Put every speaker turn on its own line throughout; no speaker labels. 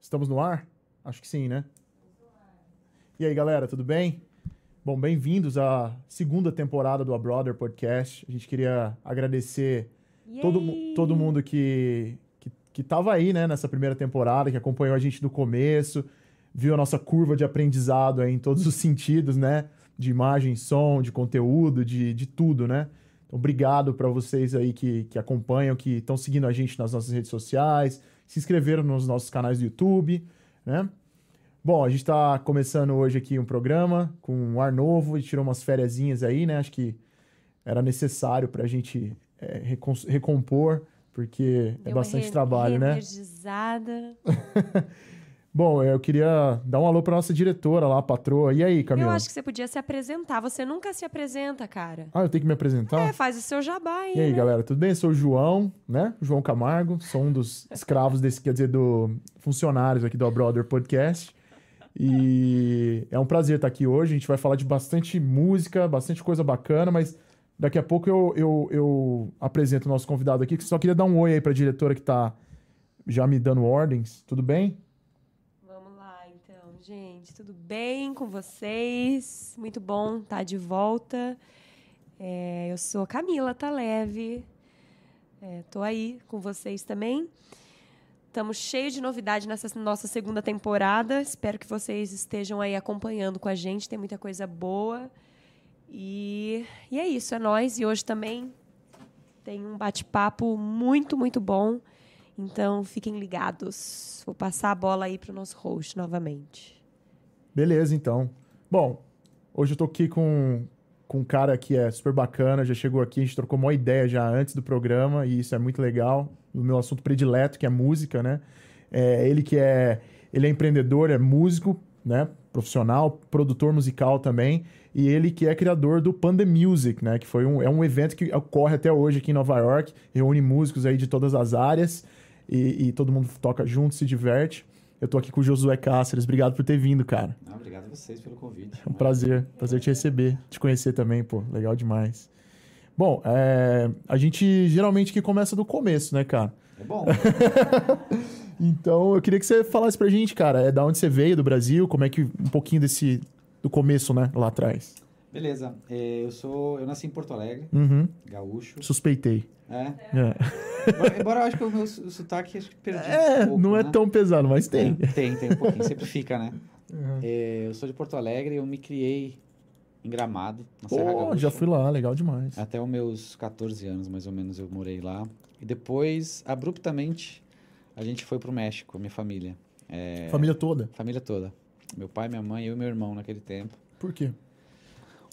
Estamos no ar? Acho que sim, né? E aí, galera, tudo bem? Bom, bem-vindos à segunda temporada do A Brother Podcast. A gente queria agradecer todo, mu- todo mundo que, que, que tava aí, né, nessa primeira temporada, que acompanhou a gente do começo, viu a nossa curva de aprendizado aí em todos os sentidos, né? De imagem, som, de conteúdo, de, de tudo, né? Então, obrigado para vocês aí que, que acompanham, que estão seguindo a gente nas nossas redes sociais, se inscreveram nos nossos canais do YouTube, né? Bom, a gente está começando hoje aqui um programa com um ar novo, a gente tirou umas férias aí, né? Acho que era necessário para a gente é, recon- recompor, porque é
Deu uma
bastante
re-
trabalho, né?
reenergizada.
Bom, eu queria dar um alô para nossa diretora lá, a patroa. E aí,
Eu
Camila?
acho que você podia se apresentar. Você nunca se apresenta, cara.
Ah, eu tenho que me apresentar?
É, faz o seu jabá aí.
E aí,
né?
galera, tudo bem? Eu sou o João, né? João Camargo, sou um dos escravos desse, quer dizer, do funcionários aqui do A Brother Podcast. E é um prazer estar aqui hoje. A gente vai falar de bastante música, bastante coisa bacana, mas daqui a pouco eu, eu, eu apresento o nosso convidado aqui, que só queria dar um oi aí pra diretora que tá já me dando ordens. Tudo bem?
Vamos lá, então, gente. Tudo bem com vocês? Muito bom estar de volta. É, eu sou Camila Taleve. É, tô aí com vocês também. Estamos cheios de novidade nessa nossa segunda temporada. Espero que vocês estejam aí acompanhando com a gente. Tem muita coisa boa. E, e é isso, é nóis. E hoje também tem um bate-papo muito, muito bom. Então, fiquem ligados. Vou passar a bola aí para o nosso host novamente.
Beleza, então. Bom, hoje eu tô aqui com, com um cara que é super bacana, já chegou aqui, a gente trocou uma ideia já antes do programa, e isso é muito legal. O meu assunto predileto, que é música, né? É, ele que é. Ele é empreendedor, é músico, né? Profissional, produtor musical também. E ele que é criador do Panda Music, né? Que foi um, é um evento que ocorre até hoje aqui em Nova York, reúne músicos aí de todas as áreas e, e todo mundo toca junto, se diverte. Eu tô aqui com o Josué Cáceres, obrigado por ter vindo, cara.
Não, obrigado a vocês pelo convite.
É um prazer. Prazer te receber, te conhecer também, pô. Legal demais. Bom, é, a gente geralmente que começa do começo, né, cara?
É bom.
Então, eu queria que você falasse pra gente, cara, é da onde você veio, do Brasil, como é que um pouquinho desse do começo, né, lá atrás.
Beleza. É, eu sou. Eu nasci em Porto Alegre,
Uhum.
gaúcho.
Suspeitei.
É.
É,
Embora, embora eu acho que o meu su- sotaque acho que perdi.
É,
um pouco,
não é
né?
tão pesado, mas tem. Uhum.
É, tem, tem um pouquinho, sempre fica, né? É, eu sou de Porto Alegre, eu me criei em Gramado, na Serra
Pô,
Gaúcha.
já fui lá, legal demais.
Até os meus 14 anos, mais ou menos, eu morei lá. E depois, abruptamente, a gente foi pro México, minha família. É.
Família toda.
Família toda. Meu pai, minha mãe, eu e meu irmão naquele tempo.
Por quê?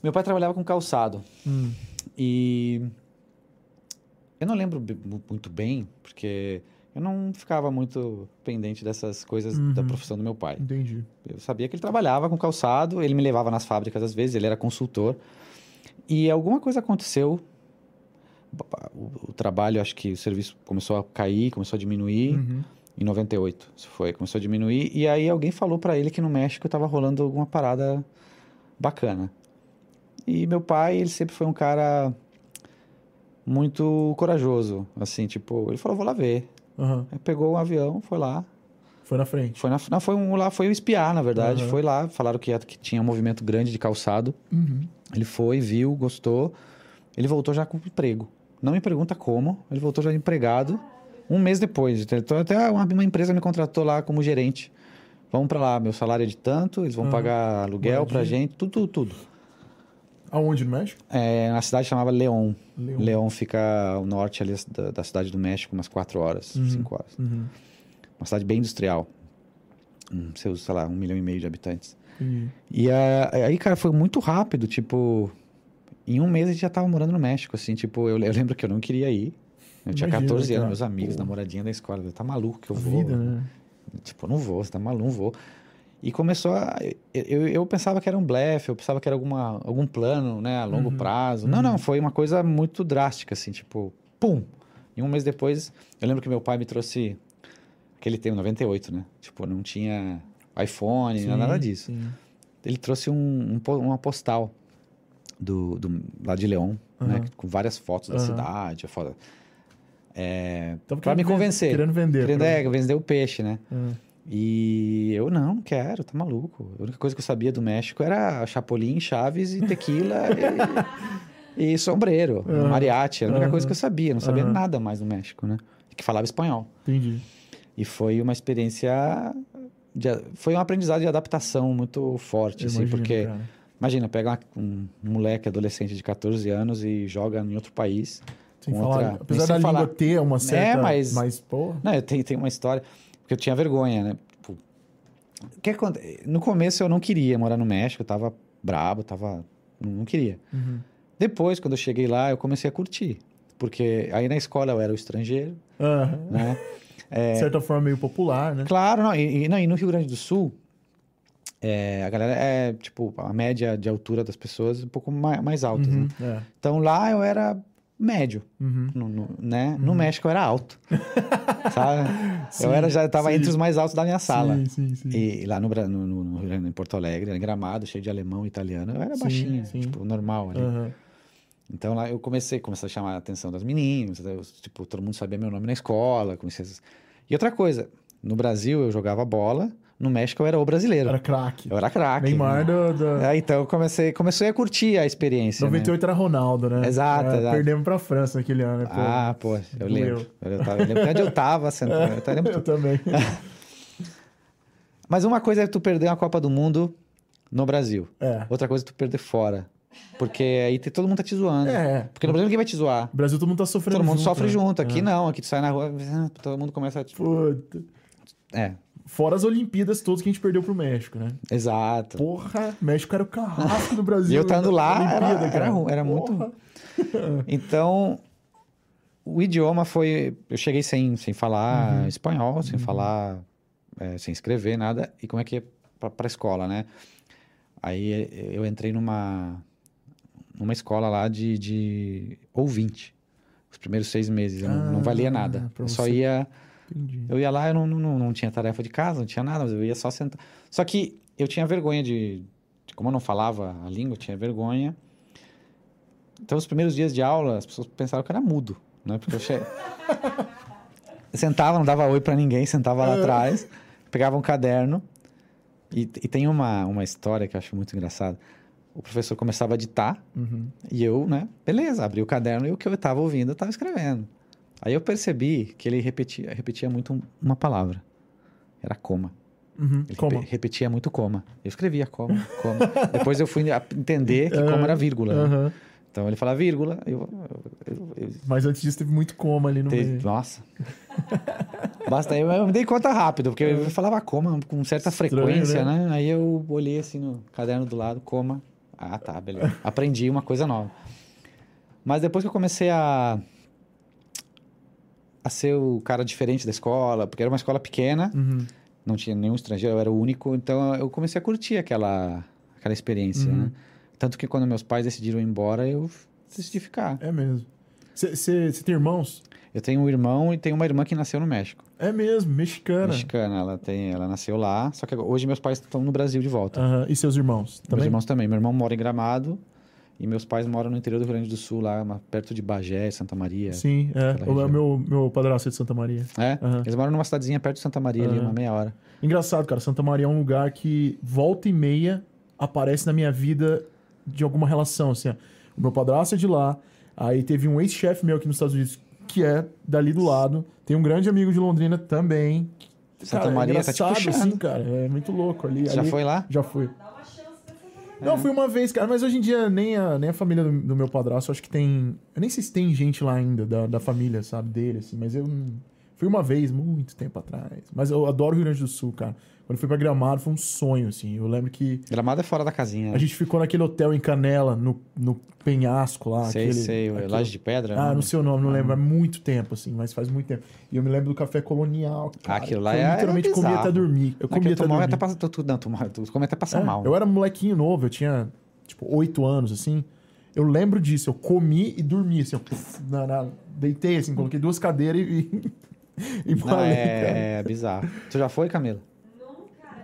Meu pai trabalhava com calçado.
Hum,
E eu não lembro be- mu- muito bem, porque eu não ficava muito pendente dessas coisas da
Uhum.
profissão do meu pai.
entendi.
Eu sabia que ele trabalhava com calçado, ele me levava nas fábricas às vezes, ele era consultor. E alguma coisa aconteceu. O, o trabalho, acho que o serviço começou a cair, começou a diminuir.
Uhum.
Em 98, isso foi. Começou a diminuir. E aí alguém falou pra ele que no México tava rolando alguma parada bacana. E meu pai, ele sempre foi um cara muito corajoso. Assim, tipo, ele falou, vou lá ver.
Aham.
Aí pegou um avião, foi lá.
Foi na frente.
Foi, na, não, foi um, lá, foi espiar, na verdade.
Aham.
Foi lá, falaram que, que tinha um movimento grande de calçado.
Uhum.
Ele foi, viu, gostou. Ele voltou já com emprego. Não me pergunta como, ele voltou já empregado um mês depois. Então, até uma, uma empresa me contratou lá como gerente. Vamos pra lá, meu salário é de tanto, eles vão
Ah,
pagar aluguel pra
moradia.
gente, tudo, tudo, tudo.
Aonde, no México?
É, a cidade chamava León.
Leão.
León fica ao norte ali da, da cidade do México, umas 4 horas,
Uhum.
5 horas.
Uhum.
Uma cidade bem industrial. Hum, seus, sei lá, um milhão e meio de habitantes.
Entendi.
E ah, aí, cara, foi muito rápido, tipo, em um mês a gente já tava morando no México, assim, tipo, eu, eu lembro que eu não queria ir. Eu tinha
Imagina,
14
cara.
anos, meus amigos,
Pô.
namoradinha da escola, eu, tá maluco que eu
A
vou.
vida, né?
Tipo, eu não vou, você tá maluco, não vou. E começou a. Eu, eu- eu pensava que era um blefe, eu pensava que era alguma, algum plano, né, a longo
Uhum.
prazo. Não,
Uhum.
não, foi uma coisa muito drástica, assim, tipo, pum! E um mês depois, eu lembro que meu pai me trouxe. Aquele tempo, 98, né? Tipo, não tinha iPhone,
Sim,
nada disso
sim.
ele trouxe um, um po- uma postal do, do- lá de Leão,
Aham.
né? Com várias fotos da
Aham.
cidade, a
Tava
foto- Pra me
Então, querendo ven-
convencer.
Querendo é, vender.
Querendo
pra-
é, vender o peixe, né?
Ah,
E eu não, não quero, tá maluco. A única coisa que eu sabia do México era Chapolin, Chaves e tequila e, e sombreiro,
Aham.
mariachi. Era a única
Aham.
coisa que eu sabia, não sabia
Aham.
nada mais do México, né? Que falava espanhol.
Entendi.
E foi uma experiência. de a- foi um aprendizado de adaptação muito forte, assim,
Imagino,
porque.
cara.
Imagina, pega uma- um moleque adolescente de 14 anos e joga em outro país.
Sem
com
falar, Né,
outra-
apesar
sem
da língua
falar.
ter uma certa...
mas-
pô...
Não, eu tenho, tenho uma história, porque eu tinha vergonha, né? Tipo, o que aconte- no começo eu não queria morar no México, eu tava brabo, tava. Não, não queria.
Uhum.
Depois, quando eu cheguei lá, eu comecei a curtir. Porque aí na escola eu era o estrangeiro,
Ah,
né?
De certa forma, meio popular, né?
Claro, não, e, e- não, e no Rio Grande do Sul, é, a galera é, tipo, a média de altura das pessoas é um pouco mais, mais alta, né?
Uhum, é.
Então lá eu era médio,
Uhum.
no, no- né? No México eu era alto, sabe? eu era, já tava
sim.
entre os mais altos da minha sala.
Sim, sim, sim.
E lá no, Bra- no, no, no Rio Grande- em Porto Alegre, em Gramado, cheio de alemão e italiano, eu era
Sim,
baixinho,
sim. Ah.
tipo, normal ali.
Aham.
Então lá eu comecei, comecei a chamar a atenção das meninas, eu, tipo, todo mundo sabia meu nome na escola, comecei a... E outra coisa, no Brasil eu jogava bola, no México eu era o brasileiro.
Era craque.
Eu era craque.
Neymar
né?
da... da-
É, então eu comecei, comecei a curtir a experiência, né?
98 era Ronaldo, né?
Exato,
É,
exato.
Perdemos pra França naquele ano, né? pô?
Ah, pô, eu
Doeu.
lembro. Eu, tava, eu lembro onde eu tava sentado. Eu tava- lembro
Eu também.
Mas uma coisa é tu perder uma Copa do Mundo no Brasil.
É.
Outra coisa é tu perder fora. Porque aí te- todo mundo tá te zoando.
É.
Porque no Brasil ninguém vai te zoar.
No Brasil todo mundo tá sofrendo
todo mundo
junto,
sofre
né?
junto. Aqui
É.
não, aqui tu sai na rua, todo mundo começa a. Tipo,
Puta.
é,
Fora as Olimpíadas todas que a gente perdeu pro México, né?
exato.
Porra, México era o carrasco do Brasil.
E eu estando lá,
na
era-
Olimpíada,
era
cara.
ruim, era muito
Porra.
Então, o idioma foi. Eu cheguei sem, sem
Uhum.
falar espanhol, sem falar. é, sem escrever, nada. E como é que é pra, pra escola, né? Aí eh, eu entrei numa. numa escola lá de, de ouvinte. Os primeiros seis meses. Eu não, não valia
Ah,
nada.
pra
Eu só
você-
ia.
Entendi.
Eu ia lá, eu não, não, não tinha tarefa de casa, não tinha nada, mas eu ia só sentar. Só que eu tinha vergonha de, de- Como eu não falava a língua, eu tinha vergonha. Então, os primeiros dias de aula, as pessoas pensaram que eu era mudo, né? Porque eu che... Eu sentava, não dava oi pra ninguém, sentava lá atrás, pegava um caderno. E, e tem uma, uma história que eu acho muito engraçada. O professor começava a ditar,
Uhum.
e eu, né, beleza, abri o caderno e o que eu tava ouvindo eu tava escrevendo. Aí eu percebi que ele repetia, repetia muito um- uma palavra. Era coma.
Uhum.
Ele
Como?
repe- repetia muito coma. Eu escrevia coma, coma. Depois eu fui a- entender que coma era vírgula. né?
Aham.
Então ele falava vírgula, eu, eu- eu-
Mas antes disso teve muito coma ali no
Teve-
meio.
Nossa. Basta, eu, eu me dei conta rápido, porque eu falava coma com certa
Estranho,
frequência, né? Aí eu olhei assim no caderno do lado, coma. Ah, tá, beleza. Aprendi uma coisa nova. Mas depois que eu comecei a a ser o cara diferente da escola, porque era uma escola pequena,
Uhum.
não tinha nenhum estrangeiro, eu era o único, então eu comecei a curtir aquela aquela experiência,
Uhum.
né? Tanto que quando meus pais decidiram ir embora, eu decidi ficar.
É mesmo. Você tem irmãos?
Eu tenho um irmão e tenho uma irmã que nasceu no México.
É mesmo, mexicana.
mexicana. Ela tem, ela nasceu lá, só que agora- hoje meus pais estão no Brasil de volta.
Aham. E seus irmãos?
Meus
Ah, Também?
irmãos também. Meu irmão mora em Gramado e meus pais moram no interior do Rio Grande do Sul, lá uma- perto de Bagé, Santa Maria.
Sim, é.
Aquela
O
região.
meu, meu padrasto é de Santa Maria.
É?
Aham.
Eles moram numa cidadezinha perto de Santa Maria, ali,
Aham.
uma meia hora.
Engraçado, cara. Santa Maria é um lugar que volta e meia aparece na minha vida de alguma relação. Assim, ó. o meu padrasto é de lá. Aí teve um ex-chefe meu aqui nos Estados Unidos que é dali do lado. Tem um grande amigo de Londrina também.
Santa
Cara,
Maria
é
tá te
engraçado,
puxando.
assim, cara. É muito louco ali.
Já
ali-
foi lá?
Já fui. Não, fui uma vez, cara, mas hoje em dia nem a, nem a família do, do meu padrasto, acho que tem. Eu nem sei se tem gente lá ainda, da, da família, sabe, dele, assim, mas eu hum, fui uma vez, muito tempo atrás. Mas eu adoro o Rio Grande do Sul, cara. Quando eu fui pra Gramado foi um sonho, assim. Eu lembro que
Gramado é fora da casinha.
a gente ficou naquele hotel em Canela, no, no penhasco lá.
sei,
ah, aquele,
sei.
aquele-
Laje de Pedra?
Ah,
né?
não sei o nome, não lembro. Há muito tempo, assim, mas faz muito tempo. E eu me lembro do café colonial. Cara,
Aquilo lá
que eu
é-
literalmente
é
comia
bizarro.
até dormir. Eu
Não é que
comia
eu
até
tomava
dormir.
até passar tu, tu, não, tu, tu comia até passar
É,
Tá mal.
Eu era molequinho novo, eu tinha, tipo, oito anos, assim. Eu lembro disso, eu comi e dormi, assim, eu puf, na- na- deitei, assim, coloquei duas cadeiras e... e, e
Não,
malhei, cara.
é, é bizarro. Tu já foi, Camila?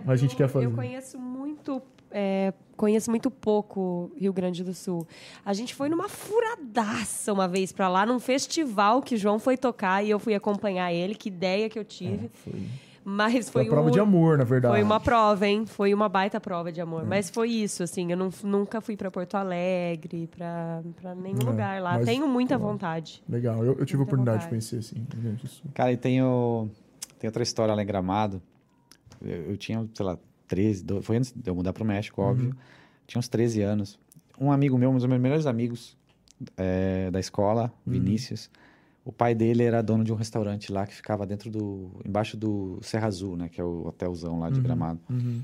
A gente quer fazer.
Eu conheço muito, é, conheço muito pouco Rio Grande do Sul. A gente foi numa furadaça uma vez pra lá, num festival que João foi tocar e eu fui acompanhar ele. Que ideia que eu tive.
Foi.
Mas
É. Foi
foi
uma prova
um-
de amor, É. na verdade.
Foi uma prova, hein? Foi uma baita prova de amor. Mas foi isso, assim. Eu não- nunca fui pra Porto Alegre, pra, pra nenhum
É,
lugar lá.
mas-
Tenho muita
Ó.
vontade.
Legal, eu, eu tive a
Muita
oportunidade de
vontade.
conhecer, assim, no Rio Grande do Sul.
Cara, e tem, o, tem outra história lá em Gramado. Eu, eu tinha, sei lá, 13, do- foi antes de eu mudar pro México, óbvio. Tinha uns 13 anos. Um amigo meu, um dos meus melhores amigos eh, da escola, Vinícius, o pai dele era dono de um restaurante lá que ficava dentro do... embaixo do Serra Azul, né? Que é o hotelzão lá de
Uhum.
Gramado.
Uhum,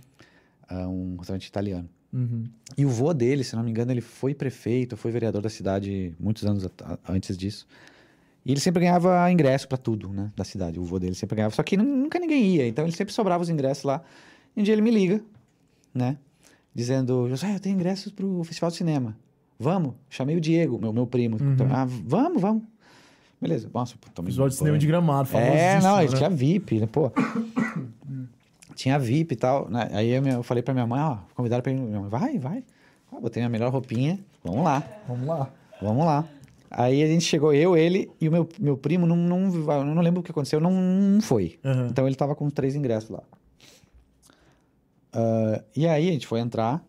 É um restaurante italiano.
uhum.
E o vô dele, se não me engano, ele foi prefeito, foi vereador da cidade muitos anos at- antes disso. E ele sempre ganhava ingresso pra tudo, né, da cidade. O vô dele sempre ganhava, só que nu- nunca ninguém ia, então ele sempre sobrava os ingressos lá. E um dia ele me liga, né, dizendo: "José, eu tenho ingressos pro festival de cinema. Vamos?" Chamei o Diego, meu meu primo.
Uhum.
Então, "Ah, vamos, vamos." Beleza. Nossa, pô, também.
Episódio de
pô,
cinema de gramado,
é, não, ele
famosíssimo, né?
tinha VIP, né, pô. tinha VIP e tal. né? Aí eu, eu falei pra minha mãe, ó, convidaram pra ir. Minha mãe, vai, vai. Ah, botei minha melhor roupinha, vamos lá,
Vamos lá.
vamos lá. Aí a gente chegou, eu, ele e o meu, meu primo, não, não, eu não lembro o que aconteceu, não, não foi.
Aham.
Então ele tava com três ingressos lá. Ah, e aí a gente foi entrar,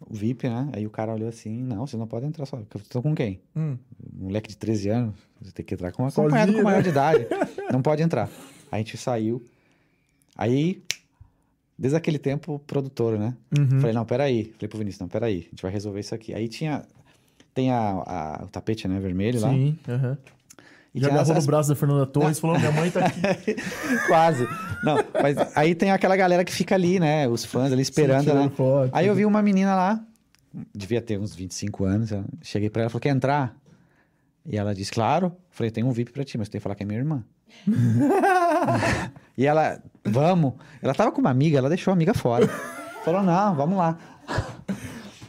o VIP, né? Aí o cara olhou assim, não, você não pode entrar só, porque eu tô com quem?
Hum,
Um moleque de 13 anos, você tem que entrar com
Sozinho,
acompanhado com
né?
maior de idade. Não pode entrar. A gente saiu. Aí, desde aquele tempo, o produtor, né?
uhum.
Falei, não, peraí. Falei pro Vinícius, não, peraí. A gente vai resolver isso aqui. Aí tinha... Tem a, a- o tapete, né? Vermelho lá.
Sim, aham.
E Ah.
Já
tinha as,
agarrou
as-
no braço da Fernanda Torres, falou, minha mãe tá aqui.
Quase. Não, mas aí tem aquela galera que fica ali, né? Os fãs ali esperando, né?
tirando foto.
Aí eu vi uma menina lá, devia ter uns 25 anos, eu cheguei pra ela, falei, quer entrar? E ela disse, claro. Falei, tem um VIP pra ti, mas tem que falar que é minha irmã. e ela, vamos. Ela tava com uma amiga, ela deixou a amiga fora. Falou, não, vamos lá.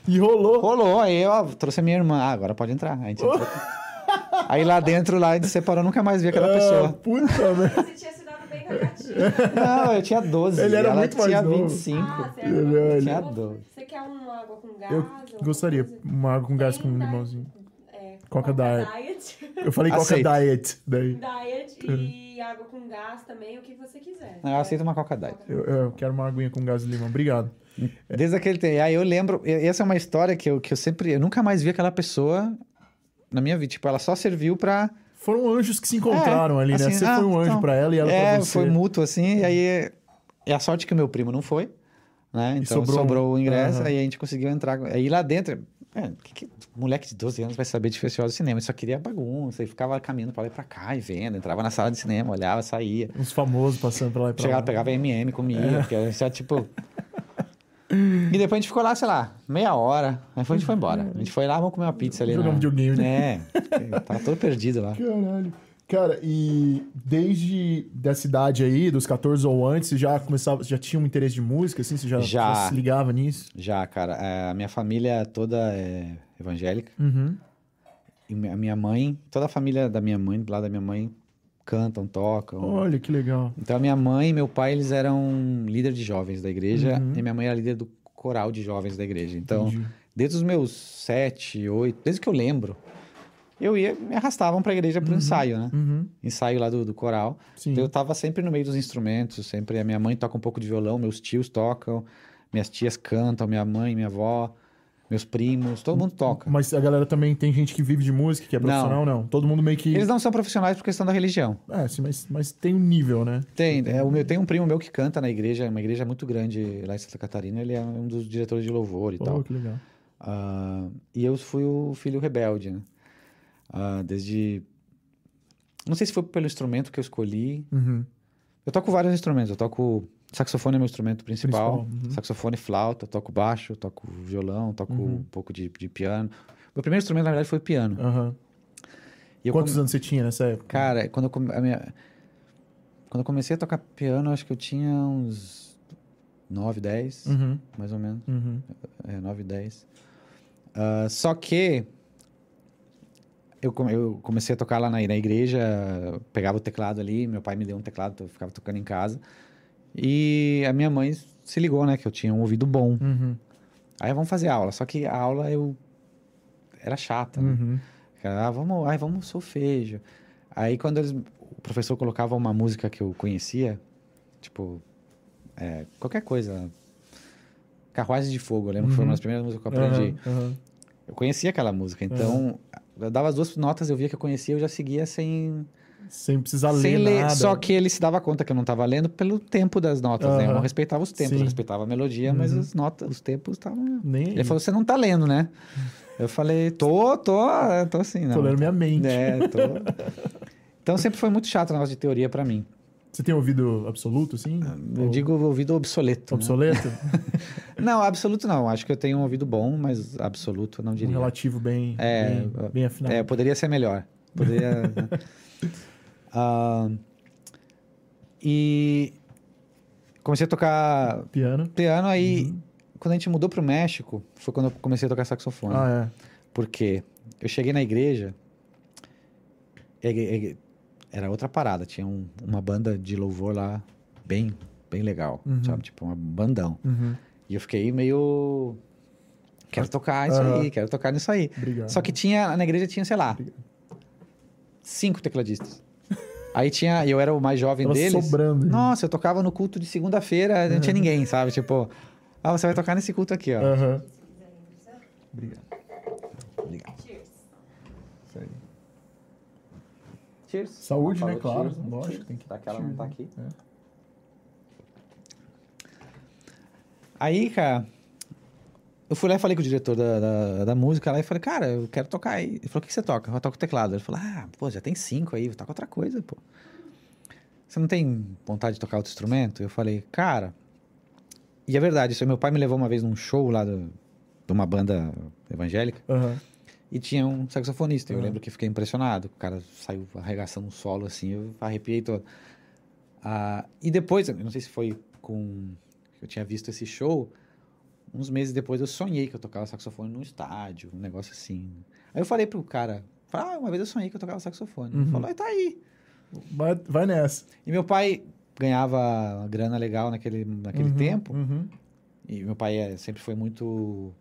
E rolou.
Rolou, aí eu ó, trouxe a minha irmã, ah, agora pode entrar. Aí, a gente entrou. Aí lá dentro, lá, a gente separou, nunca mais vi aquela
Ah,
pessoa.
Puta merda.
Você tinha se dado bem com a Catinha.
Não, eu tinha 12,
Ele era
ela
muito mais
tinha
novo.
25.
Ah,
Caralho.
Tinha 12.
é Você quer uma água com gás?
é Eu gostaria uma água com assim. um gás com É, limãozinho. Coca Diet. É.
Diet.
Eu falei Coca
Aceito.
Diet. Daí.
Diet e água com gás também, o que você quiser. É.
Não, Eu aceito uma Coca Diet.
Eu, eu quero uma aguinha com gás de limão. Obrigado.
Desde aquele tempo. E Aí eu lembro, e- essa é uma história que eu, que eu sempre. Eu nunca mais vi aquela pessoa na minha vida. Tipo, ela só serviu pra.
Foram anjos que se encontraram
É,
ali, né?
assim,
Você
ah,
foi um anjo
então.
pra ela e ela
é,
pra você.
foi mútuo assim. E aí. É a sorte que o meu primo não foi, né?
E
Então
sobrou
sobrou,
um.
o ingresso,
Aham.
aí a gente conseguiu entrar. Aí lá dentro. é, que que- moleque de 12 anos vai saber de festival de cinema? Ele só queria bagunça e ficava caminhando pra lá e pra cá e vendo. Entrava na sala de cinema, olhava, saía.
Uns famosos passando pra lá e pra
Chegava,
lá.
pegava MM, comia,
É.
porque era só, tipo. E depois a gente ficou lá, sei lá, meia hora. Aí foi- a gente foi embora. A gente foi lá, vamos comer uma pizza ali.
Jogar um
na-
videogame,
né? É, tava todo perdido lá.
Caralho. Cara, e desde dessa idade aí, dos 14 ou antes, você já começava, já tinha um interesse de música, assim? Você já,
Já.
se ligava nisso?
Já, cara, é, a minha família toda é evangélica.
Uhum.
E mi- a minha mãe, toda a família da minha mãe, do lado da minha mãe, cantam, tocam.
Olha que legal.
Então a minha mãe e meu pai, eles eram líder de jovens da igreja.
Uhum.
E minha mãe era líder do coral de jovens da igreja. Então,
Entendi.
Desde os meus sete, oito, desde que eu lembro, eu ia, me arrastavam pra igreja pro ensaio, né?
Uhum.
Ensaio lá do, do coral.
Sim.
Então eu tava sempre no meio dos instrumentos, sempre. A minha mãe toca um pouco de violão, meus tios tocam, minhas tias cantam, minha mãe, minha avó, meus primos, todo mundo toca.
Mas a galera também tem gente que vive de música, que é
Não.
profissional, não. Todo mundo meio que.
Eles não são profissionais por questão da religião.
É, sim, mas, mas tem um nível, né?
Tem, é, o meu, tem um primo meu que canta na igreja, é uma igreja muito grande lá em Santa Catarina, ele é um dos diretores de louvor e
Pô,
tal.
que legal.
Ah, e eu fui o filho rebelde, né? Ah, desde. Não sei se foi pelo instrumento que eu escolhi.
Uhum.
Eu toco vários instrumentos. Eu toco. Saxofone é meu instrumento principal.
Principal, uhum.
Saxofone, flauta, toco baixo, toco violão, toco
Uhum.
um pouco de, de piano. Meu primeiro instrumento, na verdade, foi o piano.
Aham.
E eu
Quantos
come-
anos você tinha nessa época?
Cara, é, quando eu, come- a minha- quando eu comecei a tocar piano, eu acho que eu tinha uns 9, 10,
Uhum.
mais ou menos.
Uhum.
É, 9 e 10. Ah, só que eu, come- eu comecei a tocar lá na, na igreja, pegava o teclado ali, meu pai me deu um teclado, eu ficava tocando em casa. E a minha mãe se ligou, né, que eu tinha um ouvido bom.
Uhum.
Aí vamos fazer aula, só que a aula eu era chata, né?
Uhum.
Cara, ah, vamos, ai, vamos solfejo. Aí quando eles, o professor colocava uma música que eu conhecia, Tipo, é, qualquer coisa. Carruagem de Fogo, eu lembro que foi uma das primeiras músicas que eu aprendi.
Aham, aham.
Eu conhecia aquela
É.
música, então eu dava as duas notas, eu via que eu conhecia, eu já seguia sem,
Sem precisar
sem
ler,
ler.
nada.
Só que ele se dava conta que eu não estava lendo pelo tempo das notas, né? Eu não
Aham.
respeitava os tempos,
Sim.
eu respeitava a melodia, mas
Uhum.
as notas, os tempos estavam.
Nem
Ele falou: Você não tá lendo, né? Eu falei: Tô, tô, tô assim, não.
Tô lendo minha mente.
É, tô. Então sempre foi muito chato o negócio de teoria pra mim.
Você tem ouvido absoluto, assim?
Ah, Eu
Ou
digo ouvido obsoleto. né?
Obsoleto?
Não, absoluto não. Acho que eu tenho um ouvido bom, mas absoluto não
um
diria.
relativo bem,
É,
bem, bem afinado.
É, poderia ser melhor. Poderia. né? Ah, e comecei a tocar
Piano.
piano aí.
Uhum.
Quando a gente mudou pro México, foi quando eu comecei a tocar saxofone.
Ah, é.
Porque eu cheguei na igreja. e- e- Era outra parada. Tinha um- uma banda de louvor lá bem, bem legal.
Uhum.
Sabe? Tipo, um bandão.
Uhum.
E eu fiquei meio. Quero tocar isso
Aham.
aí, quero tocar nisso aí.
Obrigado.
Só que tinha, na igreja tinha, sei lá, cinco tecladistas. Aí tinha, eu era o mais jovem
Tava
deles.
sobrando. É.
Nossa, eu tocava no culto de segunda-feira, não tinha ninguém, sabe? Tipo, ah, você vai tocar nesse culto aqui, ó.
Aham. Obrigado.
Legal.
Isso aí.
Cheers.
Saúde,
Ela
né?
falou
Claro.
cheers, né?
Lógico,
Cheers.
tem que.
Tá que ela não tá aqui.
É.
Aí, cara, eu fui lá e falei com o diretor da, da, da música lá e falei, cara, eu quero tocar aí. Ele falou, o que que você toca? Eu toco teclado. Ele falou, ah, pô, já tem cinco aí, toca outra coisa, pô. Você não tem vontade de tocar outro instrumento? Eu falei, cara. E é verdade, isso aí, meu pai me levou uma vez num show lá do- de uma banda evangélica
Aham.
e tinha um saxofonista. Eu
Uhum.
lembro que fiquei impressionado. O cara saiu arregaçando um solo assim, eu arrepiei todo. Ah, e depois, eu não sei se foi com. Eu tinha visto esse show. Uns meses depois eu sonhei que eu tocava saxofone num estádio, um negócio assim. Aí eu falei pro cara, ah, uma vez eu sonhei que eu tocava saxofone.
Uhum.
Ele falou, ah, tá aí.
Vai, vai nessa.
E meu pai ganhava uma grana legal naquele, naquele
Uhum,
tempo.
uhum.
E meu pai é- sempre foi muito.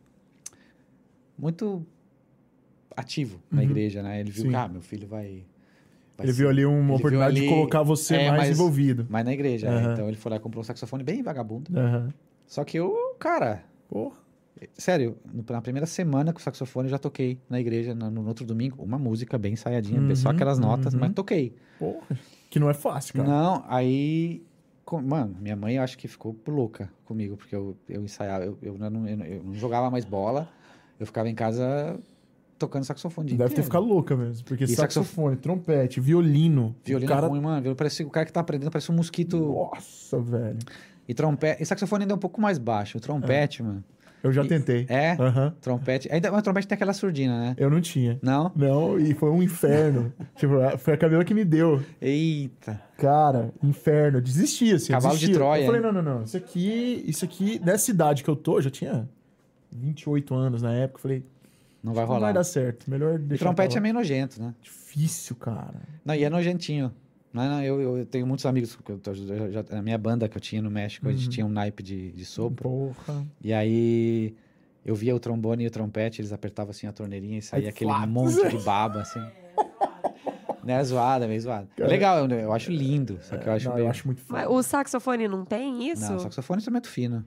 Muito ativo na
Uhum.
igreja, né? Ele viu,
Sim.
cara, meu filho vai. vai
Ele
ser-
viu ali uma
viu
oportunidade
ali-
de colocar você
é,
mais
mas-
envolvido.
Mas na igreja, né?
Aham.
Então ele foi lá e comprou um saxofone bem vagabundo.
Aham.
Só que eu, cara,
Porra.
sério, no- na primeira semana com o saxofone eu já toquei na igreja, na- no, outro domingo, uma música bem ensaiadinha,
Uhum,
só aquelas notas,
uhum.
mas toquei.
Porra. Que não é fácil, cara.
Não, aí. com- Mano, minha mãe eu acho que ficou louca comigo, porque eu, eu ensaiava, eu, eu, não, eu não- eu não jogava mais bola, eu ficava em casa tocando saxofone. o dia
Deve ter
inteiro.
ficado louca mesmo. Porque
E
saxofone, trompete, violino.
Violino
o cara...
é ruim, mano. Parece, o cara que tá aprendendo parece um mosquito.
Nossa, velho.
E trompete. E saxofone ainda é um pouco mais baixo.
É.
O trompete, mano.
Eu já
E-
tentei.
É,
Aham.
trompete. Ainda, mas trompete tem aquela surdina, né?
Eu não tinha.
Não?
Não, e foi um inferno. tipo, foi a Camila que me deu.
Eita.
Cara, inferno. Desisti, assim. eu
Cavalo de
desisti.
Troia,
Eu falei, não, não, não. Isso aqui, isso aqui, nessa idade que eu tô, eu já tinha 28 anos na época. eu Falei,
Não vai
não
rolar.
vai dar certo. Melhor
E
deixar.
trompete é
pra lá.
meio nojento, né?
Difícil, cara.
Não, e é nojentinho. Não, não, eu, eu tenho muitos amigos. Que eu tô- eu já- na minha banda que eu tinha no México, a gente
Uhum.
tinha um naipe de, de sopro.
Porra.
E aí eu via o trombone e o trompete, eles apertavam assim a torneirinha e saía
Aí,
aquele
flá.
monte de baba, assim. né? Zoada, meio zoada.
É, Cara,
Legal, eu, eu acho lindo. Só que eu acho
não,
meio...
eu acho muito
Mas
foda.
o saxofone não tem isso?
Não, saxofone é um instrumento fino.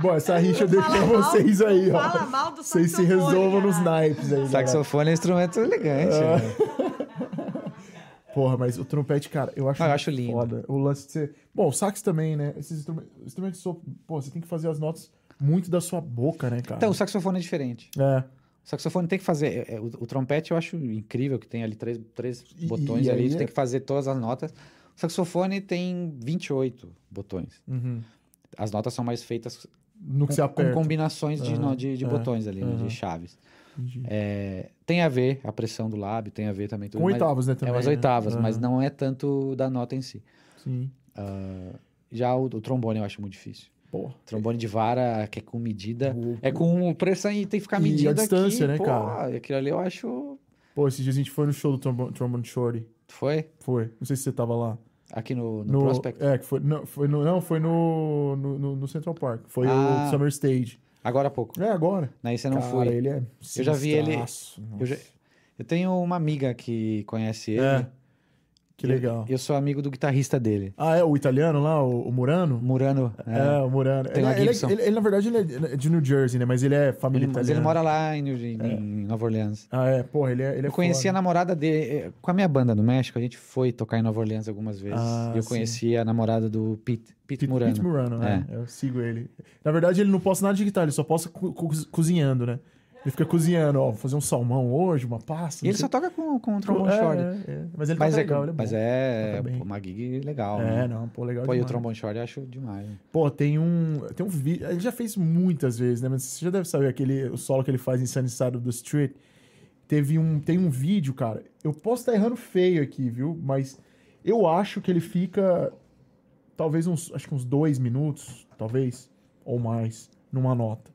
Bom, essa rixa eu deixo pra
Fala mal-
vocês aí, ó.
Fala mal do
Vocês se
saxofone.
resolvam nos
cara.
naipes aí, galera.
Saxofone é um instrumento elegante. né?
Porra, mas o trompete, cara, eu acho,
Ah, eu acho lindo.
foda. O lance de você... Bom, o sax também, né? Esses instrumentos, instrumentos de sopro, pô, você tem que fazer as notas muito da sua boca, né, cara?
Então, o saxofone é diferente.
é.
O saxofone tem que fazer. é, é, O, o trompete eu acho incrível, que tem ali três, três
E-
botões
e
ali,
aí
tu
é-
tem que fazer todas as notas. O saxofone tem 28 botões.
Uhum.
As notas são mais feitas
No que
com,
você
com
aperta.
combinações de,
Aham,
no- de, de
é,
botões ali, né,
aham.
de chaves.
Entendi.
É, tem a ver a pressão do lábio, tem a ver também tudo.
Com
mas-
oitavas, né, também.
é umas
né?
oitavas, mas
Aham,
não é tanto da nota em si.
Sim.
Já o, o trombone eu acho muito difícil.
Porra.
Trombone de vara, que é com medida.
O-
É com pressão e tem que ficar
E a
medida
distância,
aqui,
né,
pô,
cara?
Aquilo ali eu acho...
Pô, esses dias a gente foi no show do Trombone, trombone Shorty.
Foi?
Foi. Não sei se você tava lá.
Aqui no, no, Prospect.
É, que foi. Não, foi no, não, foi no, no, no- no Central Park. Foi
Ah.
o Summer Stage.
Agora há pouco.
É, agora.
Aí você não
Cara,
foi.
ele é.
Eu já vi ele-
sinistraço,
Eu, já- eu tenho uma amiga que conhece ele.
É. Que legal.
Eu sou amigo do guitarrista dele,
Ah, é o italiano lá, o, o Murano?
Murano.
É,
é.
o Murano.
Tem
ele,
uma
ele-
Gibson.
ele- ele, na verdade, ele é- ele é de New Jersey, né? Mas ele é família
Ele, mas
italiana.
ele mora lá em, em- em Nova Orleans.
Ah, é. Porra, É. ele é. Ele é
eu conheci
foda.
a namorada dele eh, com a minha banda no México. A gente foi tocar em Nova Orleans algumas vezes.
Ah,
e eu
sim.
conheci a namorada do Pete, Pete,
Pete
Murano.
Pete Murano, é. Eu sigo ele. Na verdade, ele não posta nada de guitarra, ele só posta co- co- cozinhando, né? Ele fica cozinhando, ó, vou fazer um salmão hoje, uma pasta.
E
não
ele
sei
só toca com, com o
o que.
trombone short.
É, é, é. Mas ele
Mas,
tá
é,
legal, ele é bom.
mas é
Toca bem.
pô, uma gig legal.
É,
né?
não, pô, legal
Pô, e o
demais.
trombone short eu acho demais.
Pô, tem um. Tem um vídeo. Ele já fez muitas vezes, né? Mas você já deve saber aquele, o solo que ele faz em Sunny Side of the Street. Teve um, tem um vídeo, cara. Eu posso estar errando feio aqui, viu? Mas eu acho que ele fica. Talvez uns. Acho que uns dois minutos, talvez. Ou mais. Numa nota.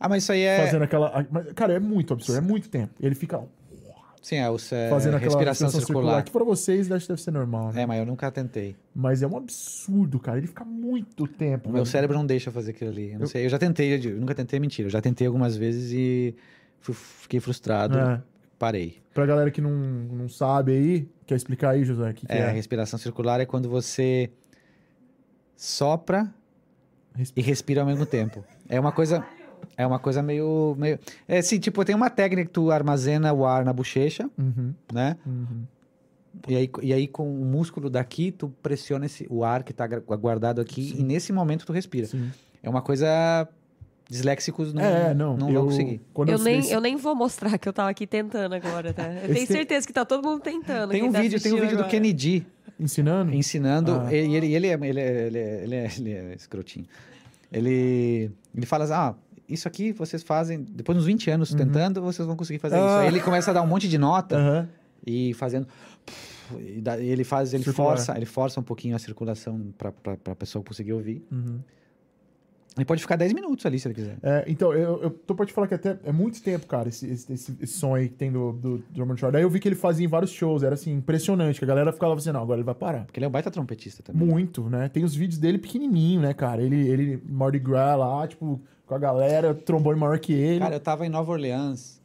Ah, mas isso aí é.
Fazendo aquela. mas, Cara, é muito absurdo. É muito tempo. Ele fica
Sim, é, o, é
fazendo aquela
respiração circular.
Que pra vocês acho que deve ser normal, né?
É, mas eu nunca tentei.
Mas é um absurdo, cara. Ele fica muito tempo.
O meu
velho.
cérebro não deixa eu fazer aquilo ali. Eu não
Eu-
sei. Eu já tentei, eu digo, eu nunca tentei, é mentira. Eu já tentei algumas vezes e fui- fiquei frustrado.
É.
Parei.
Pra galera que não, não sabe aí, quer explicar aí, José, o que, que
É, a
é?
respiração circular é quando você sopra e
Respi-
respira ao mesmo tempo. É uma coisa. É uma coisa meio, meio. É assim, tipo, tem uma técnica que tu armazena o ar na bochecha,
Uhum,
né?
uhum.
E aí, e aí com o músculo daqui, tu pressiona esse, o ar que tá gra- guardado aqui e nesse momento tu respira.
Sim.
É uma coisa... Disléxicos não,
é, não.
não,
eu,
vão conseguir.
Quando
Eu nem,
fiz-
eu nem vou mostrar que eu tava aqui tentando agora, tá? Eu tenho
Esse tem-
certeza que tá todo mundo tentando.
Tem
quem
um,
tá
vídeo, tem um
assistindo
vídeo do
agora.
Kennedy
Ensinando?
ensinando.
Ah.
Ele, ele, ele, é, ele, é, ele, é, ele, é, ele é escrotinho. Ele, ele fala assim: ah, isso aqui vocês fazem, depois de uns 20 anos tentando, vocês vão conseguir fazer isso.
Uhum. Ah.
Aí ele começa a dar um monte de nota
Aham.
e fazendo. E dá- ele faz, ele
Circular.
força, ele força um pouquinho a circulação para a pessoa conseguir ouvir.
uhum.
Ele pode ficar 10 minutos ali se ele quiser.
É, então, eu, eu tô pra te falar que até é muito tempo, cara, esse, esse, esse, esse som aí que tem do, do Drum and Short. Aí eu vi que ele fazia em vários shows, era assim, impressionante, que a galera ficava assim, não, agora ele vai parar.
Porque ele é um baita trompetista também.
Muito, né? Tem os vídeos dele pequenininho, né, cara? Ele, ele Mardi Gras lá, tipo, com a galera, trombone maior que ele.
Cara, eu tava em Nova Orleans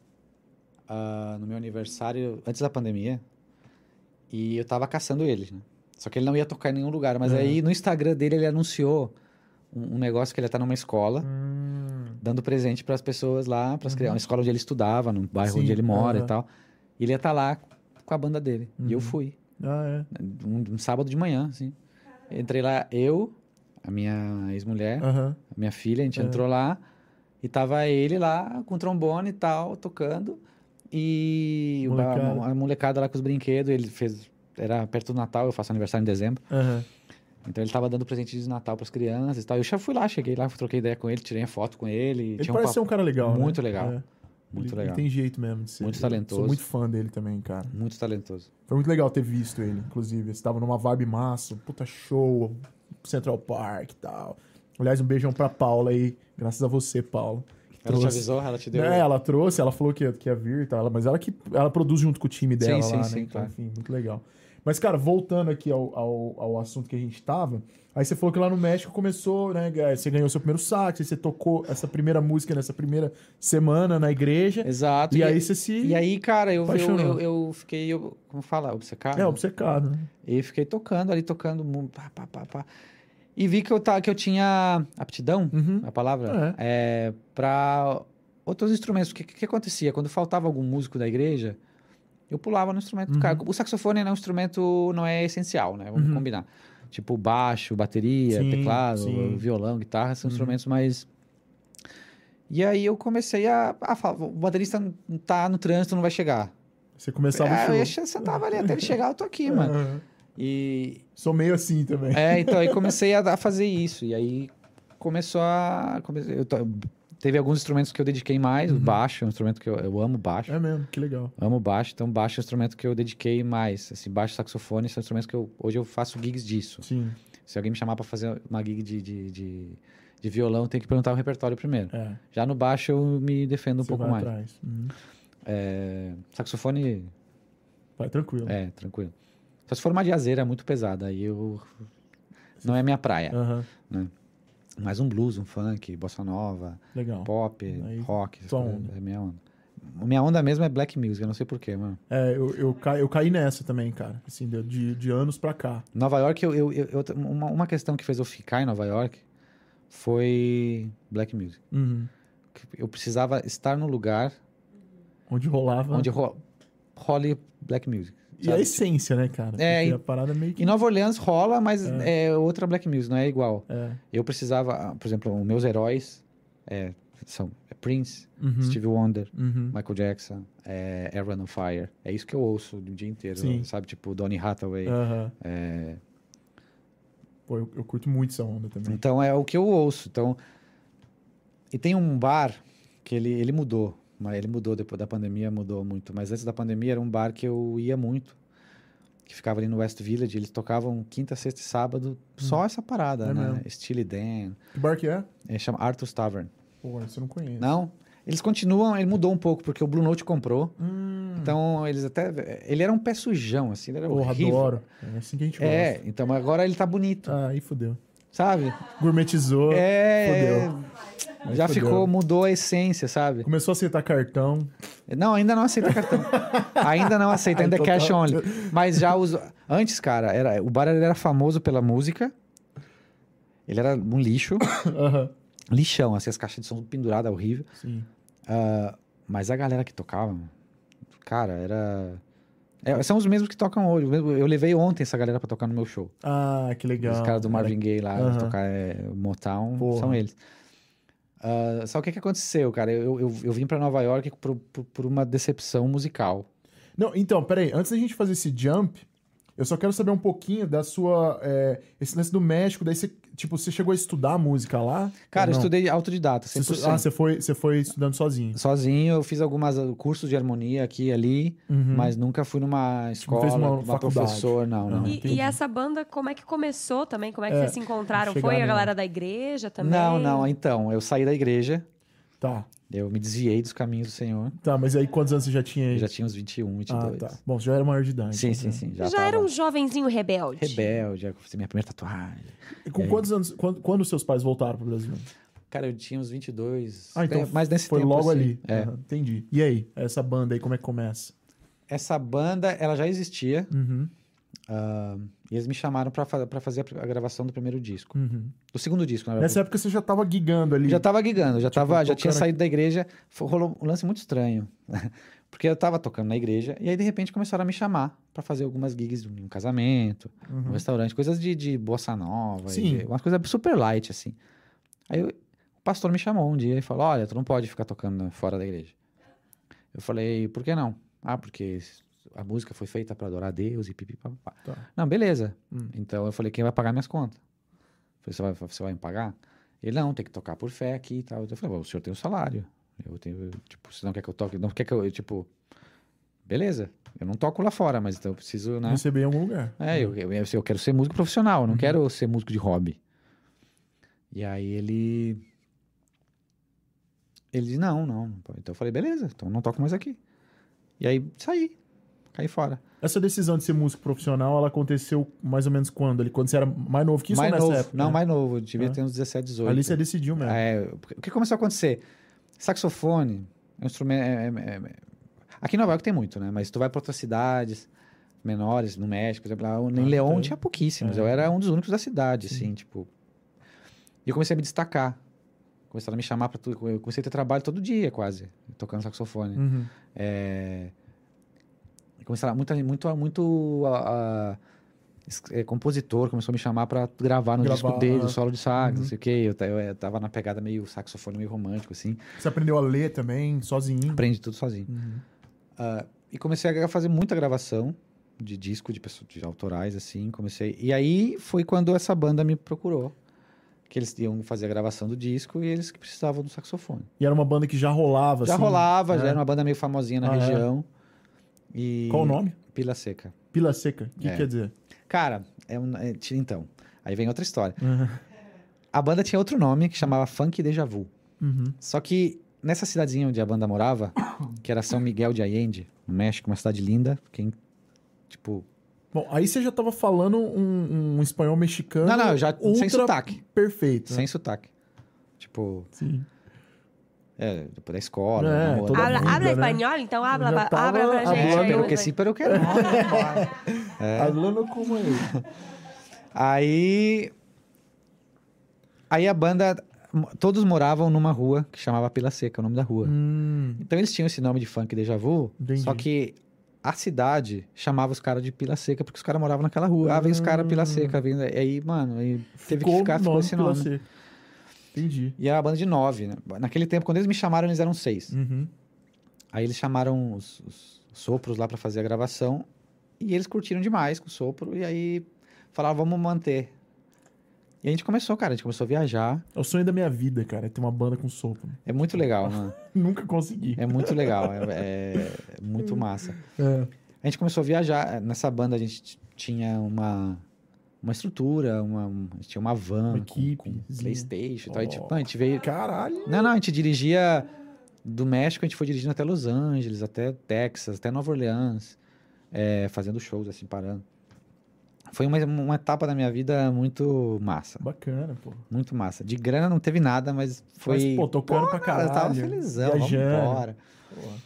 ah, no meu aniversário, antes da pandemia, e eu tava caçando ele, né? Só que ele não ia tocar em nenhum lugar. Mas
Uhum.
aí no Instagram dele ele anunciou um, um negócio que ele ia estar numa escola,
Hum, Uhum.
dando presente pras pessoas lá, para crianças, uma escola onde ele estudava, no bairro
Sim,
onde ele mora
aham.
e tal. E ele ia estar lá com a banda dele. E eu fui.
ah, é.
Um, um sábado de manhã, assim. Entrei lá, eu, a minha ex-mulher,
Aham.
a minha filha, a gente
É.
entrou lá e tava ele lá com trombone e tal, tocando. E o ba-
Molecada.
a molecada lá com os brinquedos, ele fez. Era perto do Natal, eu faço aniversário em dezembro.
Aham.
Então ele tava dando presente de Natal pras crianças e tal. Eu já fui lá, cheguei lá, troquei ideia com ele, tirei a foto com ele.
Ele
tinha um
parece ser
papo
um cara legal. né?
muito legal,
É.
muito
ele,
legal.
Ele tem jeito mesmo de ser.
Muito
Eu Sou
talentoso.
muito fã dele também, cara.
Muito talentoso.
Foi muito legal ter visto ele, inclusive. Estava numa vibe massa, puta show, Central Park e tal. Aliás, um beijão pra Paula aí. Graças a você, Paula.
Ela te
Trouxe.
avisou, ela te deu.
É, ela trouxe, ela falou que ia, que ia vir e tal, mas ela que ela produz junto com o time dela
Sim,
lá, né?
sim, sim,
Então,
claro.
Enfim, muito legal. Mas, cara, voltando aqui ao, ao, ao assunto que a gente tava, aí você falou que lá no México começou, né? Gai, Você ganhou seu primeiro sax, aí você tocou essa primeira música nessa primeira semana na igreja.
Exato.
E, aí você se.
e aí, cara, eu, eu,
apaixonou.
eu, eu fiquei, eu- como fala, obcecado?
É, obcecado, né?
E fiquei tocando ali, tocando, mu- pá, pá, pá, pá. E vi que eu, ta, que eu tinha aptidão,
Uhum.
a palavra, é. para outros instrumentos. O que, que acontecia? Quando faltava algum músico da igreja, eu pulava no instrumento do cara. O saxofone não é um instrumento, não é essencial, né? Vamos
Uhum.
combinar. Tipo baixo, bateria,
Sim,
teclado,
sim.
violão, guitarra, são
Uhum.
instrumentos mais... E aí eu comecei a... a falar, o baterista não tá no trânsito, não vai chegar.
Você começava
Ah, eu
o
ia
show.
sentava ali, até ele chegar eu tô
É.
aqui, mano.
Aham.
E,
Sou meio assim também.
é, então, aí comecei a, a fazer isso. E aí começou a. comecei- eu to- teve alguns instrumentos que eu dediquei mais. O
Uhum.
baixo é um instrumento que eu, eu amo baixo.
É mesmo, que legal.
Amo baixo, então baixo é um instrumento que eu dediquei mais. Assim, baixo saxofone são instrumentos que eu, hoje eu faço gigs disso.
Sim,
Se alguém me chamar pra fazer uma gig de, de, de, de violão, tem que perguntar o repertório primeiro.
é.
Já no baixo eu me defendo um
Você
pouco
vai
mais.
atrás. Uhum.
É, saxofone
Vai tranquilo.
é tranquilo. Só se for uma diazeira muito pesada, aí eu. Não é minha praia.
Aham, É.
mais um blues, um funk, bossa nova,
Legal.
pop,
Aí, né?
rock, essas
tua
coisas,
onda.
é minha onda. Minha onda mesmo é black music, eu não sei porquê, mano.
É, eu, eu, ca- eu caí nessa também, cara. Assim, de- de, de anos pra cá.
Nova York, eu, eu, eu- eu- uma, uma questão que fez eu ficar em Nova York foi black music.
Uhum.
Eu precisava estar no lugar
Onde rolava.
onde ro role black music.
E a
sabe?
essência, né, cara?
É,
Porque
e-
a parada meio que.
Em Nova Orleans rola, mas é. outra black music, não é igual.
É.
Eu precisava, ah, por exemplo, os meus heróis é, são Prince,
Uhum.
Stevie Wonder,
Uhum.
Michael Jackson, é, Aaron on Fire. É isso que eu ouço o dia inteiro,
Sim. É.
sabe? Tipo, Donny Hathaway.
Aham.
é.
Pô, eu, eu curto muito essa onda também.
Então é o que eu ouço. Então, e tem um bar que ele, ele mudou, mas ele mudou depois da pandemia, mudou muito. Mas antes da pandemia era um bar que eu ia muito, que ficava ali no West Village. Eles tocavam quinta, sexta e sábado, só essa parada,
Hum. É
né?
mesmo.
Steely Dan,
Que bar que é?
é, chama Arthur's Tavern.
Pô, isso eu não conheço.
Não? Eles continuam, ele mudou um pouco, porque o Blue Note comprou.
Hum,
Então eles até. Ele era um pé sujão, assim, ele era
porra,
horrível.
adoro. É assim que a gente gosta.
É, então mas agora ele tá bonito,
Ah, aí fudeu.
sabe?
Gourmetizou.
É,
fudeu. Aí
já
fudeu.
ficou, mudou a essência, sabe?
Começou a aceitar cartão.
Não, ainda não aceita cartão. ainda não aceita, ainda é
Total.
cash only. Mas já os. Antes, cara, era, o bar ele era famoso pela música. Ele era um lixo,
Aham.
lixão, assim, as caixas de som penduradas, horrível. Ah,
Sim.
Mas a galera que tocava, cara, era. é, são os mesmos que tocam hoje. Eu levei ontem essa galera pra tocar no meu show.
Ah, que legal.
Os caras do Marvin Gaye lá,
Aham.
tocar é, Motown,
Porra.
são eles. Ah, só o que, que aconteceu, cara? Eu, eu, eu vim pra Nova York por, por- por uma decepção musical.
Não, então, peraí, antes da gente fazer esse jump, eu só quero saber um pouquinho da sua. é, esse lance do México, daí você, tipo, você chegou a estudar música lá?
Cara,
Ou
eu
não?
estudei autodidata,
Você
100%.
estu- Ah, você foi, você foi estudando sozinho.
Sozinho, eu fiz algumas ah, cursos de harmonia aqui e ali,
Uhum.
mas nunca fui numa escola,
fez uma
uma, uma
faculdade.
professor, não, não.
Ah,
E- E,
entendi.
essa banda, como é que começou também? Como é que
É,
vocês se encontraram?
chegar
Foi a
nela.
galera da igreja também?
Não, não, então, eu saí da igreja,
Tá.
eu me desviei dos caminhos do Senhor.
Tá, mas aí quantos anos você já tinha aí?
Eu já tinha uns 21, 22.
ah, tá. Bom, você já era maior de idade.
Sim,
então,
sim,
né?
sim. Já,
Já,
tava
era um jovenzinho rebelde.
rebelde, já fiz minha primeira tatuagem.
E com quantos anos. Quando, quando os seus pais voltaram pro Brasil?
Cara, eu tinha uns 22.
Ah, então.
é, mas nesse
foi
tempo,
logo
assim.
ali.
É.
Aham, entendi. E aí, essa banda aí, como é que começa?
Essa banda, ela já existia.
Uhum,
E eles me chamaram pra, fa- pra fazer a pr- a gravação do primeiro disco.
uhum.
Do segundo disco, na verdade.
Nessa época você já tava gigando ali.
É,
Tipo,
Já tá- tava gigando, já, tava, já
tocando
tinha
aqui.
saído da igreja. Fo- Rolou um lance muito estranho. Porque eu tava tocando na igreja. E aí, de repente, começaram a me chamar pra fazer algumas gigs em um casamento,
Uhum.
um restaurante. Coisas de, de bossa nova.
Sim.
E, umas coisas super light, assim. Aí eu- o pastor me chamou um dia e falou, olha, tu não pode ficar tocando fora da igreja. Eu falei, por que não? Ah, porque a música foi feita pra adorar a Deus e pipipapá.
Tá.
Não, beleza.
Hum.
Então eu falei, quem vai pagar minhas contas? Eu falei, você vai, você vai me pagar? Ele, não, tem que tocar por fé aqui e tal. Eu falei, "Bom, o senhor tem um salário. Eu tenho, tipo, você não quer que eu toque? Não quer que eu, eu, tipo, beleza. Eu não toco lá fora, mas então eu preciso, né?
Receber em algum lugar. Uhum.
É, eu, eu, eu quero ser músico profissional, eu não quero ser músico de hobby. E aí ele. Ele disse: não, não. não pode." Então eu falei: beleza, então não toco mais aqui. E aí saí, caí fora.
Essa decisão de ser músico profissional, ela aconteceu mais ou menos quando? Ali, quando você era mais novo que isso
mais
ou nessa
novo,
época?
não,
né?
mais novo, eu devia
Ah.
ter uns 17, 18.
Ali você decidiu mesmo.
É, o que começou a acontecer? Saxofone, é um instrumento. é- é- é- aqui em Nova York tem muito, né? Mas tu vai para outras cidades menores, no México, por exemplo, lá em
Ah,
León
então-
tinha pouquíssimos.
é.
Eu era um dos únicos da cidade, assim, tipo. E eu comecei a me destacar. Começaram a me chamar para tudo. Eu comecei a ter trabalho todo dia, quase, tocando saxofone.
Uhum.
É... Começaram muito, muito, muito a- a- es- é, compositor começou a me chamar pra gravar no
Gravar,
disco dele,
aham.
o solo de sax,
Uhum.
não sei o quê. Eu, ta- eu, eh, tava na pegada meio saxofone, meio romântico, assim.
Você aprendeu a ler também, sozinho.
Aprendi tudo sozinho.
Uhum.
E comecei a gra- fazer muita gravação de disco, de, pessoa- de autorais, assim. Comecei. E aí foi quando essa banda me procurou. Que eles iam fazer a gravação do disco e eles que precisavam do saxofone.
E era uma banda que já rolava,
já
assim,
rolava, já
né?
era uma banda meio famosinha na
Ah, é?
região. E...
Qual o nome?
Pila Seca.
Pila Seca. O que
É.
quer dizer?
Cara, é um- é, ti- então, aí vem outra história.
Uhum.
A banda tinha outro nome que chamava Funk Deja Vu.
Uhum.
Só que nessa cidadezinha onde a banda morava, que era São Miguel de Allende, no México, uma cidade linda, quem tipo,
Bom, aí você já tava falando um, um espanhol mexicano.
Não, não, eu já- sem
ultra
sotaque.
Perfeito. né?
sem sotaque. Tipo,
Sim.
É, da escola,
É,
namorando.
toda
Habla,
vida,
habla
né?
espanhol, então habla,
Já
ba-
tava
habla pra gente.
hablando.
É,
aí,
pero
mas
que
vai-
sim, pero que não. É.
Falando como eu.
Aí. Aí a banda. Todos moravam numa rua que chamava Pila Seca, é o nome da rua.
Hum,
Então eles tinham esse nome de funk déjà vu,
Entendi.
só que a cidade chamava os caras de Pila Seca porque os caras moravam naquela rua. Ah, vem os caras Pila
Hum.
Seca, vindo. E aí, mano, aí teve que ficar, ficou
nome
esse
pela
nome.
C. Entendi.
E era uma banda de nove, né? Naquele tempo, quando eles me chamaram, eles eram seis.
Uhum.
Aí eles chamaram os, os sopros lá pra fazer a gravação e eles curtiram demais com o sopro e aí falaram, vamos manter. E a gente começou, cara, a gente começou a viajar.
É o sonho da minha vida, cara, é ter uma banda com sopro.
É muito legal, mano.
Nunca consegui.
É muito legal, é, é- é muito massa.
É.
A gente começou a viajar, eh, nessa banda a gente t- tinha uma, uma estrutura, uma, um- a gente tinha uma van,
Uma
com- com,
equipezinha.
Playstation e tal. A gente,
Ó.
não, a gente veio...
Caralho.
Não, não, a gente dirigia do México, a gente foi dirigindo até Los Angeles, até Texas, até Nova Orleans, é, fazendo shows, assim, parando. Foi uma, uma etapa da minha vida muito massa.
Bacana, pô.
Muito massa. De grana não teve nada, mas foi.
Mas, pô, tocando pra caralho.
cara, eu tava felizão,
Viajando.
vambora. É.
Porra.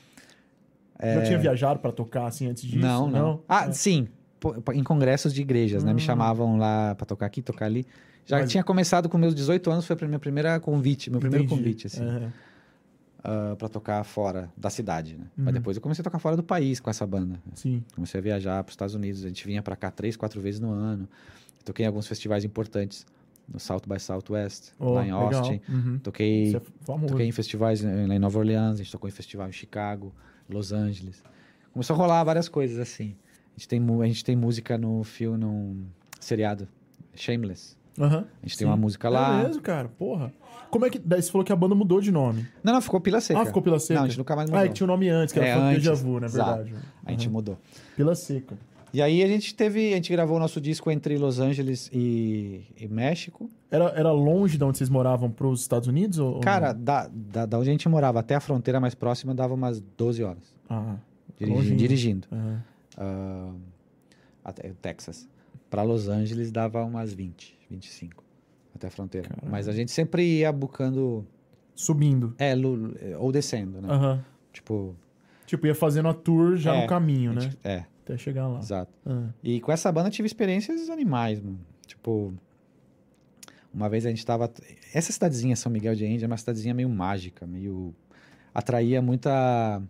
Já tinha viajado pra tocar assim antes disso?
Não, não. Ah,
É.
sim. pô, pô, Em congressos de igrejas, né? Me
Hum.
chamavam lá pra tocar aqui, tocar ali. Já
Mas-
tinha começado com meus 18 anos, foi a minha primeira convite, meu primeiro
Entendi. É.
convite, assim.
Aham.
ah, pra tocar fora da cidade, né?
Uhum.
Mas depois eu comecei a tocar fora do país com essa banda.
Sim.
Comecei a viajar para os Estados Unidos. A gente vinha para cá três, quatro vezes no ano. Toquei em alguns festivais importantes, no South by Southwest,
Ó,
lá em
legal.
Austin.
Uhum.
Toquei,
Isso é famoso.
toquei em festivais eh, lá em Nova Orleans, a gente tocou em festival em Chicago, Los Angeles. Começou a rolar várias coisas assim. A gente tem, mu- a gente tem música no filme, num seriado, Shameless.
Aham.
A gente
Sim.
tem uma música lá.
É mesmo, cara? Porra. Como é que. Daí você falou que a banda mudou de nome.
Não, não, ficou Pila Seca.
Ah, ficou Pila Seca?
Não, a gente nunca mais mudou.
Ah, é que tinha o nome antes, que era
É,
é, Déjà
antes.
Vu, na
Exato.
verdade.
A gente
Uhum.
mudou.
Pila Seca.
E aí a gente teve, a gente gravou o nosso disco entre Los Angeles e, e México.
Era, era longe de onde vocês moravam pros Estados Unidos? Ou, ou
Cara,
não?
da, da, da onde a gente morava até a fronteira mais próxima dava umas 12 horas.
Ah,
Dirigindo.
Longinho.
dirigindo
aham.
Ah, até o Texas. Pra Los Angeles dava umas 20, 25. Até a fronteira.
Caralho.
Mas a gente sempre ia bucando.
Subindo.
É, lu- ou descendo, né?
Aham.
Tipo.
Tipo, ia fazendo a tour já
É,
no caminho,
a
né?
gente- É,
Até chegar lá.
exato.
Ah,
E com essa banda eu tive experiências animais, mano. Tipo, uma vez a gente tava. Essa cidadezinha, São Miguel de Índia, é uma cidadezinha meio mágica, meio. atraía muita.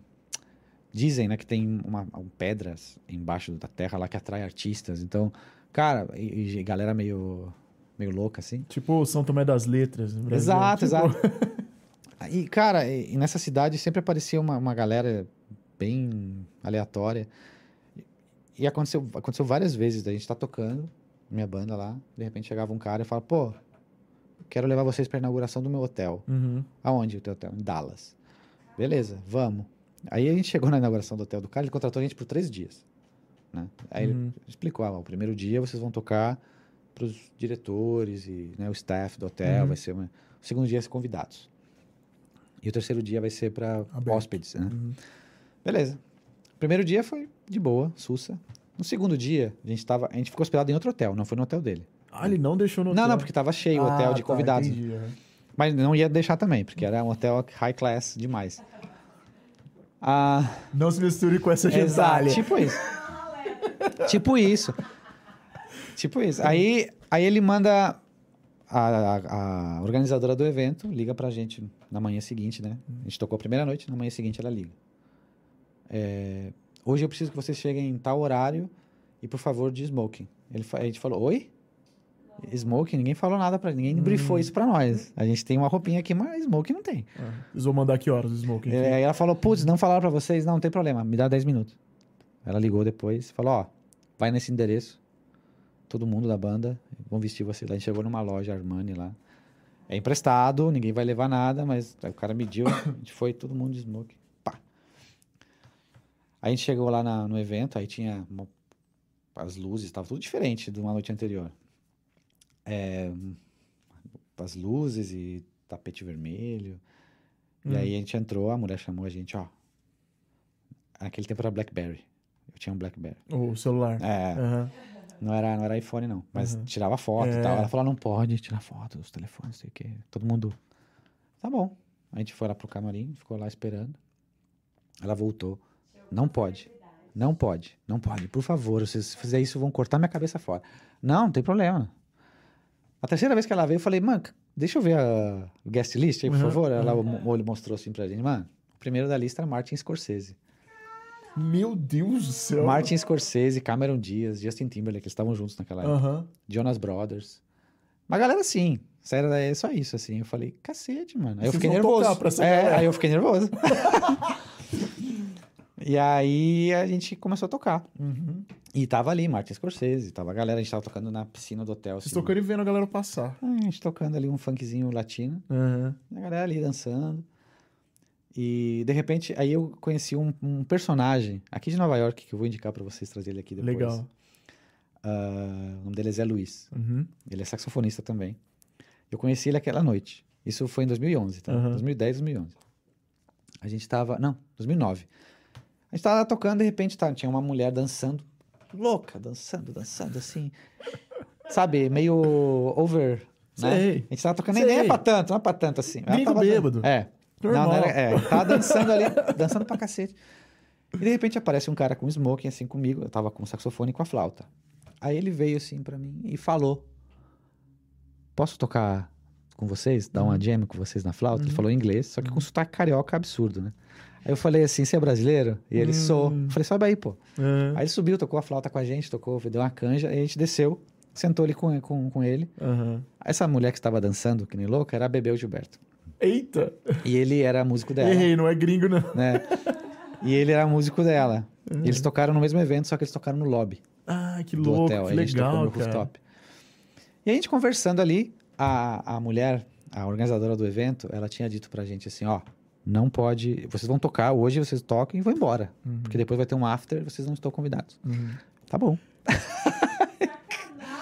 Dizem, né, que tem uma, um- pedras embaixo da terra lá que atrai artistas. Então, cara, e, e galera meio, meio louca, assim.
Tipo São Tomé das Letras. no Brasil. Tipo,
Exato, exato. E, cara, e e nessa cidade sempre aparecia uma, uma galera bem aleatória. E aconteceu, aconteceu várias vezes, da gente tá tocando, minha banda lá, de repente chegava um cara e falava, pô, quero levar vocês pra inauguração do meu hotel.
Uhum.
Aonde o teu hotel? Em Dallas. Beleza, vamos. Aí a gente chegou na inauguração do hotel do cara, ele contratou a gente por três dias. né? Aí ele
Uhum.
explicou, ah, o primeiro dia vocês vão tocar pros diretores e né, o staff do hotel,
Uhum.
vai ser... Uma... O segundo dia é ser convidados. E o terceiro dia vai ser para
Aberto.
hóspedes, né?
Uhum.
Beleza. Primeiro dia foi de boa, sussa. No segundo dia, a gente, tava, a gente ficou hospedado em outro hotel, não foi no hotel dele.
Ah, ele não deixou no
não,
hotel.
não, porque tava cheio o hotel
Ah,
de
tá,
convidados.
entendi, aham.
Mas não ia deixar também, porque era um hotel high class demais. Ah,
Não se misture com essa
exato,
gentalha.
tipo isso. tipo isso. Tipo isso. Aí, aí ele manda a, a- a organizadora do evento, liga pra gente na manhã seguinte, né? A gente tocou a primeira noite, na manhã seguinte ela liga. É, hoje eu preciso que vocês cheguem em tal horário e por favor de smoking. Ele, fa- a gente falou, oi? Smoking? Ninguém falou nada pra ninguém, brifou isso pra nós. A gente tem uma roupinha aqui, mas smoking não tem.
Ah, eles vão mandar que horas o Smoking?
É, aí ela falou, putz, não falaram pra vocês? Não, não tem problema, me dá 10 minutos. Ela ligou depois, falou, ó, vai nesse endereço, todo mundo da banda, vão vestir vocês lá. A gente chegou numa loja Armani lá, é emprestado, ninguém vai levar nada, mas aí o cara mediu, a gente foi, todo mundo de smoke, pá. Aí a gente chegou lá na- no evento, aí tinha uma- as luzes, estava tudo diferente de uma noite anterior. É, as luzes e tapete vermelho, e
Hum.
aí a gente entrou, a mulher chamou a gente, ó. Naquele tempo era BlackBerry. Eu tinha um BlackBerry.
O celular.
É,
Aham.
não era, não era iPhone não, mas
Uhum.
tirava foto
É.
e tal. Ela falou, não pode tirar foto dos telefones, não sei o quê. Todo mundo, tá bom. A gente foi lá pro camarim, ficou lá esperando. Ela voltou. Não pode. Não pode. Não pode. Por favor, se vocês fizer isso, vão cortar minha cabeça fora. Não, não tem problema. A terceira vez que ela veio, eu falei, mano, deixa eu ver a guest list aí, por
Uhum,
favor. Ela mo- ele mostrou assim pra gente, mano. O primeiro da lista era Martin Scorsese.
Meu Deus do céu.
Martin Scorsese, Cameron Diaz, Justin Timberlake, eles estavam juntos naquela época.
Aham.
Jonas Brothers. Uma galera assim. Sério, é só isso, assim. Eu falei, cacete, mano. Aí eu
Vocês
fiquei
vão tocar
nervoso.
pra essa
é,
galera.
aí eu fiquei nervoso. e aí a gente começou a tocar.
Uhum.
E tava ali, Martin Scorsese, tava a galera, a gente tava tocando na piscina do hotel.
Vocês
Assim,
tocando e vendo a galera passar.
Ah, A gente tocando ali um funkzinho latino.
Aham.
E a galera ali dançando. E de repente, aí eu conheci um, um personagem aqui de Nova York que eu vou indicar pra vocês trazer ele aqui depois.
Legal.
Ah, o nome dele é Zé Luiz.
Uhum.
Ele é saxofonista também. Eu conheci ele aquela noite. Isso foi em 2011, tá?
Aham.
2010, 2011. A gente tava... Não, 2009. A gente tava tocando, de repente, tá, tinha uma mulher dançando. Louca, dançando, dançando, assim. Sabe, meio over, né?
Sei.
A gente tava tocando, nem, nem é
Sei.
pra tanto, não é pra tanto, assim. Ela
Gringo
tava
bêbado.
É. Não, não era, é, tava dançando ali, dançando pra cacete. E de repente aparece um cara com smoking assim comigo, eu tava com o saxofone e com a flauta. Aí ele veio assim pra mim e falou: Posso tocar com vocês? Dar uma jam com vocês na flauta? Ele falou em inglês, só que com sotaque carioca absurdo, né? Aí eu falei assim: Você é brasileiro? E ele
Hum. Uhum.
sou. Eu falei: Sobe aí, pô.
Aham.
Aí ele subiu, tocou a flauta com a gente, tocou, deu uma canja, aí a gente desceu, sentou ali com, com, com ele.
Aham.
Essa mulher que estava dançando, que nem louca, era a Bebel Gilberto.
Eita.
E ele era músico dela
Errei, não é gringo, não.
né? E ele era músico dela. Eles tocaram no mesmo evento, só que eles tocaram no lobby
Ah, Uhum. que
do
louco,
hotel.
que
Aí a gente tocou
legal,
no
cara.
rooftop. E a gente conversando ali, a, a mulher, a organizadora do evento, ela tinha dito pra gente assim, ó, não pode, vocês vão tocar, hoje vocês tocam e vão embora.
Uhum.
Porque depois vai ter um after, vocês não estão convidados.
Uhum.
Tá bom.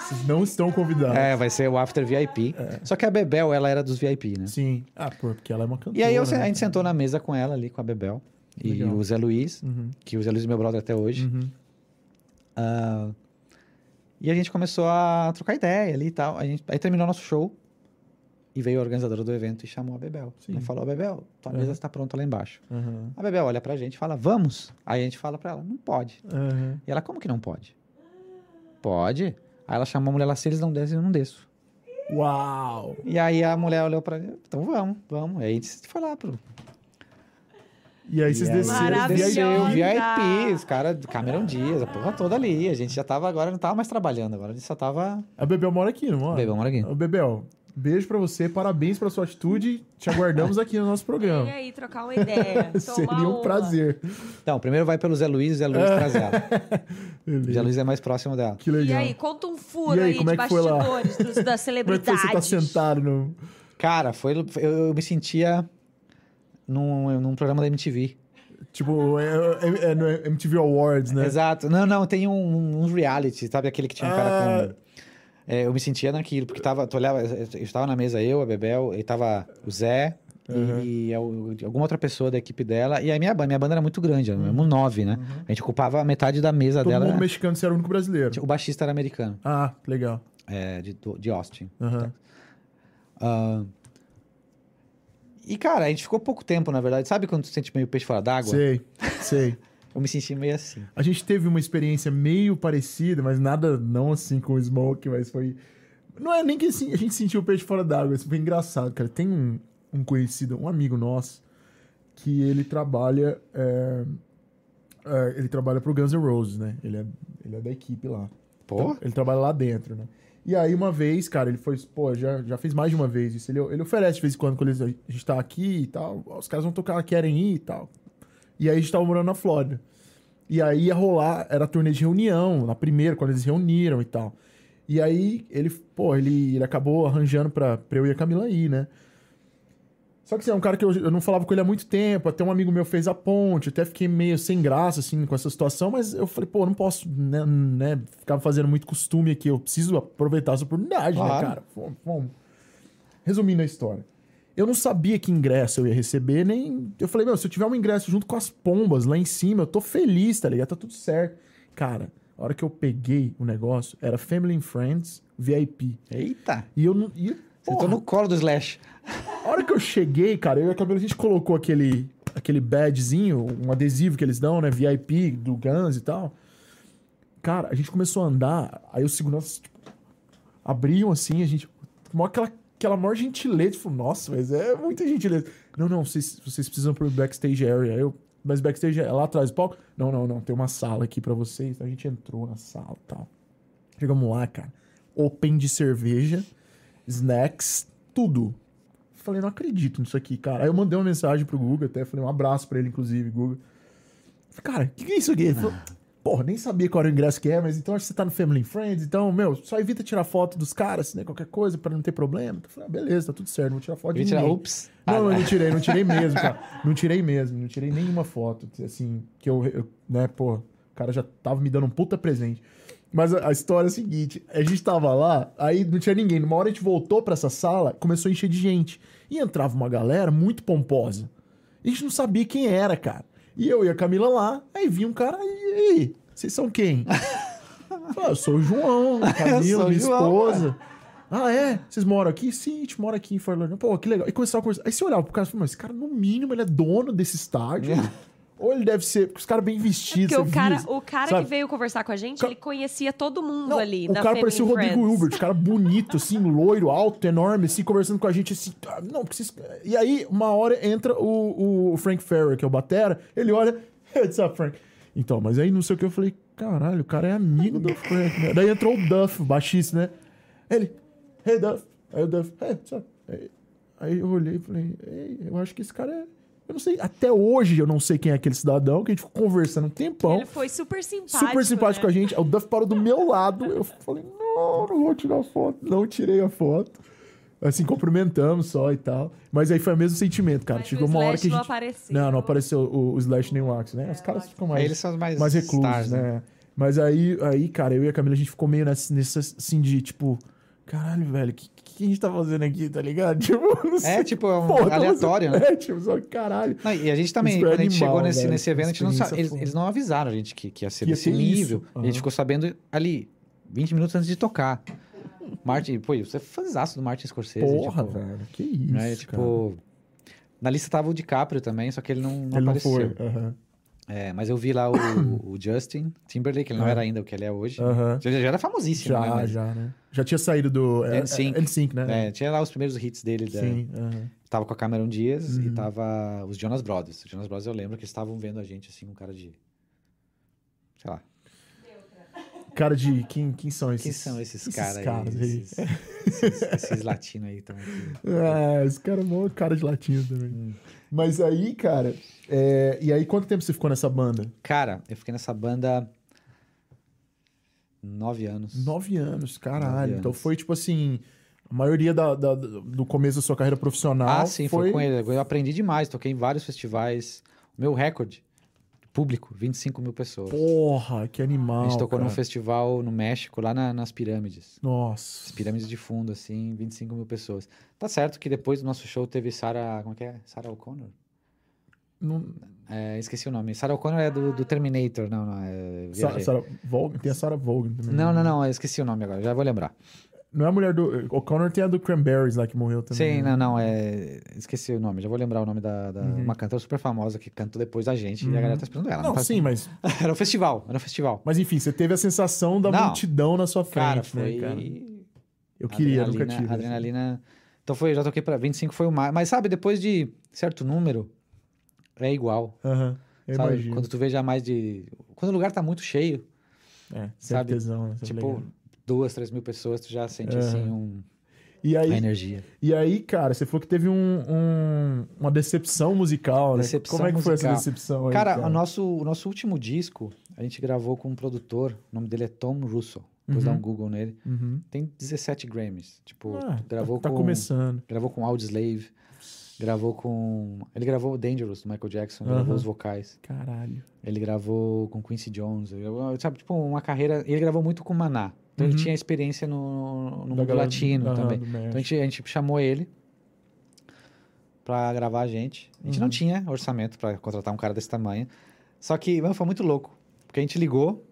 Vocês não estão convidados.
É, vai ser o after VIP.
É.
Só que a Bebel, ela era dos VIP, né?
Sim. Ah, pô, porque ela é uma cantora.
E aí eu-
né?
a gente sentou na mesa com ela ali, com a Bebel. E
Legal.
o Zé Luiz,
Uhum.
que o Zé Luiz é meu brother até hoje.
Uhum.
E a gente começou a trocar ideia ali e tal. A gente, aí terminou nosso show e veio a organizadora do evento e chamou a Bebel.
Sim. É.
Ela falou, "Ó, Bebel, tua
Aham.
mesa está pronta lá embaixo.
Aham.
A Bebel olha pra gente e fala, vamos. Aí a gente fala pra ela, não pode.
Aham.
E ela, como que não pode? Pode. Aí ela chamou a mulher lá, se eles não descem, eu não desço.
Uau!
E aí a mulher olhou pra mim, então vamos, vamos. Aí a gente foi lá pro...
E aí vocês
E
desceram.
Maravilhosa.
e aí-
desceu, VIP, os caras, Cameron Dias, a porra toda ali. A gente já tava, agora não tava mais trabalhando, agora a gente só tava... um
A Bebel mora aqui, não mora?
Bebel, mora aqui.
Ô, Bebel, beijo pra você, parabéns pela sua atitude. Te aguardamos aqui no nosso
Vem
programa.
aí trocar uma ideia. tomar
Seria um
uma.
prazer.
Então, primeiro vai pelo Zé Luiz, Zé Luiz traz ela.
Beleza.
Zé Luiz é mais próximo dela.
Que
E
legal.
aí, conta um furo
E aí,
aí,
como
de
é que foi lá?
bastidores dos,
Como é
das
que foi
celebridades.
você tá sentado no.
Cara, foi, foi- eu, eu me sentia num, num programa da MTV.
Tipo, é, é- é no MTV Awards, né?
Exato. Não, não, tem um, um reality, sabe? Aquele que tinha um cara
Ah.
com. É, eu me sentia naquilo, porque tava, tu olhava, eu estava na mesa, eu, a Bebel, e tava o Zé e- e, al- alguma outra pessoa da equipe dela. E a minha banda, minha banda era muito grande, era um nove, né? A gente ocupava metade da mesa
Uhum. Todo
dela. né?
mundo mexicano, você era o único brasileiro.
O baixista era americano,
Ah, legal.
é, de, de Austin.
Aham.
E, cara, a gente ficou pouco tempo, na verdade. Sabe quando tu se sente meio peixe fora d'água?
Sei, sei.
Eu me senti meio assim.
A gente teve uma experiência meio parecida, mas nada não assim com o Smoke, mas foi. Não é nem que assim, a gente sentiu o peixe fora d'água, isso foi engraçado, cara. Tem um, um conhecido, um amigo nosso, que ele trabalha. é, é, ele trabalha pro Guns N' Roses, né? Ele é, ele é da equipe lá.
Pô,
Então, Ele trabalha lá dentro, né? E aí, uma vez, cara, ele foi, pô, já, já fez mais de uma vez isso. Ele, ele oferece de vez em quando, quando eles, a gente tá aqui e tal, "Ó, os caras vão tocar, querem ir e tal. E aí, a gente tava morando na Flórida. E aí ia rolar, era a turnê de reunião, na primeira, quando eles reuniram e tal. E aí, ele, pô, ele, ele acabou arranjando pra, pra eu e a Camila ir, né? Só que assim, é um cara que eu, eu não falava com ele há muito tempo, até um amigo meu fez a ponte, até fiquei meio sem graça, assim, com essa situação, mas eu falei, pô, eu não posso, né, né, ficar fazendo muito costume aqui, eu preciso aproveitar essa oportunidade, né,
Claro.
cara? Vamos, vamos. Resumindo a história. Eu não sabia que ingresso eu ia receber, nem... Eu falei, meu, se eu tiver um ingresso junto com as pombas lá em cima, eu tô feliz, tá ligado? Tá tudo certo. Cara, a hora que eu peguei o negócio, era Family and Friends VIP.
eita!
E eu não... E,
Você entrou
porra,
no colo do Slash.
A hora que eu cheguei, cara, eu e a Camila, a gente colocou aquele, aquele badgezinho, um adesivo que eles dão, né? VIP do Guns e tal. Cara, a gente começou a andar, aí os seguranças tipo, abriam assim, a gente. Mó aquela, aquela maior gentileza. Tipo, nossa, mas é muita gentileza. Não, não, vocês, vocês precisam pro backstage area. Eu, mas backstage é lá atrás do palco? Não, não, não, tem uma sala aqui pra vocês. Então a gente entrou na sala e tal. Chegamos lá, cara. Open de cerveja, snacks, tudo. Falei, não acredito nisso aqui, cara. Aí eu mandei uma mensagem pro Guga até, falei um abraço pra ele, inclusive, Guga. Falei, cara, o que, que é isso aqui? Ele falou, porra, nem sabia qual era o ingresso que é, mas então acho que você tá no Family and Friends, então, meu, só evita tirar foto dos caras, né, qualquer coisa, pra não ter problema. Eu falei, ah, beleza, tá tudo certo, não vou tirar foto de
Ele
ninguém.
tira, ups.
Não,
Ah,
eu não tirei, não tirei mesmo, cara. Não tirei mesmo, não tirei nenhuma foto. Assim, que eu, eu- né, pô, o cara já tava me dando um puta presente. Mas a, a história é a seguinte: a gente tava lá, aí não tinha ninguém. Numa hora a gente voltou pra essa sala, começou a encher de gente. E entrava uma galera muito pomposa. E a gente não sabia quem era, cara. E eu e a Camila lá, aí vinha um cara, e aí, vocês são quem? Ah, eu sou o João,
Eu sou
Camila,
o
minha
João,
esposa. Ah, é? Vocês moram aqui? Sim, a gente mora aqui em Fort Lauderdale. Pô, que legal. E começava a conversar. Aí você olhava pro cara e falava, mas esse cara, no mínimo, ele é dono desse estádio. Ou ele deve ser, porque os caras bem vestidos.
É. Porque
você
o
via
cara,
isso.
o cara
Sabe?
que veio conversar com a gente,
Ca-
ele conhecia todo mundo
Não,
ali.
o
da
cara
Family
parecia o Rodrigo
Friends.
Hilbert, o cara bonito, assim, loiro, alto, enorme, assim, conversando com a gente, assim, "Ah, não, porque vocês... E aí, uma hora, entra o, o Frank Ferrer, que é o batera, ele olha, what's up, Frank? Então, mas aí, não sei o que, eu falei, caralho, o cara é amigo do Frank, né? Daí entrou o Duff, o baixista, né? Ele, hey, Duff, aí o Duff, hey, what's up? Aí- Aí eu olhei e falei, ei, eu acho que esse cara é... Eu não sei, até hoje eu não sei quem é aquele cidadão, que a gente ficou conversando um tempão
Ele foi super simpático.
super simpático
né?
com a gente. O Duff parou do meu lado. Eu falei, não, não vou tirar foto. Não tirei a foto. Assim, cumprimentamos só e tal. Mas aí foi o mesmo sentimento, cara.
Mas
Chegou
o
uma hora
Slash
que a gente.
não apareceu. É,
Não, não apareceu o, o Slash nem o Axe, né? Os caras ficam mais,
Eles são os mais,
mais reclusos,
stars,
né? Mas aí, aí, cara, eu e a Camila, a gente ficou meio nessa, nessa assim de tipo. Caralho, velho, o que, que a gente tá fazendo aqui, tá ligado? Tipo, não sei.
É tipo é um
Porra,
aleatório, né?
É, tipo, só caralho.
Não, e a gente também,
Isso é
quando a gente
animal,
chegou nesse,
velho.
nesse evento, a gente não
Experiência
sabe, eles,
foda.
eles não avisaram a gente que, que ia ser
Que ia
desse
ter
nível.
isso.
A gente
Aham.
ficou sabendo ali, 20 minutos antes de tocar. Martin, pô, você é fãzaço do Martin Scorsese.
Porra,
tipo,
velho, que isso.
né? Tipo, na lista tava o DiCaprio também, só que ele não, não
cara. ele não
apareceu.
foi. Aham.
É, mas eu vi lá o, o Justin Timberlake, ele não
Ah.
era ainda o que ele é hoje.
Aham.
Já, já era famosíssimo, né?
Já,
Mas,
já, né? Já tinha saído do. É,
NSYNC.
é, NSYNC, né?
é, tinha lá os primeiros hits dele. da-
Sim. aham.
Tava com a Cameron Diaz e
Uhum.
tava os Jonas Brothers. Os Jonas Brothers eu lembro que eles estavam vendo a gente assim, com cara de. Sei lá.
Cara de. Quem, quem são esses?
Quem são esses, caras aí?
aí?
Esses, esses, esses latinos aí estão aqui.
Ah, esse cara é mó cara de latino também.
Hum.
Mas aí, cara. é, E aí, quanto tempo você ficou nessa banda?
Cara, eu fiquei nessa banda nove anos.
Nove anos, caralho.
Nove
Então
anos.
foi tipo assim. A maioria da- da- do começo da sua carreira profissional.
Ah, sim, foi... com ele. Eu aprendi demais, toquei em vários festivais. O meu recorde público, 25 mil pessoas.
Porra, que animal.
a gente tocou num
cara.
festival no México, lá na- nas pirâmides. As
Nossa.
pirâmides de fundo, assim, 25 mil pessoas. Tá certo que depois do nosso show teve Sarah. Como é que é? Sarah O'Connor?
Não-
É, esqueci o nome. Sarah O'Connor é do, do Terminator, não, não. É,
Sa-
viajei.
Sarah Vaughan- tem a Sarah Vaughan também. né?
não, não, não, eu esqueci o nome agora, já vou lembrar.
Não é a mulher do. O Connor tem a do Cranberries lá que morreu também.
Sim,
né?
não, não, é. Esqueci o nome, já vou lembrar o nome da. da-
Uhum.
Uma cantora super famosa que cantou depois da gente e a
Uhum.
galera tá esperando ela.
Não,
faz-
sim, mas
era um festival, era um festival.
Mas enfim, você teve a sensação da
Não.
multidão na sua frente,
Cara, foi.
né, cara? Eu queria, eu nunca
adrenalina,
tive. assim.
adrenalina. Então foi, já toquei pra 25 foi o mais. Mas sabe, depois de certo número, é igual.
Aham, eu
sabe?
imagino.
Quando tu vê já mais de. Quando o lugar tá muito cheio,
É,
sabe,
sabe, tesão, né? Sabe
tipo,
legal.
duas, três mil pessoas, tu já sente
Aham.
assim um,
E
a
aí,
energia.
e aí, cara, você falou que teve um, um- uma decepção musical, né?
Decepção
Como é que foi essa
musical.
decepção aí?
Cara, O, nosso, o nosso último disco, a gente gravou com um produtor, o nome dele é Tom Russo. Depois
Uhum.
dá um Google nele.
Uhum.
Tem 17 Grammys. Tipo,
Ah,
gravou
tá, tá
com.
começando.
Gravou com Audioslave. Gravou com. Ele gravou o Dangerous, do Michael Jackson, ele
Aham.
gravou os vocais.
Caralho.
Ele gravou com Quincy Jones. Ele gravou, sabe, tipo, uma carreira. Ele gravou muito com Maná. Então ele
Uhum.
tinha experiência no, no
Da
mundo
galera-
latino
aham,
também.
do
Então a
México.
gente, a gente chamou ele pra gravar a gente. A gente não
Uhum.
tinha orçamento pra contratar um cara desse tamanho. Só que, mano, foi muito louco. Porque a gente ligou,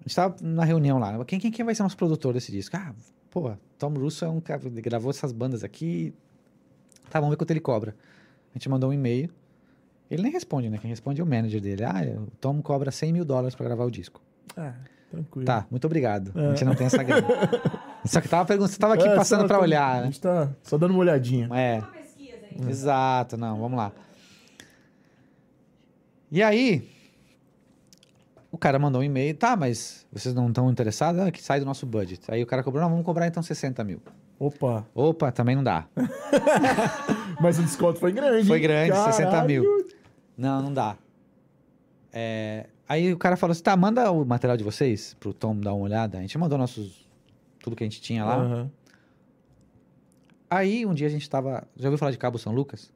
a gente tava na reunião lá. né? Quem, quem, quem vai ser nosso produtor desse disco? Ah, pô, Tom Russo é um cara que gravou essas bandas aqui. Tá, vamos ver quanto ele cobra. A gente mandou um e-mail. Ele nem responde, né? Quem responde é o manager dele. Ah, o Tom cobra 100 mil dólares pra gravar o disco.
Ah, tranquilo.
Tá, muito obrigado. A gente não tem essa grana. Só que tava perguntando, você tava aqui
É,
passando
só-
pra
A
olhar, né?
gente tá só dando uma olhadinha.
É.
Uma pesquisa
Hum.
aí.
Exato, não, vamos lá. E aí, o cara mandou um e-mail, tá, mas vocês não estão interessados? Ah, que sai do nosso budget. Aí o cara cobrou, não, vamos cobrar então 60 mil.
Opa.
Opa, também não dá.
Mas o desconto foi grande.
Foi
hein?
grande, 60 mil.
Caralho.
Não, não dá. É, aí o cara falou assim, tá, manda o material de vocês pro Tom dar uma olhada. A gente mandou nossos, tudo que a gente tinha lá.
Aham.
Aí um dia a gente tava, já ouviu falar de Cabo São Lucas?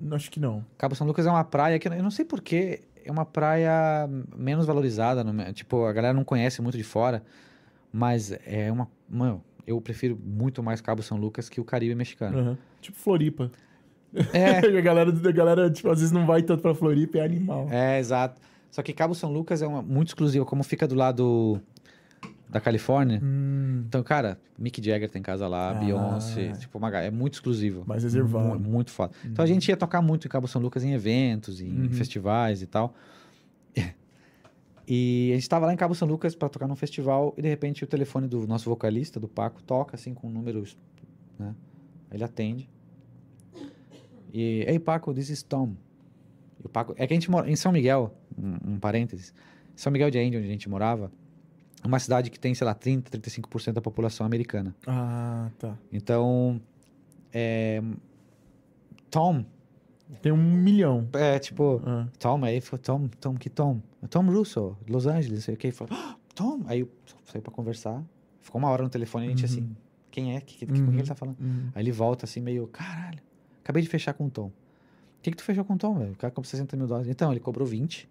Não, Acho que não.
Cabo São Lucas é uma praia que eu não sei porquê, é uma praia menos valorizada. no me- tipo, a galera não conhece muito de fora, mas é uma. Mano, eu prefiro muito mais Cabo São Lucas que o Caribe mexicano.
Aham. Tipo Floripa.
É,
a, galera, a galera, tipo, às vezes não vai tanto pra Floripa, é animal.
é, exato. Só que Cabo São Lucas é uma, muito exclusivo, como fica do lado da Califórnia.
Hum,
Então, cara, Mick Jagger tem casa lá,
Ah.
Beyoncé, tipo, uma, ga- é muito exclusivo.
mais reservado.
Mu- Muito foda.
hum.
Então a gente ia tocar muito em Cabo São Lucas em eventos, em
Uhum.
festivais e tal. E a gente tava lá em Cabo São Lucas para tocar num festival e de repente o telefone do nosso vocalista, do Paco, toca assim com um número, né? Ele atende. E, ei Paco, this is Tom. E o Paco, é que a gente mora em São Miguel, um, um parênteses. São Miguel de Ende, onde a gente morava, é uma cidade que tem, sei lá, 30, 35% da população americana.
Ah, tá.
Então, é, Tom
Tem um milhão.
é tipo,
Ah.
Tom, aí ele falou, Tom, Tom, que Tom? "É Tom Russo, de Los Angeles, não sei o que. Ele falou, "Ah, Tom! Aí eu saí pra conversar. Ficou uma hora no telefone e a gente
Uhum.
assim, quem é? Que, que, Com
Uhum.
quem ele tá falando?
Hum.
Aí ele volta assim, meio, caralho, acabei de fechar com o Tom. O que, que tu fechou com o Tom, velho? O cara cobrou 60 mil dólares. Então, ele cobrou 20.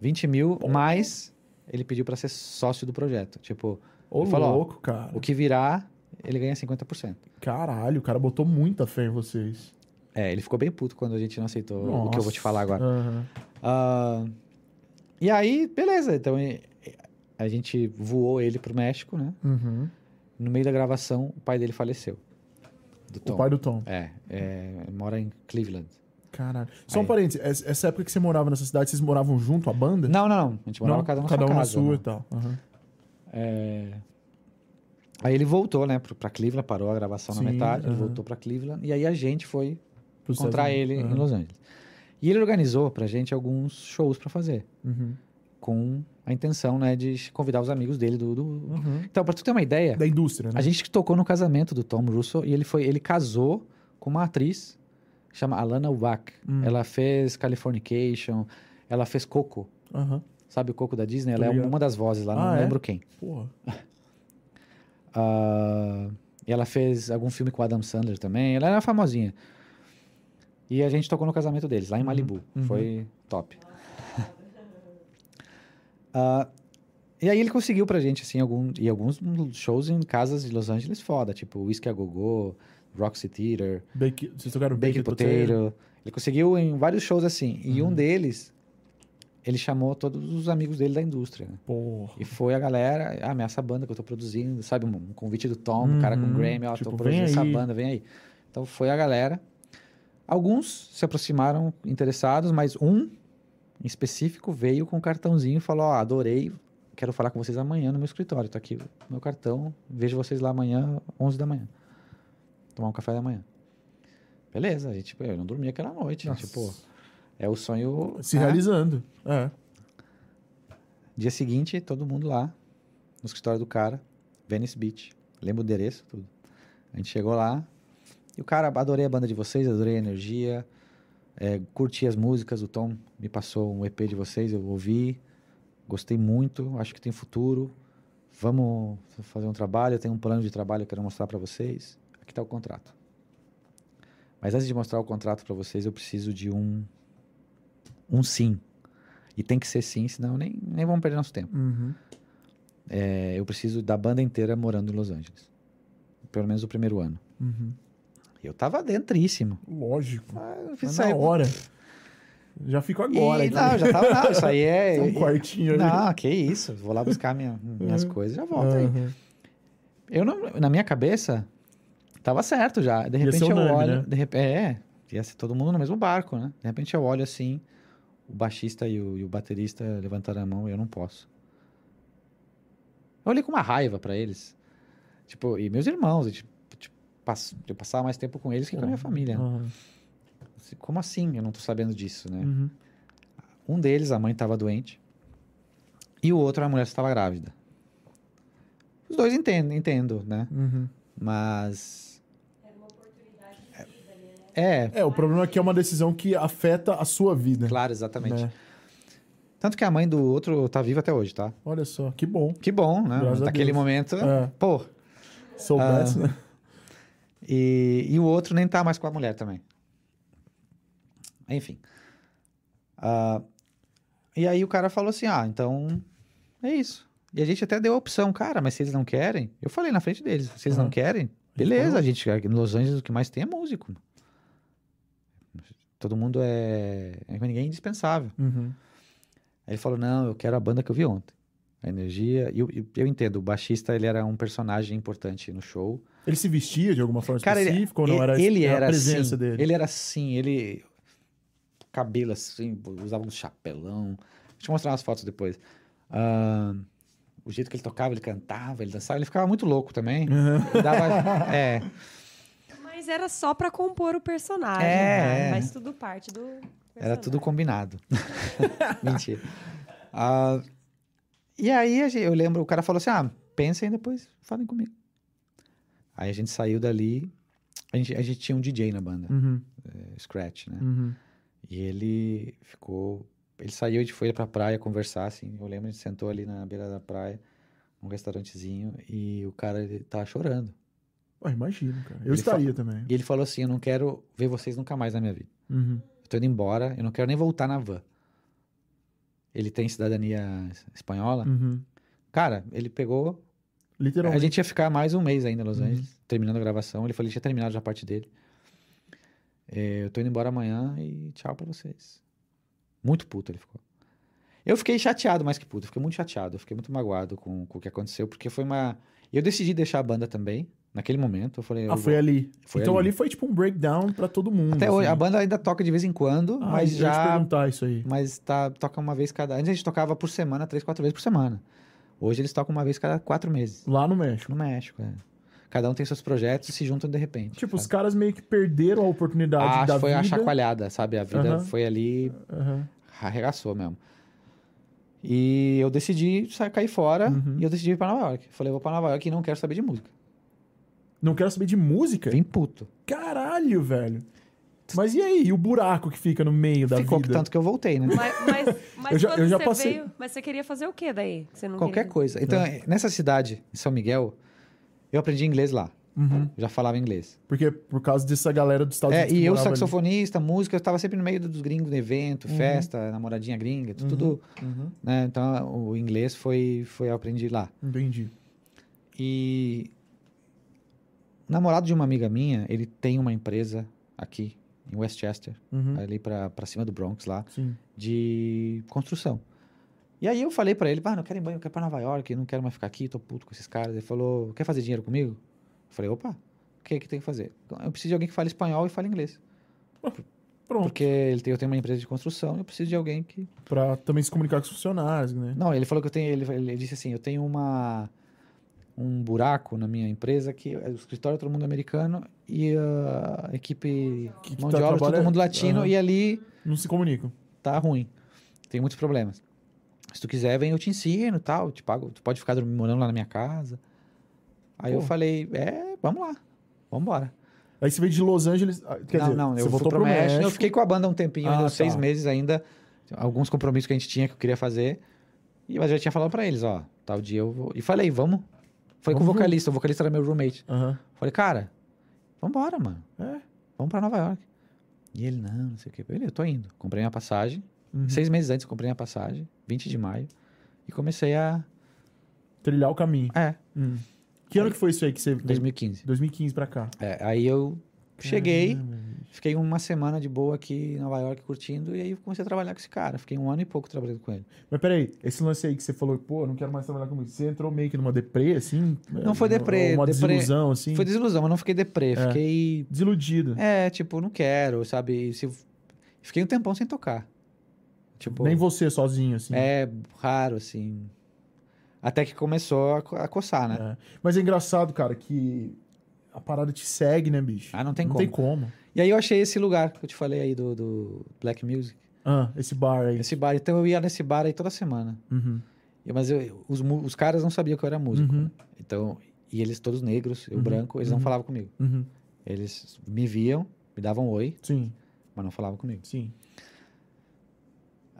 20 mil, mas ele pediu pra ser sócio do projeto. Tipo,
Ô,
Ele falou, ó,
louco, cara.
o que virar, ele ganha 50%.
Caralho, o cara botou muita fé em vocês.
É, ele ficou bem puto quando a gente não aceitou o que eu vou te
Nossa.
falar agora.
Aham.
Ah, e aí, beleza. Então e- a gente voou ele pro México, né?
Uhum.
No meio da gravação, o pai dele faleceu. Do Tom.
O pai do Tom.
É, é, mora em Cleveland.
Caralho. Só um
Aí.
parênteses, essa- essa época que você morava nessa cidade, vocês moravam junto, a banda?
Não, não, não. A gente morava
Não?
cada um na
cada
sua
um na
casa,
sua e
né?
tal. Aham.
Aí ele voltou, né, pro- pra Cleveland, parou a gravação
Sim,
na metade, ele
aham.
voltou pra Cleveland. E aí a gente foi
Pros Estados
encontrar
Unidos.
ele em
Aham.
Los Angeles. E ele organizou pra gente alguns shows pra fazer,
Uhum.
com a intenção, né, de convidar os amigos dele do. do-
Uhum.
Então, pra tu ter uma ideia,
Da indústria,
A
né?
gente que tocou no casamento do Tom Russo e ele foi, ele casou com uma atriz chama Alana Wack.
Hum.
Ela fez Californication, ela fez Coco,
Aham.
sabe o Coco da Disney? Ela
Tô
é
ligado.
uma das vozes lá, não
Ah, é?
lembro quem.
Porra.
Ah, e ela fez algum filme com o Adam Sandler também. Ela era famosinha. E a gente tocou no casamento deles, lá em Malibu.
uhum.
Foi top. Ah, e aí ele conseguiu pra gente, assim, algum, e alguns shows em casas de Los Angeles foda, tipo Whiskey a Go-Go, Roxy Theater,
Bake... Vocês tocaram
Baked
Bake
Potato. Ele conseguiu em vários shows assim. E
Uhum.
um deles, ele chamou todos os amigos dele da indústria, né?
Porra.
E foi a galera, ah, meu, essa banda que eu tô produzindo, sabe? Um, um convite do Tom, um cara com
Uhum.
Grammy, ó,
Tipo,
tô
vem
produzindo essa
aí.
banda, vem aí. Então foi a galera. Alguns se aproximaram interessados, mas um em específico veio com um cartãozinho e falou: Ó, adorei, quero falar com vocês amanhã no meu escritório. Tá aqui o meu cartão, vejo vocês lá amanhã, 11 da manhã. Tomar um café da manhã. Beleza, a gente, eu não dormi aquela noite. né?
Nossa.
Tipo, é o sonho.
Se
né?
realizando. É.
Dia seguinte, todo mundo lá, no escritório do cara, Venice Beach. Lembra o endereço, tudo. A gente chegou lá e o cara, adorei a banda de vocês, adorei a energia, é, curti as músicas, o Tom me passou um EP de vocês, eu ouvi, gostei muito, acho que tem futuro. Vamos fazer um trabalho, eu tenho um plano de trabalho que eu quero mostrar pra vocês. Aqui tá o contrato. Mas antes de mostrar o contrato pra vocês, eu preciso de um um sim. E tem que ser sim, senão nem, nem vamos perder nosso tempo.
Uhum.
É, eu preciso da banda inteira morando em Los Angeles. Pelo menos o primeiro ano.
Uhum.
Eu tava dentríssimo.
Lógico.
Ah, eu
Mas
fiz
na
aí-
hora. Já fico
Ih,
agora. então.
não, já tava. Não, isso aí
Só
é.
um quartinho ali.
não, que isso. Vou lá buscar minha- minhas
Uhum.
coisas e já volto aí.
Aham.
Eu não- na minha cabeça, Tava certo já. De repente
ser
eu
unânime,
olho.
né?
De rep... É, ia ser todo mundo no mesmo barco, né? De repente eu olho assim, o baixista e o, e o baterista levantaram a mão e eu não posso. Eu olhei com uma raiva pra eles. Tipo, e meus irmãos, eu, tipo, tipo, pass- eu passava mais tempo com eles que com a minha família. né?
Aham.
Como assim? Eu não tô sabendo disso, né?
Uhum.
Um deles, a mãe estava doente. E o outro, a mulher estava grávida. Os dois entendo, entendo, né?
Uhum.
Mas. É. Era uma oportunidade de vida, né?
É, o problema é que é uma decisão que afeta a sua vida.
É, claro, exatamente.
né?
Tanto que a mãe do outro tá viva até hoje, tá?
Olha só, que bom.
Que bom, né?
Graças a
Naquele
Deus.
momento.
É.
Pô.
Soubesse, né?
E, e o outro nem tá mais com a mulher também. Enfim. Ah, e aí o cara falou assim: ah, então é isso. E a gente até deu a opção, cara, mas se eles não querem, eu falei na frente deles: se eles não
Aham.
querem, beleza,
Então,
a gente. aqui Em Los Angeles o que mais tem é músico. Todo mundo é. é- Ninguém é indispensável.
Uhum.
Aí ele falou: não, eu quero a banda que eu vi ontem. A energia. E eu, e eu entendo, o baixista ele era um personagem importante no show.
Ele se vestia de alguma forma
Cara, ele-
específica ou não? Era,
ele
é, era
era
a presença
assim,
dele.
Ele era assim, ele. Cabelo assim, usava um chapelão. Deixa eu mostrar umas fotos depois. Ah, o jeito que ele tocava, ele cantava, ele dançava, ele ficava muito louco também. Ele dava- é,
Mas era só pra compor o personagem,
É,
né?
é.
Mas tudo parte do
era
personagem.
tudo combinado. Mentira. Ah, e aí a gen- eu lembro, o cara falou assim: ah, pensem depois, falem comigo. Aí a gente saiu dali. A gente, a gente tinha um DJ na banda,
Uhum,
eh, Scratch, né?
uhum.
E ele ficou. Ele saiu e foi pra praia conversar, assim. Eu lembro, a gente sentou ali na beira da praia, num restaurantezinho, e o cara ele tava chorando.
Ué, imagino, cara. Eu
Ele
estaria também.
E ele falou assim: Eu não quero ver vocês nunca mais na minha vida.
Uhum.
Eu tô indo embora, eu não quero nem voltar na van. Ele tem cidadania es- espanhola.
Uhum.
Cara, ele pegou. A
Literalmente.
gente ia ficar mais um mês ainda em Los
Uhum.
Angeles, terminando a gravação. Ele falou: Ele tinha terminado já a parte dele. É, eu tô indo embora amanhã e tchau pra vocês. Muito puto ele ficou. Eu fiquei chateado mais que puto, eu fiquei muito chateado, eu fiquei muito magoado com, com o que aconteceu, porque foi uma. Eu decidi deixar a banda também, naquele momento. Eu falei. eu
Ah,
vou-
foi ali.
Foi
então ali.
ali.
foi tipo um breakdown pra todo mundo.
Até hoje,
assim.
a banda ainda toca de vez em quando,
Ah,
mas
eu ia te
já.
perguntar isso aí.
Mas tá, toca uma vez cada. Antes a gente tocava por semana, três, quatro vezes por semana. Hoje eles tocam uma vez cada quatro meses.
Lá no México.
No México, é. Cada um tem seus projetos e se juntam de repente.
Tipo, os
sabe?
caras meio que perderam a oportunidade
Ah,
da
foi
vida.
a chacoalhada, sabe? A vida
Aham.
foi ali
Aham.
arregaçou mesmo. E eu decidi sair, cair fora
Uhum.
e eu decidi ir pra Nova York. Falei, eu vou pra Nova York e não quero saber de música.
Não quero saber de música?
Vim puto.
Caralho, velho. Mas e aí? E o buraco que fica no meio da
Ficou que
vida?
tanto que eu voltei, né?
Mas, mas, mas
Eu já-
quando
eu já
você
passei-
veio... Mas você queria fazer o quê daí? Que Você não
Qualquer
queria?
coisa. Então,
É.
nessa cidade, em São Miguel, eu aprendi inglês lá.
Uhum.
Eu já falava inglês.
Porque por causa dessa galera dos Estados
É,
Unidos.
e
que
eu,
morava ali.
saxofonista, música, eu estava sempre no meio dos gringos no evento, festa, namoradinha gringa, tu- tudo.
Uhum.
né? Então, o inglês foi, foi eu aprendi lá.
Entendi.
E o namorado de uma amiga minha, ele tem uma empresa aqui em Westchester,
Uhum.
ali pra, pra cima do Bronx lá,
Sim.
de construção. E aí eu falei pra ele, ah, não quero ir banho, eu quero ir pra Nova York, eu não quero mais ficar aqui, tô puto com esses caras. Ele falou, quer fazer dinheiro comigo? Eu falei, opa, o que é que tem que fazer? Eu preciso de alguém que fale espanhol e fale inglês.
Pronto.
Porque ele tem, eu tenho uma empresa de construção e eu preciso de alguém que...
Pra também se comunicar com os funcionários, né?
Não, ele falou que eu tenho. Ele, ele disse assim: eu tenho uma um buraco na minha empresa que o escritório é todo mundo americano e ah, a equipe
Que- que
mão
tá
de obra é todo
trabalhando-
mundo latino
Aham.
e ali
Não se comunicam.
tá ruim. Tem muitos problemas. Se tu quiser, vem eu te ensino, tal, eu te pago, tu pode ficar dormindo, morando lá na minha casa. Aí eu
Pô.
falei: é, vamos lá. Vamos embora.
Aí você veio de Los Angeles. ah, Quer
não,
dizer,
não,
você
eu vou
voltou
pro
pro
México. Eu fiquei com a banda um tempinho,
Ah,
ainda
tá.
uns seis meses ainda. Alguns compromissos que a gente tinha que eu queria fazer. E mas eu já tinha falado pra eles, ó, tal dia eu vou. E falei, vamos. Falei com
Vamos
o vocalista, o vocalista era meu roommate.
Aham.
Falei, cara, vambora, mano.
É.
Vamos pra Nova York. E ele, não, não sei o quê. Ele, eu tô indo. Comprei minha passagem.
Uhum.
Seis meses antes, eu comprei minha passagem, 20 de maio. E comecei a.
Trilhar o caminho.
É,
Hum. Que ano que foi isso aí que você.
2015.
2015 pra cá.
É, aí eu cheguei.
Caramba, bicho.
Fiquei uma semana de boa aqui em Nova York curtindo e aí comecei a trabalhar com esse cara. Fiquei um ano e pouco trabalhando com ele.
Mas peraí, esse lance aí que você falou, pô, não quero mais trabalhar comigo. Você entrou meio que numa deprê, assim?
Não foi
Uma-
deprê,
Uma
deprê-
desilusão, assim?
Foi desilusão, mas não fiquei deprê.
É.
Fiquei.
Desiludido.
É, tipo, não quero, sabe? Se... Fiquei um tempão sem tocar. Tipo,
Nem você sozinho, assim.
é raro, assim. Até que começou a co- a coçar, né?
É. Mas é engraçado, cara, que a parada te segue, né, bicho?
Ah, não tem
não
como.
tem como.
E aí eu achei esse lugar que eu te falei aí do, do Black Music.
Ah, esse bar aí.
Esse bar. Então eu ia nesse bar aí toda semana.
Uhum.
E- Mas eu- eu- os, mu- os caras não sabiam que eu era músico.
Uhum.
né? Então, e eles todos negros, eu
Uhum,
branco, eles
uhum.
não falavam comigo.
Uhum.
Eles me viam, me davam oi,
Sim,
mas não falavam comigo.
sim.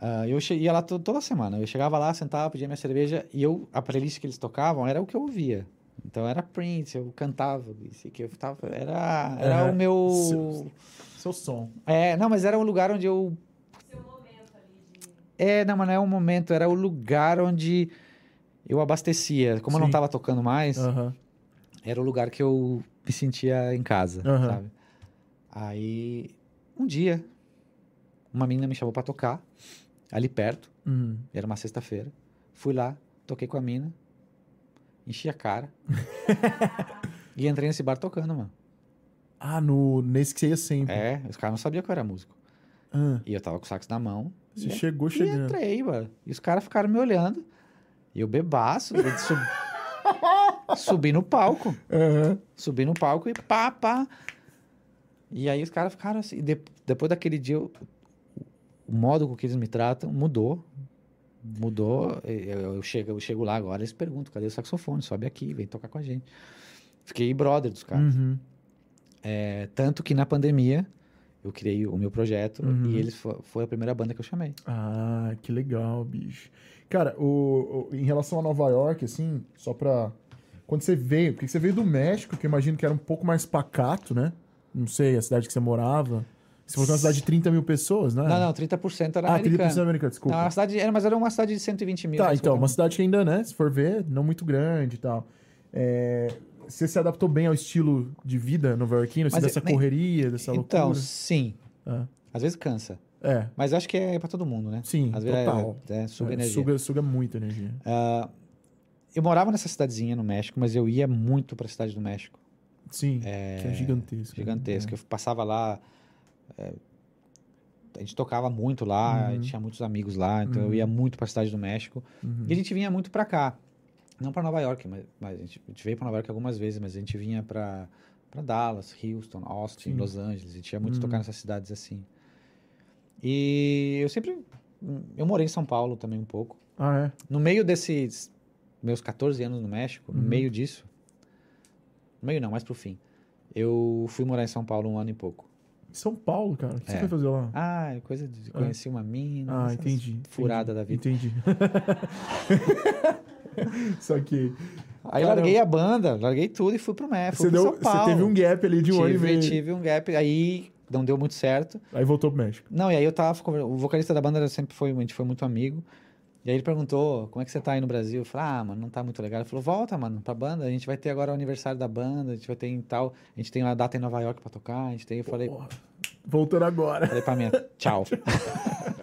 Ah, eu che- ia lá to- toda semana. Eu chegava lá, sentava, pedia minha cerveja e eu a playlist que eles tocavam era o que eu ouvia. Então era Prince, eu cantava, isso que eu tava, era era
Aham.
o meu
Seu- Seu som.
É, não, mas era um lugar onde eu. É, não, mas não é um momento, era o lugar onde eu abastecia. Como eu não
Sim.
tava tocando mais,
Aham.
era o lugar que eu me sentia em casa,
Aham.
sabe? Aí, um dia, uma menina me chamou pra tocar, ali perto,
Uhum.
era uma sexta-feira. Fui lá, toquei com a mina, enchi a cara e entrei nesse bar tocando, mano.
Ah, no, nesse que você ia sempre.
É, os caras não sabiam que eu era músico.
Ah,
E eu tava com o sax na mão.
você
e
chegou
E
chegando.
entrei, mano. E os caras ficaram me olhando. E eu bebaço. eu sub... subi no palco.
Aham.
Subi no palco e pá, pá. E aí os caras ficaram assim. de- Depois daquele dia, eu- o modo com que eles me tratam mudou. Mudou. Eu, eu chego, eu chego lá agora, eles perguntam: cadê o saxofone? Sobe aqui, vem tocar com a gente. Fiquei brother dos caras.
Uhum.
É, tanto que na pandemia, eu criei o meu projeto
Uhum.
e eles fo- foi a primeira banda que eu chamei.
Ah, que legal, bicho. Cara, o, o- em relação a Nova York, assim, só pra. Quando você veio, porque você veio do México, que eu imagino que era um pouco mais pacato, né? Não sei, a cidade que você morava. Você falou que é uma cidade de 30 mil pessoas, né?
Não, Ah, não, 30% era
Ah,
americano.
30 americana, desculpa.
Não, a cidade era, mas era uma cidade de 120 mil.
Tá,
né,
então, uma
50
cidade que ainda, né, se for ver, não muito grande e tal. É, você se adaptou bem ao estilo de vida nova-iorquino, assim,
Mas
dessa
eu nem-
correria, dessa
mil. Então,
loucura?
sim.
Ah.
Às vezes cansa.
É,
Mas eu acho que é pra todo mundo, né?
sim,
Às vezes
total.
é, é, suga
É,
energia.
Suga, suga muita energia.
Eu morava nessa cidadezinha no México, mas eu ia muito pra cidade do México.
Sim, que é gigantesco. né?
Gigantesca. Eu passava lá. é, a gente tocava muito lá,
Uhum.
tinha muitos amigos lá, então
Uhum.
eu ia muito pra cidade do México.
É. Uhum.
E a gente vinha muito pra cá. Não pra Nova York, mas, mas a, gente, a gente veio pra Nova York algumas vezes, mas a gente vinha pra, pra Dallas, Houston, Austin,
Sim.
Los Angeles. A gente ia muito
Uhum.
tocar nessas cidades assim. E eu sempre. Eu morei em São Paulo também um pouco.
Ah, é?
No meio desses meus 14 anos no México, no
Uhum.
meio disso. No meio não, mais pro fim. Eu fui morar em São Paulo um ano e pouco.
Em São Paulo, cara. O que você
É.
foi fazer lá?
Ah, é coisa de conheci uma mina.
Ah,
essas
entendi. entendi.
Furada da vida.
Entendi. Só que
Aí
Cara,
larguei a banda, larguei tudo e fui pro México.
você,
fui É, pro
deu,
São Paulo.
você teve um gap ali de um ano e
tive,
meio.
tive um gap, aí não deu muito certo.
Aí voltou pro México.
Não, e aí eu tava. conver- O vocalista da banda era- sempre foi, a gente foi muito amigo. E aí ele perguntou: como é que você tá aí no Brasil? Eu falei: ah, mano, não tá muito legal. Ele falou: volta, mano, pra banda. A gente vai ter agora o aniversário da banda. A gente vai ter em tal. A gente tem uma data em Nova York pra tocar. A gente tem. Eu falei:
Porra, Voltando agora.
falei pra minha, tchau. É.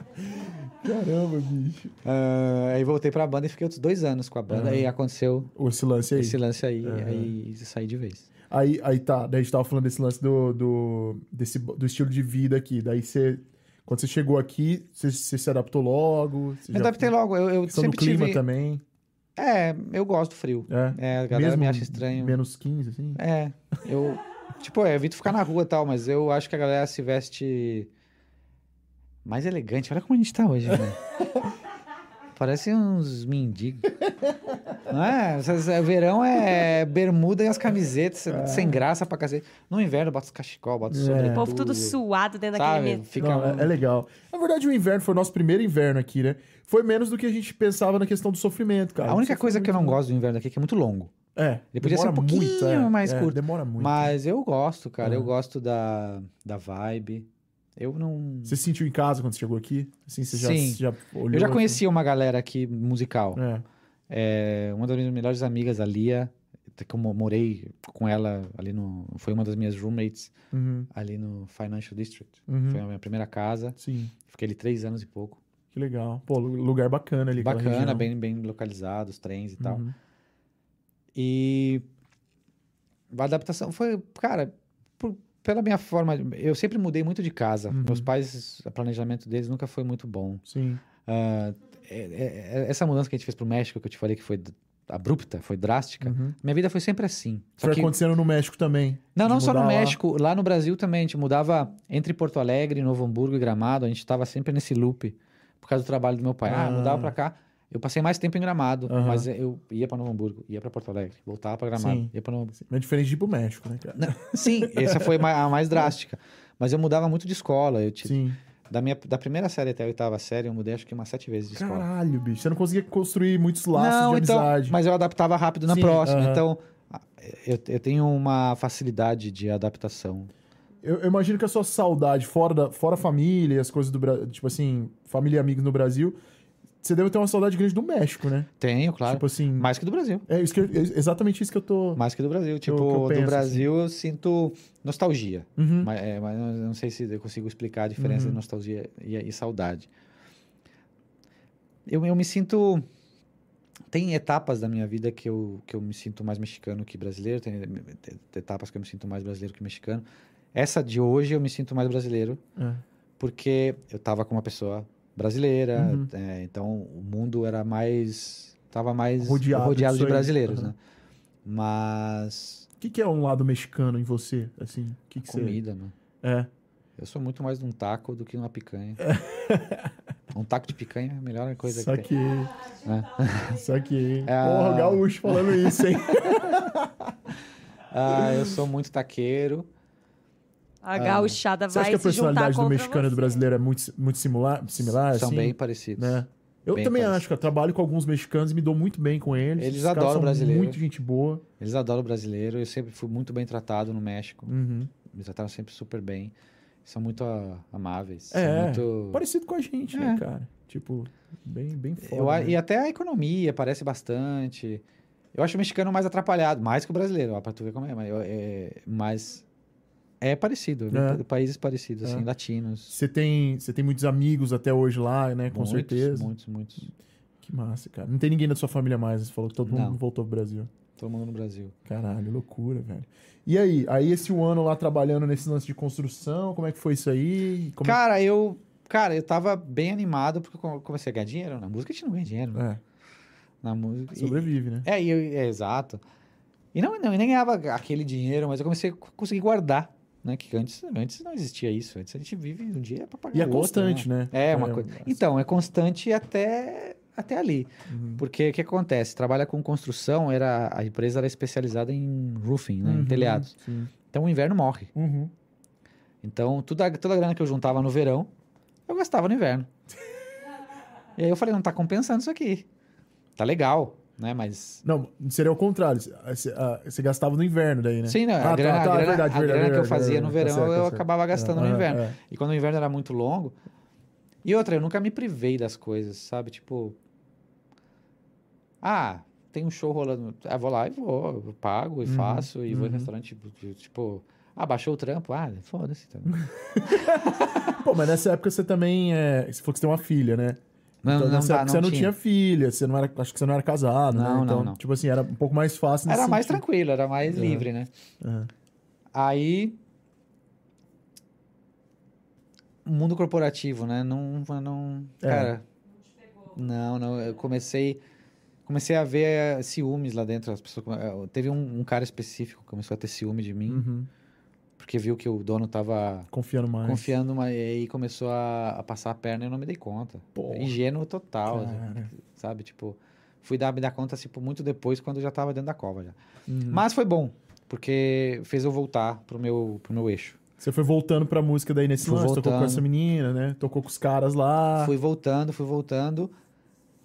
Caramba, bicho.
Ah, aí voltei pra banda e fiquei outros dois anos com a banda.
Aham.
E aconteceu
Esse lance aí.
esse lance aí.
Aham.
Aí saí de vez.
Aí, aí tá, daí a gente tava falando desse lance do, do, desse, do estilo de vida aqui. Daí você. Quando você chegou aqui, você, você se adaptou logo. Você
Me adaptei logo. Eu, eu
Questão do
sempre
clima
tive.
também.
É, eu gosto do frio.
É.
É, a galera
Mesmo
me acha estranho.
Menos 15, assim.
É, eu. tipo, é, eu evito ficar na rua e tal, mas eu acho que a galera se veste mais elegante. Olha como a gente tá hoje, né? Parece uns mendigos. Não é? Vocês- é, Verão é bermuda e as camisetas, sem graça pra cacete. No inverno, bota os cachecol, bota os
É.
sobretudo.
O povo tudo suado dentro
Sabe?
daquele metrô.
Fica
Não,
um-
é, é legal. Na verdade, o inverno foi o nosso primeiro inverno aqui, né? Foi menos do que a gente pensava na questão do sofrimento, cara.
A única
Isso
coisa
foi
que eu não
muito-
gosto do inverno aqui é que é muito longo.
É.
Ele podia ser um
demora muito,
pouquinho
é,
mais
é,
curto.
Demora muito.
Mas eu gosto, cara.
É.
Eu gosto da, da vibe. Eu não.
Você se sentiu em casa quando você chegou aqui? Assim, você já,
Sim.
já olhou?
Eu já
assim?
conhecia uma galera aqui musical.
É.
É, uma das minhas melhores amigas, a Lia, até que eu mo- morei com ela ali no. Foi uma das minhas roommates
Uhum,
ali no Financial District.
uhum.
Foi um a minha primeira casa.
Sim,
Fiquei ali três anos e pouco.
que legal. Pô, lu- lugar bacana ali. aquela
Bacana,
região.
bem, bem localizado, os trens e tal.
Uhum.
E a adaptação foi, cara, por- pela minha forma, eu sempre mudei muito de casa.
Uhum.
Meus pais, o planejamento deles nunca foi muito bom.
Sim.
Ah, é- é- é- essa mudança que a gente fez pro México, que eu te falei que foi d- abrupta, foi drástica,
Uhum.
minha vida foi sempre assim. Só
Foi
que,
acontecendo no México também.
não,
de
não só no
mudar lá.
México, lá no Brasil também, a gente mudava entre Porto Alegre, Novo Hamburgo e Gramado, a gente tava sempre nesse loop, por causa do trabalho do meu pai. Ah,
Ah.
mudava pra cá. Eu passei mais tempo em Gramado,
Aham.
mas eu ia pra Novo Hamburgo, ia pra Porto Alegre, voltava pra Gramado,
Sim.
ia pra Novo Hamburgo.
Mas é diferente de ir pro México, né, cara?
Sim, essa foi ma- a mais drástica. Mas eu mudava muito de escola. Eu te-
Sim.
da, minha, da primeira série até a oitava série, eu mudei acho que umas sete vezes de escola.
Caralho, bicho. Você não conseguia construir muitos laços
Não,
de
então,
amizade.
mas eu adaptava rápido na
Sim,
próxima.
aham.
Então, a- eu, eu tenho uma facilidade de adaptação.
Eu, eu imagino que a sua saudade, fora, da, fora a família e as coisas do Brasil, tipo assim, família e amigos no Brasil, você deve ter uma saudade grande do México, né?
Tenho, claro.
Tipo assim.
mais que do Brasil.
É, isso que eu- é exatamente isso que eu tô.
Mais que do Brasil. Tipo,
que eu penso, assim.
do Brasil eu sinto nostalgia.
Uhum.
Mas, é, mas eu não sei se eu consigo explicar a diferença
Uhum.
de nostalgia e, e saudade. Eu, eu me sinto. Tem etapas da minha vida que eu, que eu me sinto mais mexicano que brasileiro, tem, tem etapas que eu me sinto mais brasileiro que mexicano. Essa de hoje eu me sinto mais brasileiro,
É.
porque eu tava com uma pessoa brasileira,
Uhum.
é, então o mundo era mais. tava mais
Rodeado
rodeado, de
disso aí.
brasileiros,
Uhum.
né? Mas.
O que, que é um lado mexicano em você? Assim, o que, que você.
comida, né?
É.
Eu sou muito mais de um taco do que uma picanha. um taco de picanha é a melhor coisa que tem.
Saquei. Saquei.
É.
Porra, o gaúcho falando isso, hein?
Ah, eu sou muito taqueiro.
A gauchada
Ah. Você
vai
acha que a
se juntar
personalidade do
contra
mexicano e do
você.
brasileiro é muito, muito similar, similar
são
assim?
bem parecidos.
né? Eu
Bem
também
parecido.
acho, cara. Trabalho com alguns mexicanos e me dou muito bem com eles.
Eles
Os caras
adoram
são
brasileiro.
Muito gente boa.
Eles adoram brasileiro. Eu sempre fui muito bem tratado no México.
Uhum.
Me trataram sempre super bem. São muito ah, amáveis.
É,
são muito...
Parecido com a gente, né, cara? Tipo, bem, bem foda.
Tipo, Eu a-
né?
E até a economia parece bastante. Eu acho o mexicano mais atrapalhado, mais que o brasileiro, ó, pra tu ver como é. Mas eu- é, mas é parecido,
É.
países parecidos, assim,
É.
latinos.
Você tem, você tem muitos amigos até hoje lá, né? Com
Muitos,
certeza.
Muitos, muitos.
Que massa, cara. Não tem ninguém da sua família mais. Você falou que todo
Não.
mundo voltou pro Brasil.
Todo mundo no Brasil.
Caralho, loucura, velho. E aí? Aí esse um ano lá trabalhando nesse lance de construção, como é que foi isso aí? Como é que-
Cara, eu. Cara, eu tava bem animado porque eu come- comecei a ganhar dinheiro. Na música a gente não ganha dinheiro. né?
É,
Na música. e-
sobrevive, né?
é, e eu, é, exato. E não, não, eu nem ganhava aquele dinheiro, mas eu comecei a co- conseguir guardar. Né? Que antes, antes não existia isso. Antes a gente vive um dia pra pagar
E é
o outro, né?
constante, né?
É, uma coisa. Então, é constante até, até ali.
Uhum.
Porque o que acontece? Trabalha com construção, era, a empresa era especializada em roofing, né? em
Uhum,
telhados.
Sim.
Então o inverno morre.
Uhum.
Então, toda, a- toda a grana que eu juntava no verão, eu gastava no inverno. e aí eu falei, não tá compensando isso aqui. Tá legal, né? Mas.
Não, seria o contrário. Você ah, você gastava no inverno daí, né?
Sim, não,
Ah,
a grana,
tá, tá,
a grana,
verdade,
a grana
verdade,
que eu
verdade,
fazia no
verdade, tá
verão,
certo, tá
eu
certo.
acabava gastando
É,
no inverno.
é.
E quando o inverno era muito longo. E outra, eu nunca me privei das coisas, sabe? Tipo. Ah, tem um show rolando. Ah, vou lá e vou, eu pago e
Uhum,
faço, e vou em
uhum.
restaurante, tipo, tipo. Ah, baixou o trampo? Ah, foda-se. Tá.
Pô, mas nessa época você também. É, você falou que você tem uma filha, né?
Não,
então,
não,
nessa
dá,
época você não tinha filha, você não era, acho que você não era casado, né?
Não, não,
Então,
não.
tipo assim, era um pouco mais fácil nesse
Era mais
sentido.
tranquilo, era mais
É.
livre, né?
Aham.
Aí. o Mundo corporativo, né? Não. não
É.
Cara. Não, não. Eu comecei. Comecei a ver eh, ciúmes lá dentro. As pessoas, come- eh, teve um, um cara específico que começou a ter ciúme de mim,
Uhum.
porque viu que o dono tava
Confiando mais.
confiando mas e aí começou a, a passar a perna e eu não me dei conta.
Pô,
Ingênuo total, assim,
Cara.
sabe? Tipo, fui dar, me dar conta tipo, muito depois, quando eu já tava dentro da cova já.
Uhum.
Mas foi bom, porque fez eu voltar pro meu, pro meu eixo.
Você foi voltando pra música daí nesse
Fui
lance, tocou com
voltando.
essa menina, né? Tocou com os caras lá.
Fui voltando, fui voltando.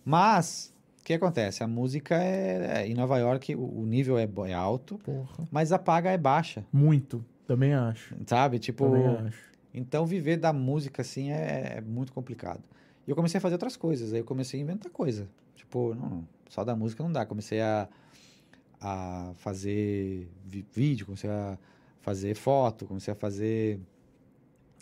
Mas, o que acontece? A música é, é- em Nova York, o, o nível é, bo- é alto,
Porra.
mas a paga é baixa,
Muito. Também acho.
sabe? Tipo,
Também acho.
então viver da música assim é, é muito complicado. E eu comecei a fazer outras coisas, aí eu comecei a inventar coisa. Tipo, não, não, só da música não dá. Comecei a, a, a fazer vi- vídeo, comecei a fazer foto, comecei a fazer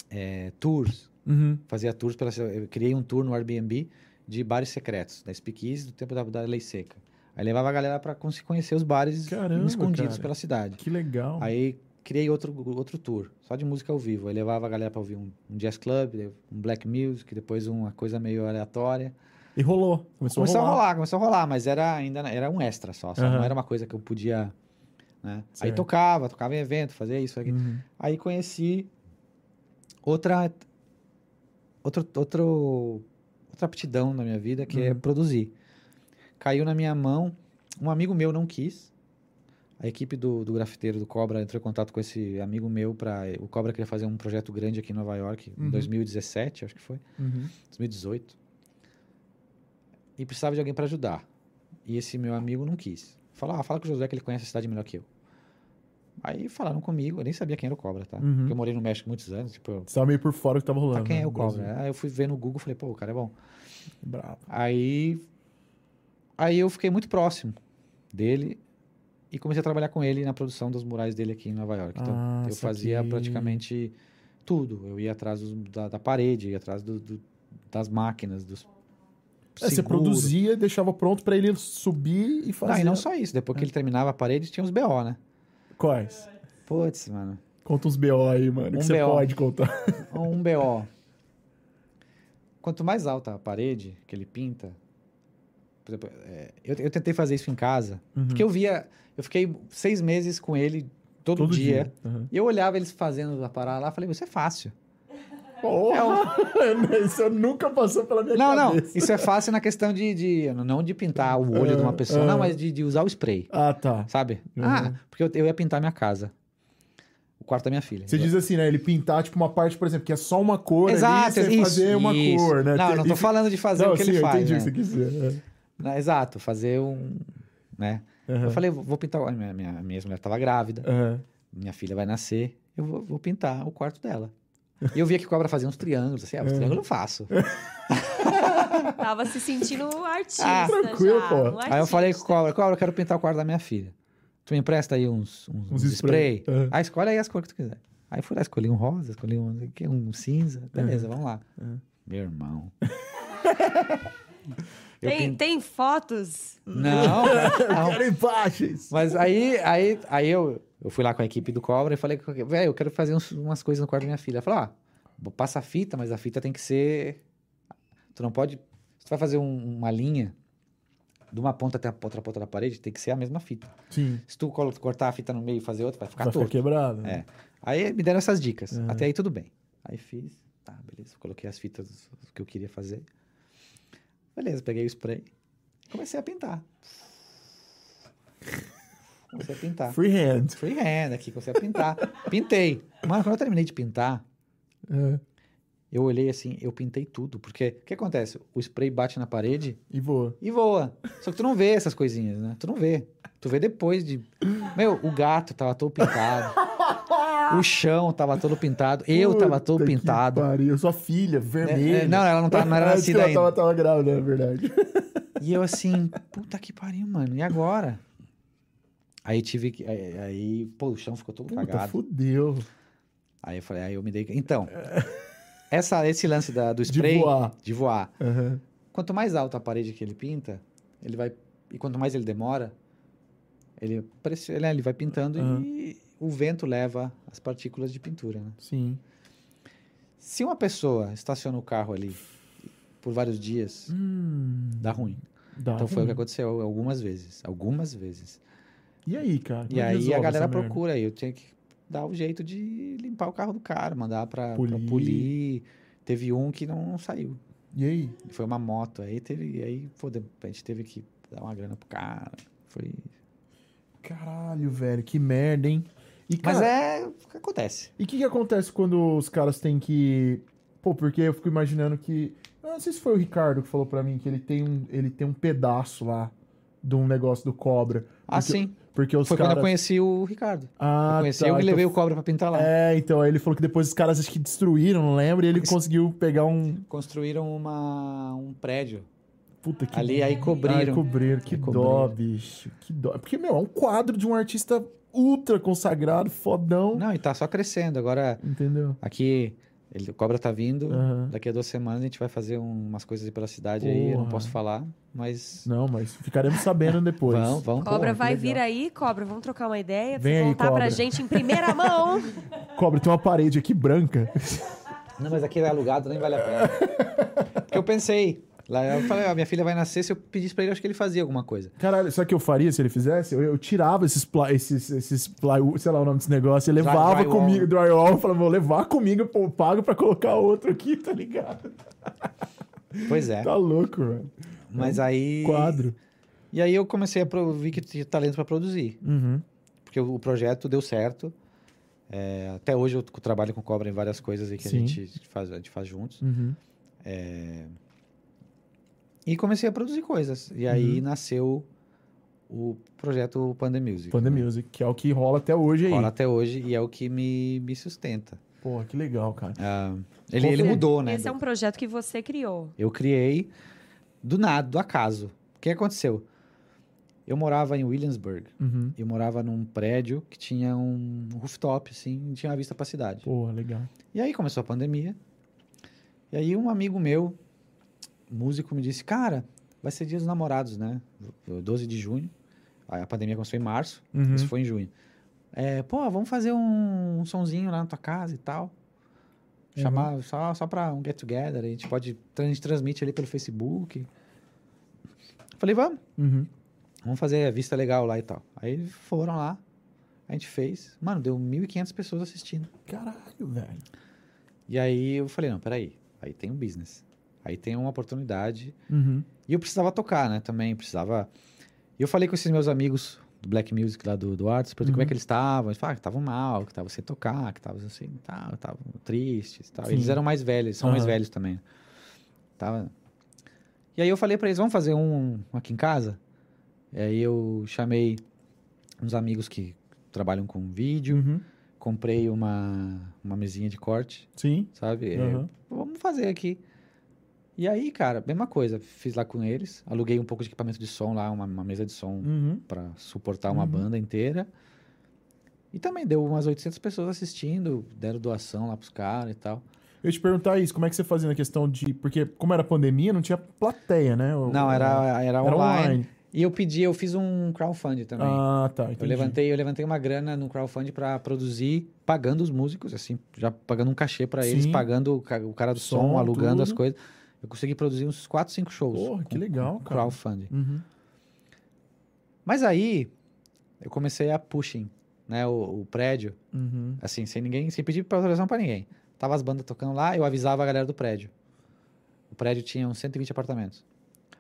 é, tours.
Uhum.
Fazia tours pela. ci- Eu criei um tour no Airbnb de bares secretos, da Speakeasy, do tempo da, da Lei Seca. Aí levava a galera pra con- conhecer os bares
Caramba,
escondidos
cara.
pela cidade.
Que legal.
Aí criei outro, outro tour, só de música ao vivo. Aí levava a galera pra ouvir um, um jazz club, daí um black music, depois uma coisa meio aleatória.
E rolou. Começou,
Começou
a rolar.
começou a rolar, mas era ainda era um extra só, só
Aham.
não era uma coisa que eu podia. né? Aí
Certo.
tocava, tocava em evento, fazia isso, fazia aquilo.
Uhum.
Aí conheci outra outro, outro, outra aptidão na minha vida, que é
Uhum.
produzir. Caiu na minha mão, um amigo meu não quis. A equipe do, do grafiteiro do Cobra entrou em contato com esse amigo meu para o Cobra queria fazer um projeto grande aqui em Nova York,
Uhum.
em 2017, acho que foi.
Uhum.
2018. E precisava de alguém para ajudar. E esse meu amigo não quis. Falou, ah, fala com o José que ele conhece a cidade melhor que eu. Aí falaram comigo, eu nem sabia quem era o Cobra, tá?
Uhum.
Porque eu morei no México muitos anos, tipo, eu-
Você tava meio por fora do que tava rolando.
tá, quem
né,
é o
no Brasil.
Cobra? Aí eu fui ver no Google, falei, pô, o cara é bom.
Bravo.
Aí, aí eu fiquei muito próximo dele e comecei a trabalhar com ele na produção dos murais dele aqui em Nova York. Então,
Ah,
eu fazia
saquei.
praticamente tudo. Eu ia atrás dos- da, da parede, ia atrás do- do- das máquinas, dos
É, você
seguro.
produzia, deixava pronto pra ele subir e
Não,
fazer.
Ah, e não só isso. Depois que ele terminava a parede, tinha os BO, né?
Quais?
Putz, mano.
Conta uns BO aí, mano,
Um
que você
BO.
pode contar.
Um BO. Quanto mais alta a parede que ele pinta... Por exemplo, é, eu, eu tentei fazer isso em casa. Porque eu via... Eu fiquei seis meses com ele todo, dia.
Uhum.
E eu olhava eles fazendo a parada lá, falei, isso é fácil. É um
Porra! Isso nunca passou pela minha
Não, não,
cabeça.
isso é fácil na questão de, de- não de pintar o olho de uma pessoa,
ah.
não, mas de, de usar o spray,
Ah, tá.
sabe?
Uhum.
Ah, porque eu, eu ia pintar minha casa, o quarto da minha filha.
Você diz assim, né? Ele pintar, tipo, uma parte, por exemplo, que é só uma cor
Exato,
ali, você
isso,
fazer uma
isso.
cor, né?
Não, eu não tô
Isso-
falando de fazer
Não,
o que
sim,
ele
eu
faz,
entendi
né?
o que você quis dizer.
Não, Exato, fazer um, né?
É. Aham,
Eu falei, vou vou pintar, o- minha, minha, minha mulher tava grávida,
aham.
minha filha vai nascer, eu vou, vou pintar o quarto dela. E eu via que cobra fazia uns triângulos, assim, ah,
É.
os triângulos eu faço.
Tava se sentindo um artista.
Ah,
tranquilo,
já,
pô.
um
Aí eu falei com o
artista.
Cobra, Cobra, eu quero pintar o quarto da minha filha. Tu me empresta aí uns, uns, uns spray?
Aham.
Aí Ah, escolhe aí as cores que tu quiser. Aí eu fui lá, escolhi um rosa, escolhi um, não sei o quê, um cinza. Beleza, vamos lá.
Uhum.
Meu irmão. Eu
Tem,
pin-
tem fotos?
Não,
Eu
Ah, não.
quero imagens.
Mas aí, aí, aí eu, eu fui lá com a equipe do Cobra e falei, velho, eu quero fazer uns- umas coisas no quarto da minha filha. Ela falou, ah, passa a fita, mas a fita tem que ser... Tu não pode... Se tu vai fazer um- uma linha de uma ponta até a outra ponta da parede, tem que ser a mesma fita.
Sim.
Se tu colo- cortar a fita no meio e fazer outra, vai ficar
Vai ficar
Tá torto.
quebrado. né?
É. Aí me deram essas dicas.
Uhum.
Até aí tudo bem. Aí fiz, tá, beleza. Coloquei as fitas que eu queria fazer. Beleza, peguei o spray. Comecei a pintar. Comecei a pintar.
Freehand.
Freehand aqui, comecei a pintar. Pintei. Mano, quando eu terminei de pintar,
É.
eu olhei assim, eu pintei tudo. Porque o que acontece? O spray bate na parede
E voa.
e voa. Só que tu não vê essas coisinhas, né? Tu não vê. Tu vê depois de. Meu, o gato tava todo pintado. o chão tava todo pintado. Eu tava
Puta
todo
que
pintado.
Pariu. Sua filha, vermelha.
É, é, não, ela não tava- não era
Acho que
nascida
ela
ainda.
Tava, tava grávida, na verdade.
E eu assim, puta que pariu, mano. E agora? Aí tive que. Aí, aí, pô, o chão ficou todo
Puta,
cagado.
fudeu.
Aí eu falei, aí eu me dei. Então, essa, esse lance da- do
De
spray
voar.
de voar.
Aham.
Quanto mais alta a parede que ele pinta, ele vai. E quanto mais ele demora, ele, pressio- ele, ele vai pintando
Aham.
e o vento leva as partículas de pintura. Né?
Sim.
Se uma pessoa estaciona o carro ali por vários dias,
Hum,
dá ruim.
dá
então foi o
ruim.
que aconteceu algumas vezes. Algumas vezes.
E aí, cara? Como
e
é que
aí
resolve
a galera
essa merda?
procura. aí Eu tinha que dar o jeito de limpar o carro do cara, mandar pra pra
Polir.
polir. Teve um que não, não saiu.
E aí?
Foi uma moto. Aí teve. Aí, pô, de- a gente teve que dar uma grana pro cara. Foi.
Caralho, velho, que merda, hein? E, cara,
Mas é o que acontece.
E o que, que acontece quando os caras têm que. Pô, porque eu fico imaginando que. Eu não sei se foi o Ricardo que falou pra mim que ele tem um, ele tem um pedaço lá de um negócio do cobra.
Ah,
Porque-
sim.
Porque os
Foi
caras.
quando eu conheci o Ricardo.
Ah,
eu conheci
tá,
eu que
então-
levei o cobra pra pintar lá.
É, então, aí ele falou que depois os caras acho que destruíram, não lembro, e ele
Isso.
conseguiu pegar um.
Construíram uma, um prédio
Puta que
Ali aí cobriram.
Ai, cobrir, que
Aí
dó,
cobriram.
bicho. Que dó. Porque, meu, é um quadro de um artista ultra consagrado, fodão.
Não, e tá só crescendo. Agora,
Entendeu?
aqui, ele- o Cobra tá vindo.
Aham.
Daqui a duas semanas a gente vai fazer um- umas coisas aí pela cidade aí. Eu não
Porra.
posso falar, mas.
Não, mas ficaremos sabendo depois.
Vão, vão.
Cobra
porra,
vai
que legal.
vir aí, Cobra, vamos trocar uma ideia,
Vem aí,
voltar pra
Cobra.
gente em primeira mão.
Cobra, tem uma parede aqui branca.
Não, mas aqui é alugado, nem vale a pena. Porque eu pensei. Lá eu falei, ó, minha filha vai nascer, se eu pedisse pra ele, eu acho que ele fazia alguma coisa.
Caralho, sabe o que eu faria se ele fizesse? Eu, eu tirava esses, pla, esses, esses plywood, sei lá o nome desse negócio, e
Dry-
levava
drywall.
comigo, drywall, e falava, vou levar comigo, pô, pago pra colocar outro aqui, tá ligado?
Pois é.
Tá louco, velho.
Mas aí.
Né? Quadro.
E aí eu comecei a pro- ver que tinha talento pra produzir.
Uhum.
Porque o o projeto deu certo. É, até hoje eu co- trabalho com cobra em várias coisas aí que a
Sim.
gente, faz, a gente faz juntos.
Uhum.
E comecei a produzir coisas. E aí
Uhum.
nasceu o projeto Panda Music.
Panda Music, que é o que rola até hoje aí.
Rola até hoje e é o que me, me sustenta.
Porra, que legal, cara.
Ele, ele
Esse-
mudou, né?
Esse é um projeto que você criou.
Eu criei do nada, do acaso. O que aconteceu? Eu morava em Williamsburg.
Uhum.
Eu morava num prédio que tinha um rooftop, assim, e tinha uma vista pra cidade.
Porra, legal.
E aí começou a pandemia. E aí um amigo meu, músico, me disse, cara, vai ser dia dos namorados, né? 12 de junho. Aí A pandemia começou em março,
Uhum.
isso foi em junho. É, pô, vamos fazer um, um sonzinho lá na tua casa e tal.
Uhum.
Chamar só, só pra um get together, a gente pode, a gente transmite ali pelo Facebook. Falei, vamos
Uhum.
vamos fazer a vista legal lá e tal. Aí foram lá, a gente fez. Mano, deu 1.500 pessoas assistindo.
Caralho, velho.
E aí eu falei, não, peraí, aí tem um business. Aí tem uma oportunidade.
Uhum.
E eu precisava tocar, né, também, precisava... E eu falei com esses meus amigos do Black Music lá do, do Arts, perguntei como é
Uhum.
que eles estavam. Eles falaram ah, que estavam mal, que estavam sem tocar, que estavam assim, tal, estavam tristes e tal. Eles
Sim.
eram mais velhos, são mais
Aham.
velhos também. Tava... E aí eu falei pra eles, vamos fazer um aqui em casa? E aí eu chamei uns amigos que trabalham com vídeo,
Uhum.
comprei uma, uma mesinha de corte,
Sim.
sabe? É,
Aham.
vamos fazer aqui. E aí, cara, mesma coisa. Fiz lá com eles, aluguei um pouco de equipamento de som lá, uma, uma mesa de som
Uhum.
pra suportar uma
Uhum.
banda inteira. E também deu umas 800 pessoas assistindo, deram doação lá pros caras e tal.
Eu ia te perguntar isso, como é que você fazia na questão de. Porque, como era pandemia, não tinha plateia, né? O-
Não, era, era
Era
online. E eu pedi, eu fiz um crowdfunding também.
Ah, tá.
eu,
entendi.
levantei, eu levantei uma grana no crowdfunding pra produzir, pagando os músicos, assim, já pagando um cachê pra eles,
Sim.
pagando o ca- o cara do som,
Som,
alugando as
tudo.
coisas. Eu consegui produzir uns 4, 5 shows.
Porra, que
com-
legal,
com
cara.
crowdfunding.
Uhum.
Mas aí eu comecei a pushing, né? O, o prédio,
Uhum.
assim, sem ninguém, sem pedir autorização pra ninguém. Tava as bandas tocando lá, eu avisava a galera do prédio. O prédio tinha uns 120 apartamentos.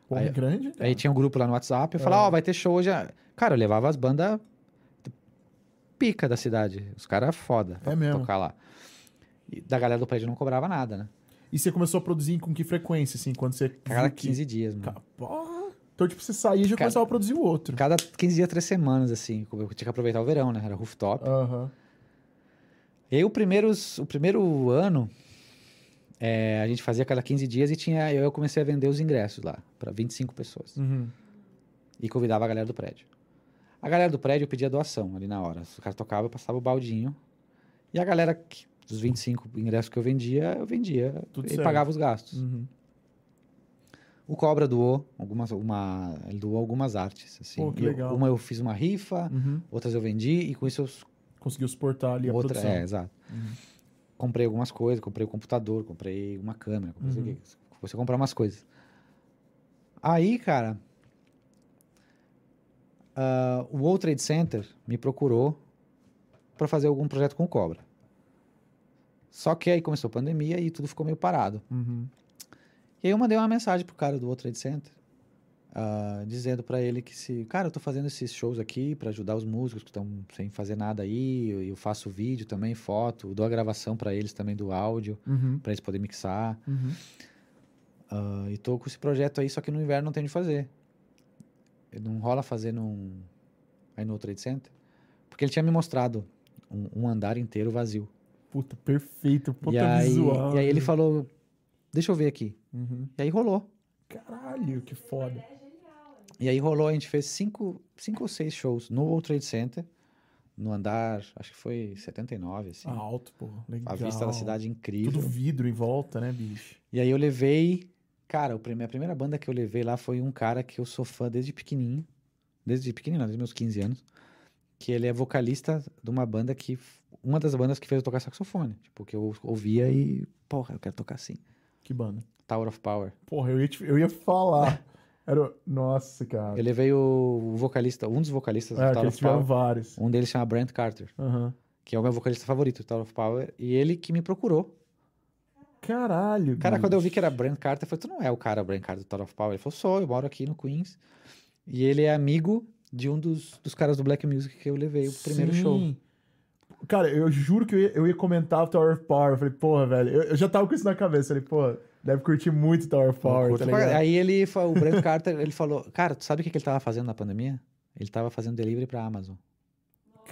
Porra,
Aí-
grande.
Aí tinha um grupo lá no WhatsApp, eu falava, ó,
Ah.
vai ter show hoje. Cara, eu levava as bandas pica da cidade. Os caras foda pra
É mesmo.
tocar lá. E da galera do prédio não cobrava nada, né?
E você começou a produzir com que frequência, assim, quando você.
A cada
viu que-
15 Uhum. dias, mano.
Ca- Porra. Então, tipo, você saía e já
Cara-
começava a produzir o outro.
Cada 15 dias, três semanas, assim. Eu tinha que aproveitar o verão, né? Era rooftop.
Aham.
E aí, o, primeiros, o primeiro ano, é, a gente fazia a cada 15 dias e tinha, eu comecei a vender os ingressos lá, para 25 pessoas.
Uhum.
E convidava a galera do prédio. A galera do prédio pedia doação ali na hora. O cara tocava, eu passava o baldinho. E a galera, que- dos 25 ingressos que eu vendia, eu vendia
Tudo
e
certo.
pagava os gastos.
Uhum.
O Cobra doou algumas, uma, ele doou algumas artes. Assim.
Pô, que
E eu-
legal.
uma eu fiz uma rifa,
Uhum.
outras eu vendi, e com isso eu
Conseguiu suportar ali a
outra,
produção. Uhum.
É, exato. Comprei algumas coisas, comprei o computador, comprei uma câmera, comprei
Uhum.
sei o quê. Você comprar umas coisas. Aí, cara, ah, o World Trade Center me procurou para fazer algum projeto com cobra. Só que aí começou a pandemia e tudo ficou meio parado.
Uhum.
E aí eu mandei uma mensagem pro cara do World Trade Center, ah, dizendo para ele que se, cara, eu tô fazendo esses shows aqui para ajudar os músicos que estão sem fazer nada aí, eu, eu faço vídeo também, foto, eu dou a gravação para eles também do áudio,
Uhum.
para eles poderem mixar.
Uhum.
Ah, e tô com esse projeto aí, só que no inverno não tem onde fazer. Não rola fazer num aí no World Trade Center, porque ele tinha me mostrado um, um andar inteiro vazio.
Puta, perfeito. Puta
e aí,
tá visual.
e aí ele
né?
falou, deixa eu ver aqui.
Uhum.
E aí rolou.
Caralho, que foda.
E aí rolou, a gente fez cinco, cinco ou seis shows no World Trade Center, no andar, acho que foi 79, assim.
Alto, pô. Ah, Legal.
a vista da cidade é incrível.
Tudo vidro em volta, né, bicho?
E aí eu levei. Cara, o prime- a primeira banda que eu levei lá foi um cara que eu sou fã desde pequenininho. Desde pequenininho, não, desde meus 15 anos. Que ele é vocalista de uma banda que. Uma das bandas que fez eu tocar saxofone. Tipo, que eu ouvia e. Porra, eu quero tocar assim.
Que banda.
Tower of Power.
Porra, eu ia, te- eu ia falar. Era... o- Nossa, cara.
Eu levei o vocalista, um dos vocalistas do
É, Ah. que
Tower
eles
of
tiveram
Power.
vários.
Um deles chama Brent Carter,
Aham.
que é o meu vocalista favorito do Tower of Power. E ele que me procurou.
Caralho,
Cara,
bicho.
quando eu vi que era Brent Carter, eu falei, tu não é o cara Brent Carter do Tower of Power? Ele falou, sou, eu moro aqui no Queens. E ele é amigo de um dos, dos caras do Black Music que eu levei o primeiro
Sim.
show.
Cara, eu juro que eu ia, eu ia comentar o Tower of Power. Eu falei, porra, velho. Eu, eu já tava com isso na cabeça. Eu falei, pô, deve curtir muito Tower of Power, tá
Curto pra-
ligado?
Aí ele, fa- o Brent Carter, ele falou, cara, tu sabe o que que ele tava fazendo na pandemia? Ele tava fazendo delivery pra Amazon.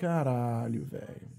Caralho, velho.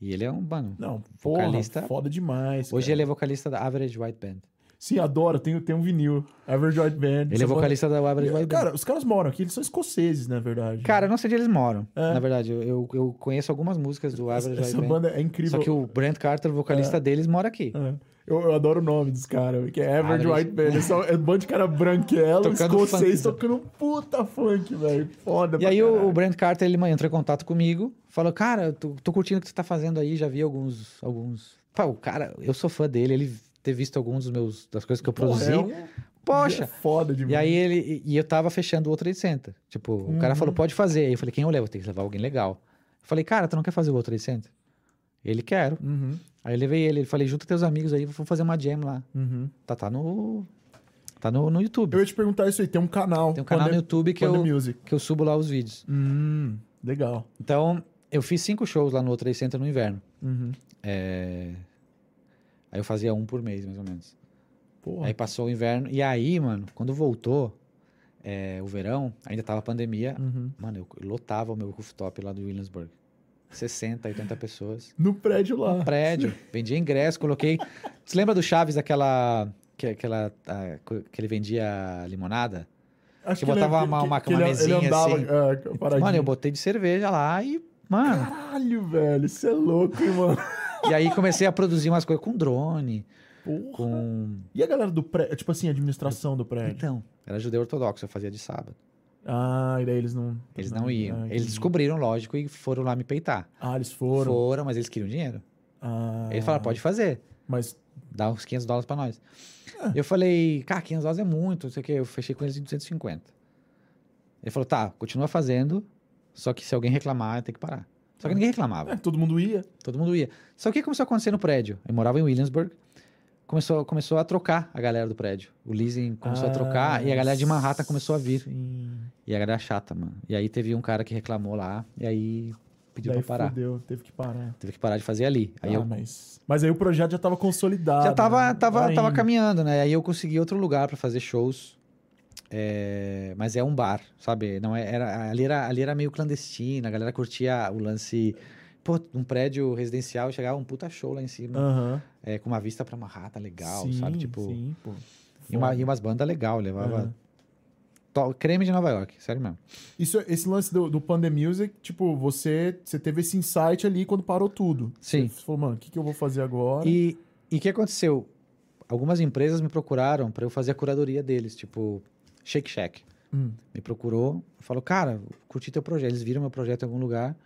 E ele é um, mano,
Não, porra,
Vocalista.
foda demais.
hoje
cara.
ele é vocalista da Average White Band.
Sim, adoro. Tem, tem um vinil. Average White Band.
Ele
Essa
é vocalista da Average
banda-
White Band.
Cara, os caras moram aqui. Eles são escoceses, na verdade.
Cara, eu não sei onde eles moram,
É.
na verdade. Eu- Eu, eu conheço algumas músicas do Average
essa
White Band.
banda é incrível.
Só que o Brent Carter, o vocalista deles, mora aqui.
É. Eu, eu adoro o nome dos caras, que é Average
Average.
White Band. É, só- é um bando de cara branquelo,
Ah, Tocando
escocês,
funkzão.
tocando um puta funk, velho. Foda
E
pra
aí o,
caralho.
o Brent Carter, ele entrou em contato comigo, falou, cara, eu tô, tô curtindo o que você tá fazendo aí, já vi alguns, alguns... Pá, o cara, eu sou fã dele, ele ter visto alguns dos meus, das coisas que eu produzi.
Porra, é um- é
Poxa!
Foda demais.
E aí ele, e eu tava fechando o outro Trade Center. Tipo, o cara
Uhum.
falou, pode fazer. Aí eu falei, quem eu levo? Tem que levar alguém legal. Eu falei, cara, tu não quer fazer o outro Trade Center? Ele, quero.
Uhum,
Aí eu levei ele, ele falei, junta teus amigos aí, vamos fazer uma jam lá.
uhum.
Tá, tá no... Tá no, no YouTube.
Eu ia te perguntar isso aí. Tem um canal.
Tem um canal no
Pandem-
YouTube que
Pandem
eu,
Music.
que eu subo lá os vídeos.
Hum, legal.
Então, eu fiz cinco shows lá no outro Trade Center no inverno.
Uhum.
Aí eu fazia um por mês, mais ou menos.
Porra.
Aí passou o inverno. E aí, mano, quando voltou é, o verão, ainda tava a pandemia.
Uhum.
Mano, eu lotava o meu rooftop lá do Williamsburg. 60, 80 pessoas.
No prédio lá.
Prédio, vendia ingresso, coloquei. Você lembra do Chaves, daquela. Que, aquela, ah, co- que ele vendia limonada?
Acho
que botava
ele- é-
uma- uma-
ele,
uma mesinha
ele andava,
assim.
ah, paradinho.
Mano, eu botei de cerveja lá e. Mano.
Caralho, velho. Você é louco, hein, mano.
e aí comecei a produzir umas coisas com drone,
Porra.
com.
E a galera do prédio? Tipo assim, a administração do prédio.
Então, era judeu ortodoxo, eu fazia de sábado.
Ah, e daí eles não...
Eles não iam.
Ah,
eles
entendi.
descobriram, lógico, e foram lá me peitar.
Ah, eles
Foram,
foram.
mas eles queriam dinheiro.
Ah,
Eles falaram, pode fazer,
Mas,
dá uns 500 dólares pra nós.
Ah.
Eu falei, cara, 500 dólares é muito, não sei o quê. Eu fechei com eles em 250. Ele falou, tá, continua fazendo, só que se alguém reclamar, tem que parar. Só que ninguém reclamava,
é, todo mundo ia.
todo mundo ia. Só que o que começou a acontecer no prédio? Eu morava em Williamsburg, começou, começou a trocar a galera do prédio. O leasing
Ah,
começou a trocar e a galera de Manhattan começou a vir.
Sim.
E a galera é chata, mano. E aí teve um cara que reclamou lá, e aí pediu
daí
pra parar.
fudeu, teve que parar.
Teve que parar de fazer ali. Aí
ah,
eu
mas... mas aí o projeto já tava consolidado.
já tava,
né?
tava,
Vai
tava
indo.
caminhando, né? Aí eu consegui outro lugar pra fazer shows. É, Mas é um bar, sabe? Não é- era... Ali, era... ali era meio clandestina, a galera curtia o lance. Pô, um prédio residencial chegava um puta show lá em cima,
Aham.
é, com uma vista pra Manhattan legal,
Ah. Sim,
sabe? Tipo,
Sim, pô.
e, uma-
Foda. Ah.
e umas bandas legal, levava
Aham.
to- creme de Nova York, sério mesmo.
Isso, esse lance do, do Pandemusic, tipo, você, você teve esse insight ali quando parou tudo.
Sim.
Você falou, mano, o que, que eu vou fazer agora?
E e o que aconteceu? Algumas empresas me procuraram pra eu fazer a curadoria deles, tipo Shake Shack.
Hum.
Me procurou, falou, cara, curti teu projeto. Eles viram meu projeto em algum lugar.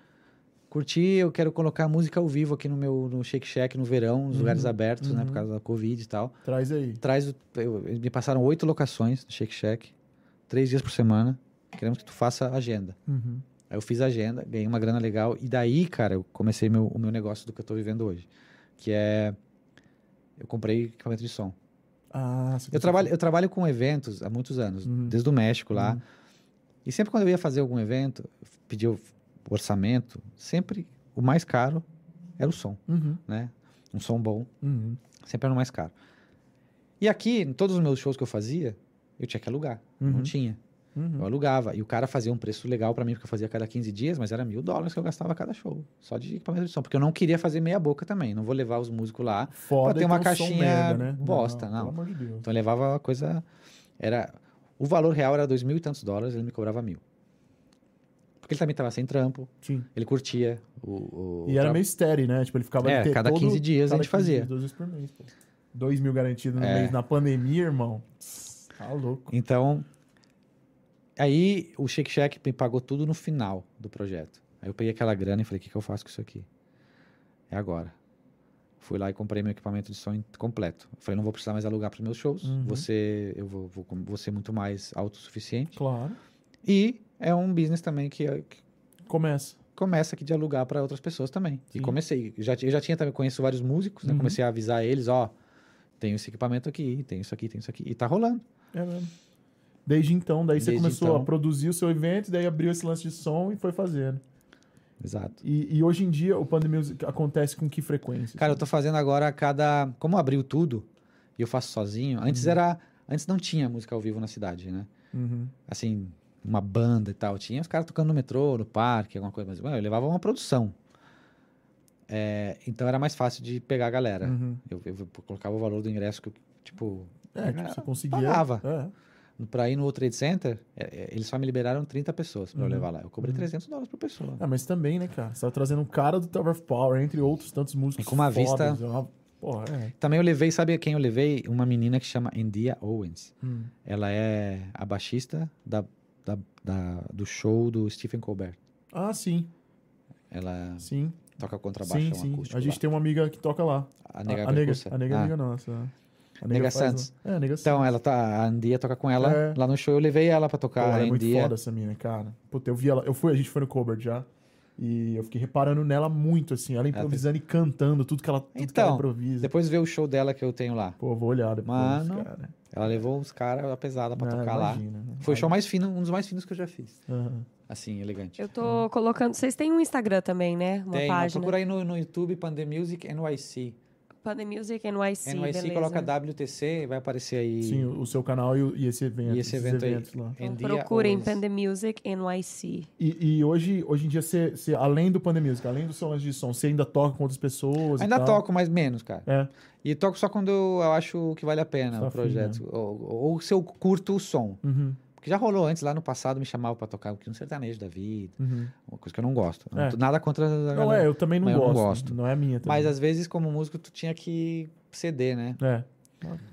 Curti, eu quero colocar música ao vivo aqui no meu no Shake Shack no verão, nos
Uhum,
lugares abertos, né?
uhum.
Por causa da Covid e tal.
Traz aí.
Traz, o- eu- eles me passaram oito locações no Shake Shack, três dias por semana. Queremos que tu faça a agenda.
Uhum.
Aí eu fiz a agenda, ganhei uma grana legal. E daí, cara, eu comecei meu, o meu negócio do que eu tô vivendo hoje. Que é. Eu comprei equipamento de som.
Ah, você
Eu trabalho, eu trabalho com eventos há muitos anos,
Uhum.
desde o México lá.
Uhum.
E sempre quando eu ia fazer algum evento, pedir o orçamento, sempre o mais caro era o som,
Uhum.
né? Um som bom
Uhum.
sempre era o mais caro. E aqui, em todos os meus shows que eu fazia, eu tinha que alugar.
Uhum.
Não tinha.
Uhum.
Eu alugava. E o cara fazia um preço legal pra mim, porque eu fazia a cada 15 dias, mas era mil dólares que eu gastava a cada show. Só de equipamento de som. Porque eu não queria fazer meia boca também. Não vou levar os músicos lá.
Foda
Pra ter
e
uma
um som
caixinha
merda, né?
bosta, não.
Pelo amor de Deus.
Então eu levava uma coisa. Era, o valor real era dois mil e tantos dólares, ele me cobrava mil. Porque ele também estava sem trampo,
Sim.
ele curtia o. o
E era
tra-
meio estéreo, né? Tipo, ele ficava
É,
de ter
cada
todo-
15 dias a
cada
gente fazia.
dias, duas vezes por mês, pô. 2 mil garantidos no
É.
mês. Na pandemia, irmão. Tá louco.
Então, aí o Shake Shack me pagou tudo no final do projeto. Aí eu peguei aquela grana e falei, o que, que eu faço com isso aqui? É agora. Fui lá e comprei meu equipamento de som in- completo. Falei, não vou precisar mais alugar para meus shows.
Uhum.
Você, eu vou, vou, com- vou ser muito mais autossuficiente.
Claro.
E é um business também que, é- que
Começa.
começa aqui de alugar para outras pessoas também.
Sim.
E comecei, já, ti- eu já tinha também, conheço vários músicos, né?
Uhum.
Comecei a avisar eles, ó, tem esse equipamento aqui, tem isso aqui, tem isso aqui. E tá rolando.
É mesmo. Desde então, daí você
Desde
começou
então.
a produzir o seu evento, daí abriu esse lance de som e foi fazendo.
Exato.
E, e hoje em dia, o Pandemia Music acontece com que frequência?
Cara, eu
assim?
tô fazendo agora a cada. Como abriu tudo e eu faço sozinho, antes era. Antes não tinha música ao vivo na cidade, né?
Uhum.
Assim, uma banda e tal. Tinha os caras tocando no metrô, no parque, alguma coisa, mas mano, eu levava uma produção. É, então era mais fácil de pegar a galera.
Uhum.
Eu, eu colocava o valor do ingresso que eu, tipo,
É, tipo,
Ah,
você conseguia.
pagava.
É.
pra ir no World Trade Center, é, é, eles só me liberaram 30 pessoas pra
Uhum.
eu levar lá. Eu cobrei
Uhum.
300 dólares por pessoa.
Ah, mas também, né, cara? Você tava trazendo um cara do Tower of Power, entre outros tantos músicos.
E com uma
fodas,
vista-
uma- Porra, é.
Também eu levei, sabe quem eu levei? Uma menina que chama India Owens.
Hum.
Ela é a baixista da, da- da- do show do Stephen Colbert.
Ah, sim,
Ela
sim.
toca contrabaixo,
Sim,
é um
sim.
acústico.
A gente
lá.
tem uma amiga que toca lá.
A nega,
a nega,
percussa.
a nega é
Ah,
amiga nossa. né? A
Nega
faz lá.
Santos.
É, a nega Santos.
Então, ela tá, a Andia toca com ela
É.
lá no show. Eu levei ela pra
Pô,
tocar
ela
a
é muito
Andia.
foda essa mina, cara. Puta, eu vi ela. Eu fui, a gente foi no Cobra já. E eu fiquei reparando nela muito, assim. Ela
tem-
improvisando e cantando tudo que ela, tudo que
Então,
ela improvisa.
Depois vê o show dela que eu tenho lá.
Pô, eu vou olhar depois,
Mano,
cara.
Ela levou uns caras pesada pra
Ah,
tocar lá.
imagina, né?
Foi o show mais fino, um dos mais finos que eu já fiz.
Aham.
Assim, elegante.
Eu
Hum.
tô colocando. Vocês têm um Instagram também, né? Uma
Tem,
página.
procura aí no, no YouTube Pandemusic NYC.
Pandemusic NYC.
NYC
beleza.
coloca WTC, vai aparecer aí.
Sim, o o seu canal e, o- e esse evento.
E esse
esses
evento aí.
eventos lá.
Então,
Andia
procurem
Owens.
Pandemusic NYC.
E, e hoje, hoje em dia, você, você, além do Pandemic, além do seu lance de som, você ainda toca com outras pessoas? e
Ainda
tal?
toco, mas menos, cara.
É.
E toco só quando eu acho que vale a pena
Só né?
o projeto. Ou, ou se eu curto o som.
Uhum,
Porque já rolou antes, lá no passado, me chamavam pra tocar um sertanejo da vida,
uhum.
uma coisa que eu não gosto. Eu não
É.
tô- Nada contra. a
Não,
galera.
é, eu também não
Mas eu
gosto. não,
não gosto.
é minha também.
Mas às vezes, como músico, tu tinha que ceder, né?
É.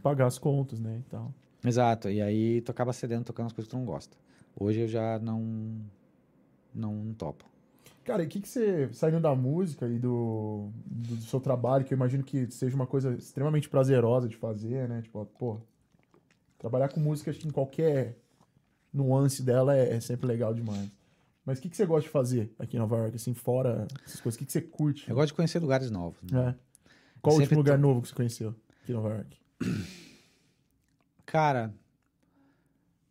Pagar as contas, né? E tal.
Exato. E aí tu acaba cedendo, tocando as coisas que tu não gosta. Hoje eu já não. Não topo.
Cara, e o que, que você, saindo da música e do, do, do seu trabalho, que eu imagino que seja uma coisa extremamente prazerosa de fazer, né? Tipo, pô, trabalhar com música acho que em qualquer nuance dela é, é sempre legal demais. Mas o que, que você gosta de fazer aqui em Nova York, assim, fora essas coisas? O que, que você curte?
Eu gosto de conhecer lugares novos. né?
É. Qual o
Sempre
último lugar
tô-
novo que você conheceu aqui em Nova York?
Cara,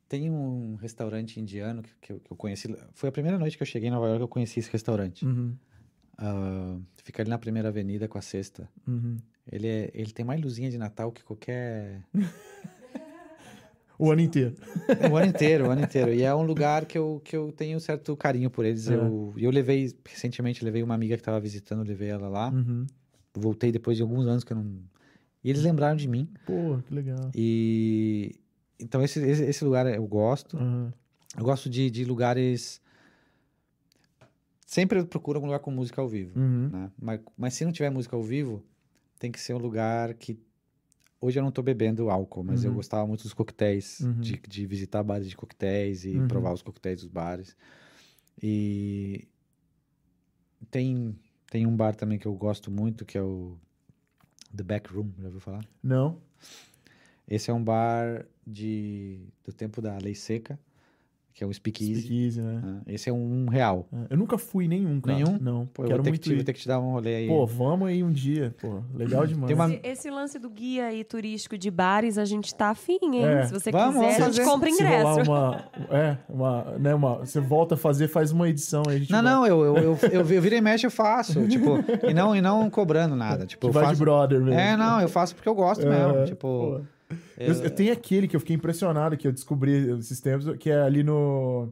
tem um restaurante indiano que, que eu, que eu conheci. Foi a primeira noite que eu cheguei em Nova York que eu conheci esse restaurante.
Uhum,
Ah, fica ali na primeira avenida com a sexta.
uhum.
Ele, é- ele tem mais luzinha de Natal que qualquer.
O ano inteiro.
é o ano inteiro, o ano inteiro. E é um lugar que eu, que eu tenho certo carinho por eles.
É.
Eu, eu levei, recentemente, levei uma amiga que estava visitando, levei ela lá.
Uhum.
Voltei depois de alguns anos que eu não. E eles lembraram de mim.
Pô, que legal.
E. Então, esse, esse, esse lugar eu gosto.
Uhum.
Eu gosto de, de lugares. Sempre eu procuro algum lugar com música ao vivo.
Uhum.
né? Mas, mas se não tiver música ao vivo, tem que ser um lugar que. Hoje eu não tô bebendo álcool, mas eu
Uhum.
gostava muito dos coquetéis,
Uhum.
de, de visitar bares de coquetéis e
Uhum.
provar os coquetéis dos bares. E tem, tem um bar também que eu gosto muito, que é o The Back Room, já ouviu falar?
Não?
Esse é um bar de, do tempo da Lei Seca, que é um speakeasy.
Speakeasy, né?
né? Esse é um real.
É, Eu nunca fui em nenhum, cara.
Nenhum?
Não.
Pô, eu
Quero
vou ter, que
muito
te, vou
ir.
ter que te dar um rolê aí.
Pô, vamos aí um dia. Pô, legal demais.
Tem uma-
Esse, esse lance do guia e turístico de bares, a gente tá afim, hein?
É.
Se você
Vamos,
quiser, a
vamos
gente
fazer.
compra
Se rolar
ingresso.
uma... É, uma, né, uma... Você volta a fazer, faz uma edição aí. A gente
Não,
vai-
não, eu, eu, eu, eu, vi- eu viro e mexe, eu faço. Tipo, e não, e não cobrando nada. Tipo,
Que
eu
vai de
faço.
brother mesmo.
É, não, eu faço porque eu gosto
É,
mesmo. Tipo,
pô. Eu, eu tenho aquele que eu fiquei impressionado, que eu descobri esses tempos, que é ali no...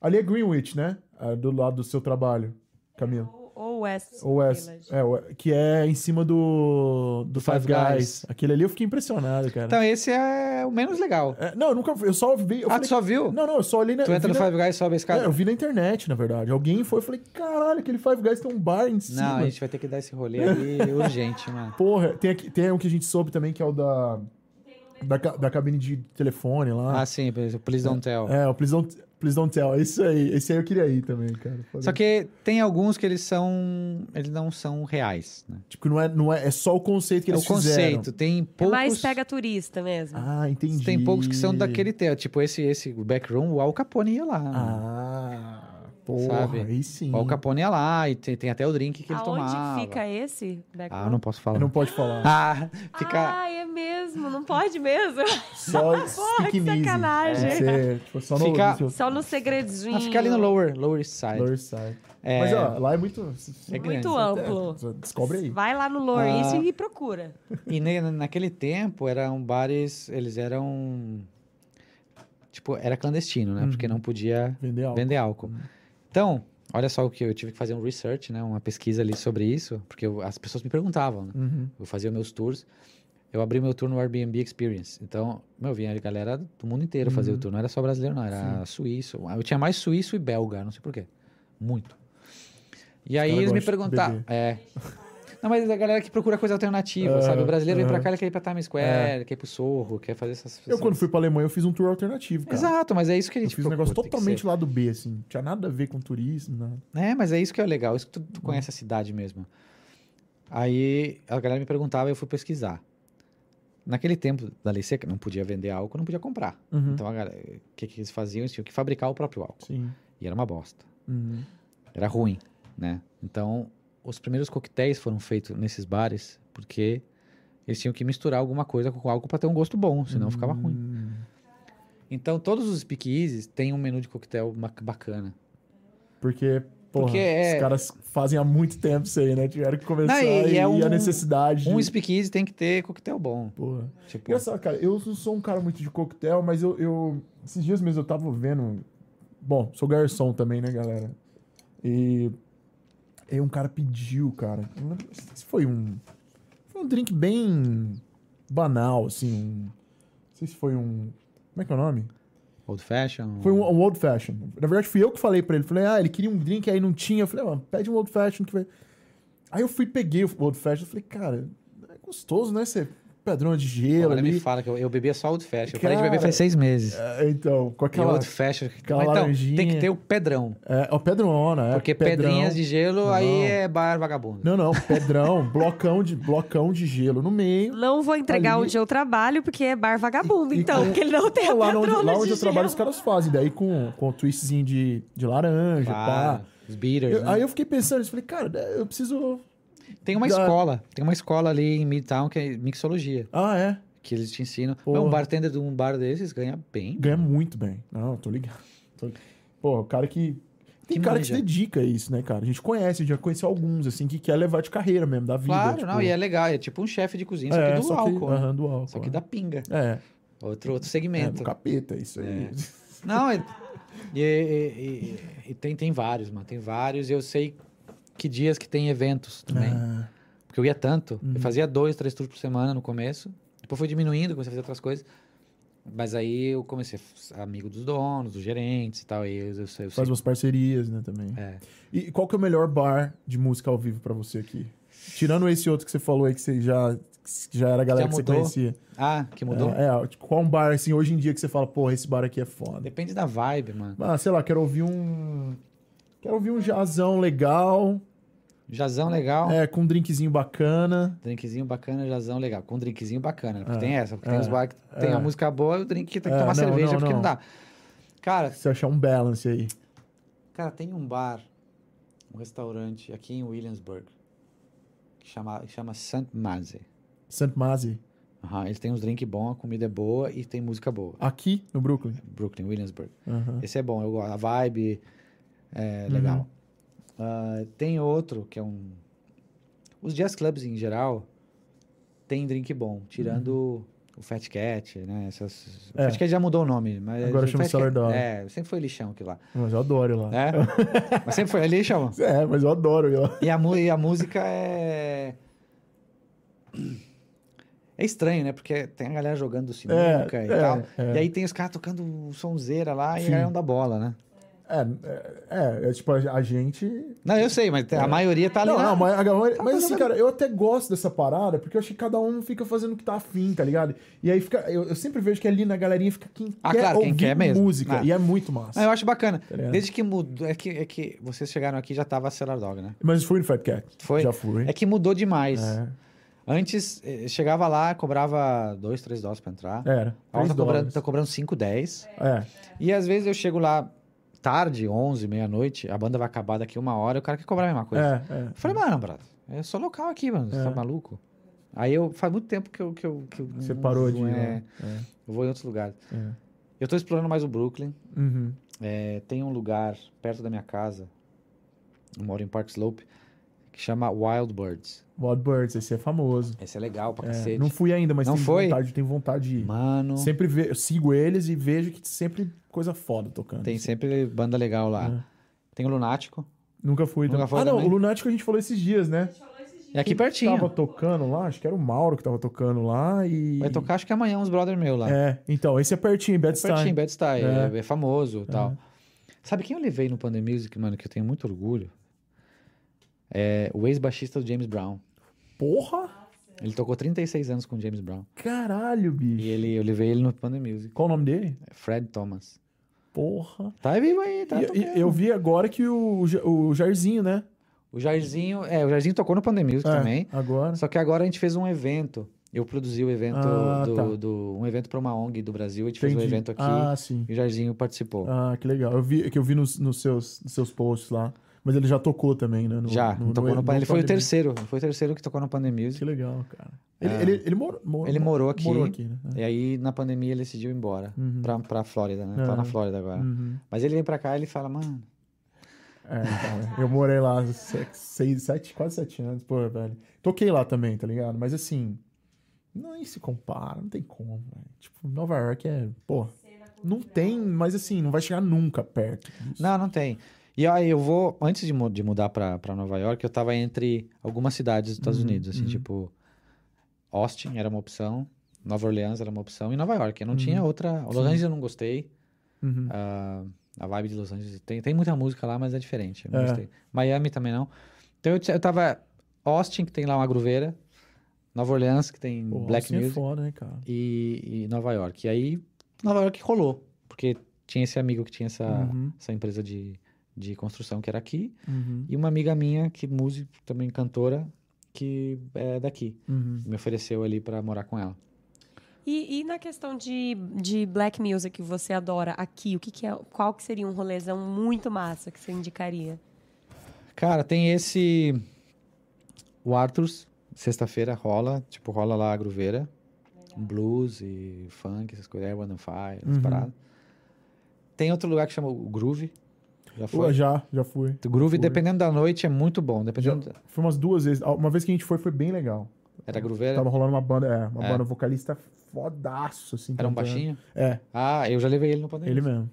Ali é Greenwich, né? Ah, Do lado do seu trabalho, Camilo.
Ou, ou West,
O Wes,
Village.
é, o- que é em cima do, do Five,
Five
Guys.
Guys.
Aquele ali eu fiquei impressionado, cara.
Então, esse é o menos legal.
É, não, eu nunca vi, eu só vi. Eu
ah,
falei,
tu só viu?
Não, não, eu só olhei na.
tu entra
vi
no
na-
Five Guys e sobe a escada?
É, eu vi na internet, na verdade. Alguém foi e falei, caralho, aquele Five Guys tem um bar em cima.
Não, a gente vai ter que dar esse rolê ali urgente, mano.
Porra, tem, aqui- tem um que a gente soube também, que é o da. Da, ca- da cabine de telefone lá.
Ah, sim, o Please Don't Tell.
é, o Please Don't, Please Don't Tell. Esse aí, esse aí eu queria ir também, cara. Foda.
Só que tem alguns que eles são. Eles não são reais, né?
Tipo, não é, não é, é só o conceito que
É
eles
o
fizeram.
conceito. Tem
É
poucos.
mais pega turista mesmo.
Ah, entendi.
Tem poucos que são daquele tema. Tipo, esse, esse backroom, o Al Capone ia lá. mano.
Ah, porra,
Sabe?
aí sim.
o Al Capone ia lá e tem, tem até o drink que ele
Aonde
tomava.
fica esse?
Ah, não posso falar.
Não pode falar.
Ah, fica.
Ah, é mesmo. Não pode mesmo.
Só
Porra, que
speak easy.
sacanagem.
Tem que ser, tipo, só no,
Fica-
no seu
Só no segredinho.
Ah, fica ali no Lower, lower East Side.
Lower Side.
É,
Mas, ó, lá é muito...
É grande.
Muito amplo.
É, descobre aí.
Vai lá no Lower
Ah.
East e procura.
E ne- naquele tempo eram bares, eles eram. Tipo, era clandestino, né?
Uhum.
Porque não podia
Vender algo.
vender álcool. Então, olha só o que eu tive que fazer um research, né? Uma pesquisa ali sobre isso, porque eu- as pessoas me perguntavam, né?
Uhum.
Eu fazia meus tours. Eu abri meu tour no Airbnb Experience. Então, meu, vinha a galera do mundo inteiro fazer o
Uhum.
tour. Não era só brasileiro, não. Era suíço. Eu tinha mais suíço e belga, não sei porquê. Muito. E aí
caras
eles
gostam
me
de
perguntaram...
beber.
É. Não, mas é a galera que procura coisa alternativa,
Aham,
sabe? O brasileiro vem pra
aham. É.
cá, ele quer ir pra Times Square, quer ir pro Sorro, quer fazer essas...
Eu, quando fui pra Alemanha, eu fiz um tour alternativo, cara.
Exato, mas é isso que a
Eu
gente
fiz um negócio
procura, tem que
totalmente
ser.
lá do B, assim. Não tinha nada a ver com turismo, nada.
É, mas é isso que é legal, isso que tu, tu
Uhum.
conhece a cidade mesmo. Aí a galera me perguntava e eu fui pesquisar. Naquele tempo da lei seca, não podia vender álcool, não podia comprar.
Uhum.
Então, a galera- o que, que eles faziam? Eles tinham que fabricar o próprio álcool.
Sim.
E era uma bosta.
Uhum.
Era ruim, né? Então, os primeiros coquetéis foram feitos nesses bares porque eles tinham que misturar alguma coisa com álcool para ter um gosto bom, senão ficava ruim.
Hum.
Então, todos os speakeasies têm um menu de coquetel ma- bacana.
Porque, porra,
Porque é-
os caras fazem há muito tempo isso aí, né? Tiveram que começar
Não,
e,
e- e é
a
um-
necessidade
Um
de...
speakeasy tem que ter coquetel bom.
Porra.
Tipo,
Engraçado, cara, eu não sou um cara muito de coquetel, mas eu, eu- Esses dias mesmo eu tava vendo. Bom, sou garçom também, né, galera? E. E um cara pediu, cara. eu não sei se foi um. Foi um drink bem. banal, assim. Um, não sei se foi um. Como é que é o nome?
old fashion.
Foi um, um old fashion. Na verdade, fui eu que falei pra ele. Falei, ah, ele queria um drink, aí não tinha. Eu falei, mano, pede um old fashion. Que vai... Aí eu fui, peguei o old fashion. Falei, cara, é gostoso, né? Você pedrão de gelo
Agora
ali.
me fala que eu, eu bebia só old fashion. eu parei de
Cara,
beber faz seis meses.
É, então, com
E
aquela.
old fashion.
aquela
então, tem que
laranjinha.
ter o pedrão.
É, ó, pedrona, é.
Porque
pedrão.
pedrinhas de gelo,
Não.
aí é bar vagabundo.
Não, não, pedrão, blocão de, blocão de gelo no meio.
Não vou entregar
Ali-
onde eu trabalho, porque é bar vagabundo,
E- e
então,
com-
porque ele não tem
É,
a
Lá onde,
patrona
lá
de
onde eu trabalho, os
gelo.
caras fazem. Daí com, com um twistzinho de, de laranja,
Para,
pá.
Os beaters,
Eu-
né?
aí eu fiquei pensando, eu falei, cara, né, eu preciso.
Tem uma
da-
escola. Tem uma escola ali em Midtown que é mixologia.
Ah, é.
Que eles te ensinam. Mas
Porra.
Um bartender de um bar desses ganha bem.
Ganha muito bem. Não, tô ligado. Tô... Pô, o cara que. Tem
Que
cara que
manja.
se dedica a isso, né, cara? A gente conhece, já conheceu alguns, assim, que quer levar de carreira mesmo, da vida.
claro,
tipo,
não. E é legal. É tipo um chefe de
é,
cozinha, só que do
só que-
álcool. né?
aham, do álcool.
Só que
é.
da pinga.
É,
Outro, outro
é
segmento.
do capeta, isso aí.
Não, é- e, e- e- e tem, tem vários, mano. Tem vários. E eu sei que dias que tem eventos também.
Ah,
Porque eu ia tanto.
Uhum.
Eu fazia dois, três tours por semana no começo. Depois foi diminuindo, comecei a fazer outras coisas. Mas aí eu comecei a ser amigo dos donos, dos gerentes e tal. E eu, eu, sei- eu sei.
faz umas parcerias, né, também.
É.
E qual que é o melhor bar de música ao vivo pra você aqui? Tirando esse outro que você falou aí que você já, que já era a galera
Já
que você
mudou?
conhecia.
Ah, que mudou?
É, é, tipo, qual um bar assim hoje em dia que você fala, porra, esse bar aqui é foda.
Depende da vibe, mano.
Ah, sei lá, quero ouvir um quero ouvir um jazão legal,
Jazão legal.
é, com um drinkzinho bacana.
Drinkzinho bacana, jazão legal. Com drinkzinho bacana. né? Porque
É,
tem essa. Porque
é,
tem os bar que tem
é.
a música boa e o drink que tem que
É, não,
tomar cerveja
não,
porque
não.
não dá. Cara,
Você achar um balance aí.
Cara, tem um bar, um restaurante aqui em Williamsburg, que chama, que chama St. Maze.
St. Mazi,
Aham, eles têm uns drinks bons, a comida é boa e tem música boa.
aqui no Brooklyn.
Brooklyn, Williamsburg.
Aham.
Esse é bom, eu gosto. A vibe é
Uhum.
legal. Ah, tem outro que é um. Os jazz clubs em geral tem drink bom, tirando O Fat Cat, né? Essas... O
Uhum. É.
Fat Cat já mudou o nome, mas.
Agora
o
chama
Fat
Sourdough.
Cat, É, sempre foi lixão aquilo lá.
Mas eu adoro ir lá.
Né? mas sempre foi lixão.
É, mas eu adoro ir lá.
E a, mu- e a música é. É estranho, né? Porque tem a galera jogando sinuca
É,
e
é,
tal.
é.
E aí tem os caras tocando sonzeira lá e
Sim.
a galera não dá bola, né?
É, é, é, é tipo, a a gente
Não, eu sei, mas a maioria tá ali.
É. Não,
na-
não, mas, a galera-
Tá
mas assim,
fazendo-
cara, eu até gosto dessa parada, porque eu acho que cada um fica fazendo o que tá afim, tá ligado? E aí fica. Eu, eu sempre vejo que ali na galerinha fica quem
Ah,
quer
claro, quem
ouvir
quer mesmo.
música.
Ah.
E é muito massa.
Ah, eu acho bacana.
Tá ligado?
Desde que mudou. É que, é que vocês chegaram aqui e já tava a Cellar Dog, né?
Mas fui no Fat Cat.
Foi?
Já fui.
É que mudou demais.
É,
Antes, eh, chegava lá, cobrava 2, 3 dólares pra entrar.
era.
Agora tá
É, Três
cobrando,
dólares.
tá cobrando 5, 10.
É.
E às vezes eu chego lá tarde, 11, meia-noite, a banda vai acabar daqui uma hora, e o cara quer cobrar a mesma coisa.
É, é.
Eu falei, mano, brother, eu sou local aqui, mano, você
É.
tá maluco? Aí eu, faz muito tempo que eu... Que eu, que eu
Você
não
parou de
vou,
ir.
é,
né? É,
Eu vou em outros lugares.
é.
Eu tô explorando mais o Brooklyn.
Uhum.
É, tem um lugar perto da minha casa, eu moro em Park Slope, que chama Wild Birds.
Wild Birds, esse é famoso.
Esse é legal pra
É,
cacete.
não fui ainda, mas
Não
tenho
foi?
vontade, tenho vontade de ir.
Mano,
Sempre ve- eu sigo eles e vejo que sempre coisa foda tocando.
tem sempre banda legal lá.
É.
Tem o Lunático.
Nunca fui.
Nunca
também.
foi
ah, não,
também?
o Lunático a gente falou esses dias, né?
É aqui
Quem
pertinho.
Tava tocando lá, acho que era o Mauro que tava tocando lá e.
Vai tocar, acho que amanhã, uns brother meu lá.
É, então, esse é pertinho, Bad
É pertinho,
Style.
Bad Style,
É.
é, é famoso e tal. Sabe quem eu levei no Pandem Music, mano, que eu tenho muito orgulho? É o ex-baixista do James Brown.
Porra!
Ele tocou 36 anos com o James Brown.
Caralho, bicho.
E ele, eu levei ele no Pandem Music.
Qual o nome dele?
É Fred Thomas.
Porra.
Tá vivo aí, tá
E- e-
tocando.
eu vi agora que o, Ja- o Jairzinho, né?
O Jairzinho, é, o Jairzinho tocou no Pandem Music
É,
também.
Agora.
Só que agora a gente fez um evento. Eu produzi o evento
Ah,
do,
tá.
do- um evento pra uma ONG do Brasil. A gente fez um
Entendi.
evento aqui
Ah, sim.
e o Jairzinho participou.
Ah, que legal. Eu vi, que eu vi nos, nos seus, nos seus posts lá. Mas ele já tocou também, né? No-
Já, tocou no, Pan- Ele foi o
Pandemic.
terceiro. Foi o terceiro que tocou no Pandem Music.
Que legal, cara. Ele,
É.
ele, ele mor- mor-
Ele morou aqui.
Morou aqui, né?
E aí, na pandemia, ele decidiu ir embora
Uhum.
pra, pra Flórida, né? Tá
É.
na Flórida agora.
Uhum.
Mas ele vem pra cá e ele fala, mano,
É, cara, eu morei lá se- seis, sete, quase sete anos, pô, velho. Toquei lá também, tá ligado? Mas assim, nem se compara, não tem como, velho. Tipo, Nova York é, pô, não tem, mas assim, não vai chegar nunca perto. disso.
não, não tem. E aí, eu vou, antes de, mu- de mudar pra, pra Nova York, eu tava entre algumas cidades dos Estados
Uhum,
Unidos, assim,
uhum.
tipo, Austin era uma opção, Nova Orleans era uma opção e Nova York. Eu não
Uhum.
tinha outra. Los
Sim.
Angeles eu não gostei.
Uhum.
ah, a vibe de Los Angeles tem, tem muita música lá, mas é diferente. Eu não
É.
gostei. Miami também não. Então eu, t- eu tava Austin, que tem lá uma groveira, Nova Orleans, que tem
Pô,
black
assim é
music.
foda, né, cara?
e, e Nova York. E aí, Nova York rolou, porque tinha esse amigo que tinha essa,
Uhum,
essa empresa de, de construção que era aqui,
uhum,
e uma amiga minha, que músico, também cantora, que é daqui,
uhum.
me ofereceu ali pra morar com ela.
E, e na questão de, de black music que você adora aqui, o que, que é, qual que seria um rolezão muito massa que você indicaria?
Cara, tem esse. O Arthurs, sexta-feira rola, tipo, rola lá a Gruveira. Blues e funk, essas coisas, One and Fire, essas
Uhum.
paradas. Tem outro lugar que chama o Groove. Já
Pô,
foi?
já, já fui.
O Groove,
fui.
dependendo da noite, é muito bom.
Já,
Dependendo.
fui umas duas vezes. Uma vez que a gente foi, foi bem legal.
Era Grooveira?
Tava rolando uma banda, é, uma
É.
banda vocalista fodaço, assim.
Era um
cantando.
baixinho?
É,
Ah, eu já levei ele no pandemia.
ele mesmo.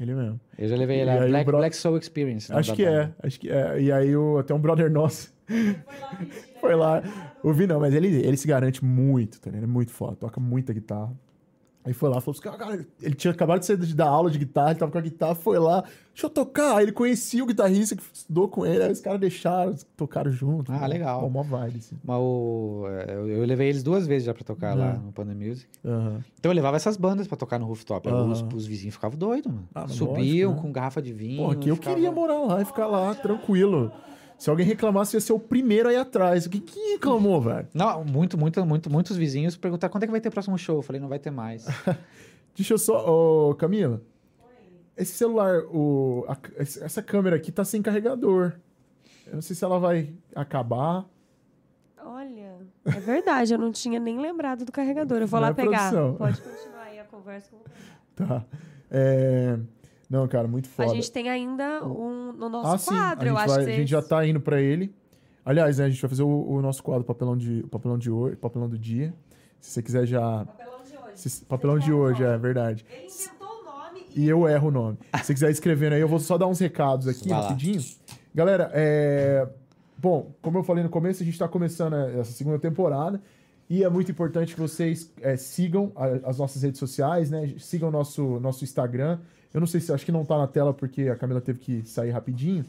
Ele mesmo.
Eu já levei ele
E aí
lá.
o
Black,
bro-
Black Soul Experience. o nome
Acho
da
que é,
banda.
acho que é. E aí o- até um brother nosso foi lá. Ouvi não, mas ele, ele se garante muito, tá ligado? Ele é muito foda, toca muita guitarra. Aí foi lá, falou assim, cara, ele tinha acabado de sair de dar aula de guitarra, ele tava com a guitarra, foi lá, deixa eu tocar. Aí ele conhecia o guitarrista que estudou com ele, aí os caras deixaram, tocaram junto.
Ah, legal.
Pô, mó vibe, assim.
Mas o- é, eu, eu levei eles duas vezes já pra tocar lá
Uhum.
no Pandemic Music.
Aham.
Então eu levava essas bandas pra tocar no rooftop. Aí Os,
Aham.
os vizinhos ficavam doidos, mano.
Ah, mas lógico,
Subiam
né?
com garrafa de vinho.
Pô, aqui eu
ficava-
queria morar lá e ficar lá, tranquilo. Se alguém reclamasse, eu ia ser o primeiro aí atrás. Quem, quem reclamou, velho?
Não, muito, muito, muito, muitos vizinhos perguntaram quando é que vai ter o próximo show. Eu falei, não vai ter mais.
Deixa eu só. Ô, Camila. Esse celular, o, a c- esse- essa câmera aqui tá sem carregador. Eu não sei se ela vai acabar.
Olha, é verdade, eu não tinha nem lembrado do carregador. Eu vou
Não
lá
é
pegar.
produção.
Pode continuar aí a conversa. que eu vou pegar.
Tá. É, Não, cara, muito
A
foda.
gente tem ainda um no nosso
ah, sim.
quadro,
a gente,
eu acho
vai-
que
a gente já tá indo pra ele. Aliás, né, a gente vai fazer o, o nosso quadro, papelão de, o papelão de hoje, papelão do dia. Se você quiser já.
Papelão Tá de hoje.
se- papelão de hoje, é verdade.
Ele inventou o nome e.
E eu erro o nome. Se você quiser escrevendo aí, eu vou só dar uns recados aqui
Vai lá.
rapidinho. Galera, é. Bom, como eu falei no começo, a gente está começando é, essa segunda temporada. E é muito importante que vocês é, sigam a- as nossas redes sociais, né? Sigam o nosso, nosso Instagram. Eu não sei se acho que não tá na tela porque a Camila teve que sair rapidinho.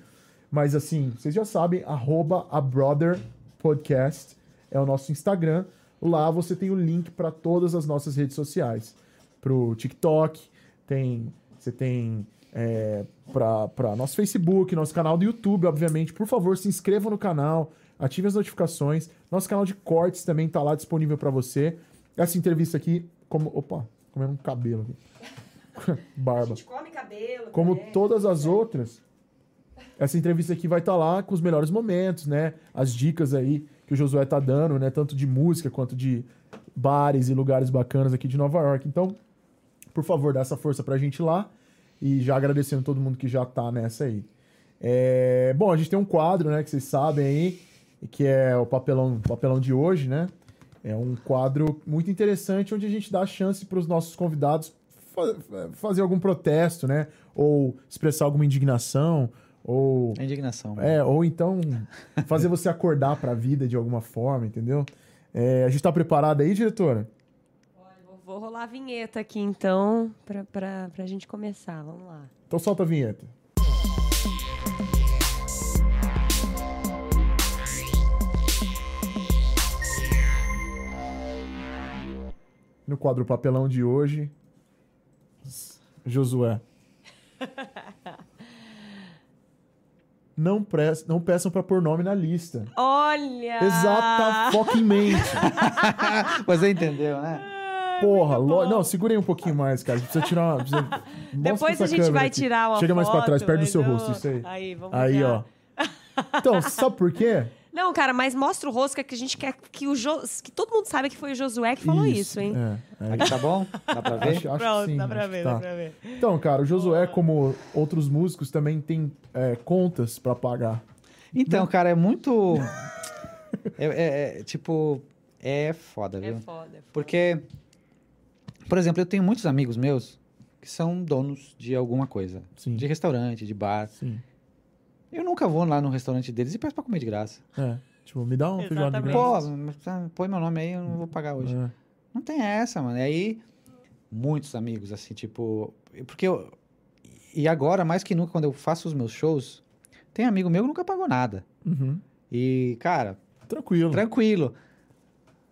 Mas assim, vocês já sabem, arroba a Brother Podcast é o nosso Instagram. Lá você tem o link para todas as nossas redes sociais. Pro TikTok, tem. Você tem é, para nosso Facebook, nosso canal do YouTube, obviamente. Por favor, se inscreva no canal, ative as notificações. Nosso canal de cortes também tá lá disponível para você. Essa entrevista aqui, como. Opa, comendo um cabelo aqui.
A
Barba.
gente come cabelo. né?
Como
também.
todas as outras, essa entrevista aqui vai estar lá com os melhores momentos, né? As dicas aí que o Josué tá dando, né? Tanto de música quanto de bares e lugares bacanas aqui de Nova York. Então, por favor, dá essa força pra gente lá. E já agradecendo todo mundo que já tá nessa aí. É, Bom, a gente tem um quadro, né? Que vocês sabem aí, que é o papelão, papelão de hoje, né? É um quadro muito interessante onde a gente dá a chance para os nossos convidados fa- fa- fazer algum protesto, né? Ou expressar alguma indignação, ou
É indignação.
é, ou então fazer você acordar para a vida de alguma forma, entendeu? É, a gente tá preparado aí, diretora?
Olha, vou- Vou rolar a vinheta aqui então, pra, pra, pra gente começar. Vamos lá.
Então solta a vinheta. No quadro papelão de hoje, Josué. Não, pres- não peçam pra pôr nome na lista.
Olha!
Exata fucking mente.
Ah, Mas você entendeu, né?
Porra,
muito
lo...
bom.
não, segura aí um pouquinho mais, cara. A gente Precisa tirar uma. precisa- Mostra
Depois
essa
a gente
câmera
vai
aqui.
tirar uma
Chega mais pra
foto,
trás, perto do
mas
seu
eu-
rosto, isso aí.
Aí, vamos
Aí,
ver.
ó. Então, sabe por quê?
Não, cara, mas mostra o rosto que a gente quer que o Jo- que todo mundo saiba que foi o Josué que falou isso, hein?
É, é.
Aqui tá bom? Dá pra ver?
Acho, acho que sim, acho que tá.
ver.
Então, cara, o Josué, como outros músicos, também tem é, contas pra pagar.
Então, cara, é muito. é, é- é, tipo, é foda, viu?
É foda. é foda.
Porque, por exemplo, eu tenho muitos amigos meus que são donos de alguma coisa.
Sim.
De restaurante, de bar.
Sim.
Eu nunca vou lá no restaurante deles e peço pra comer de graça.
É. Tipo, me dá um feijoada de
Exatamente.
graça.
Pô, tá, põe meu nome aí, eu não vou pagar hoje.
É.
Não tem essa, mano. E aí, muitos amigos, assim, tipo. Porque eu. E agora, mais que nunca, quando eu faço os meus shows, tem amigo meu que nunca pagou nada.
Uhum.
E, cara,
Tranquilo.
tranquilo.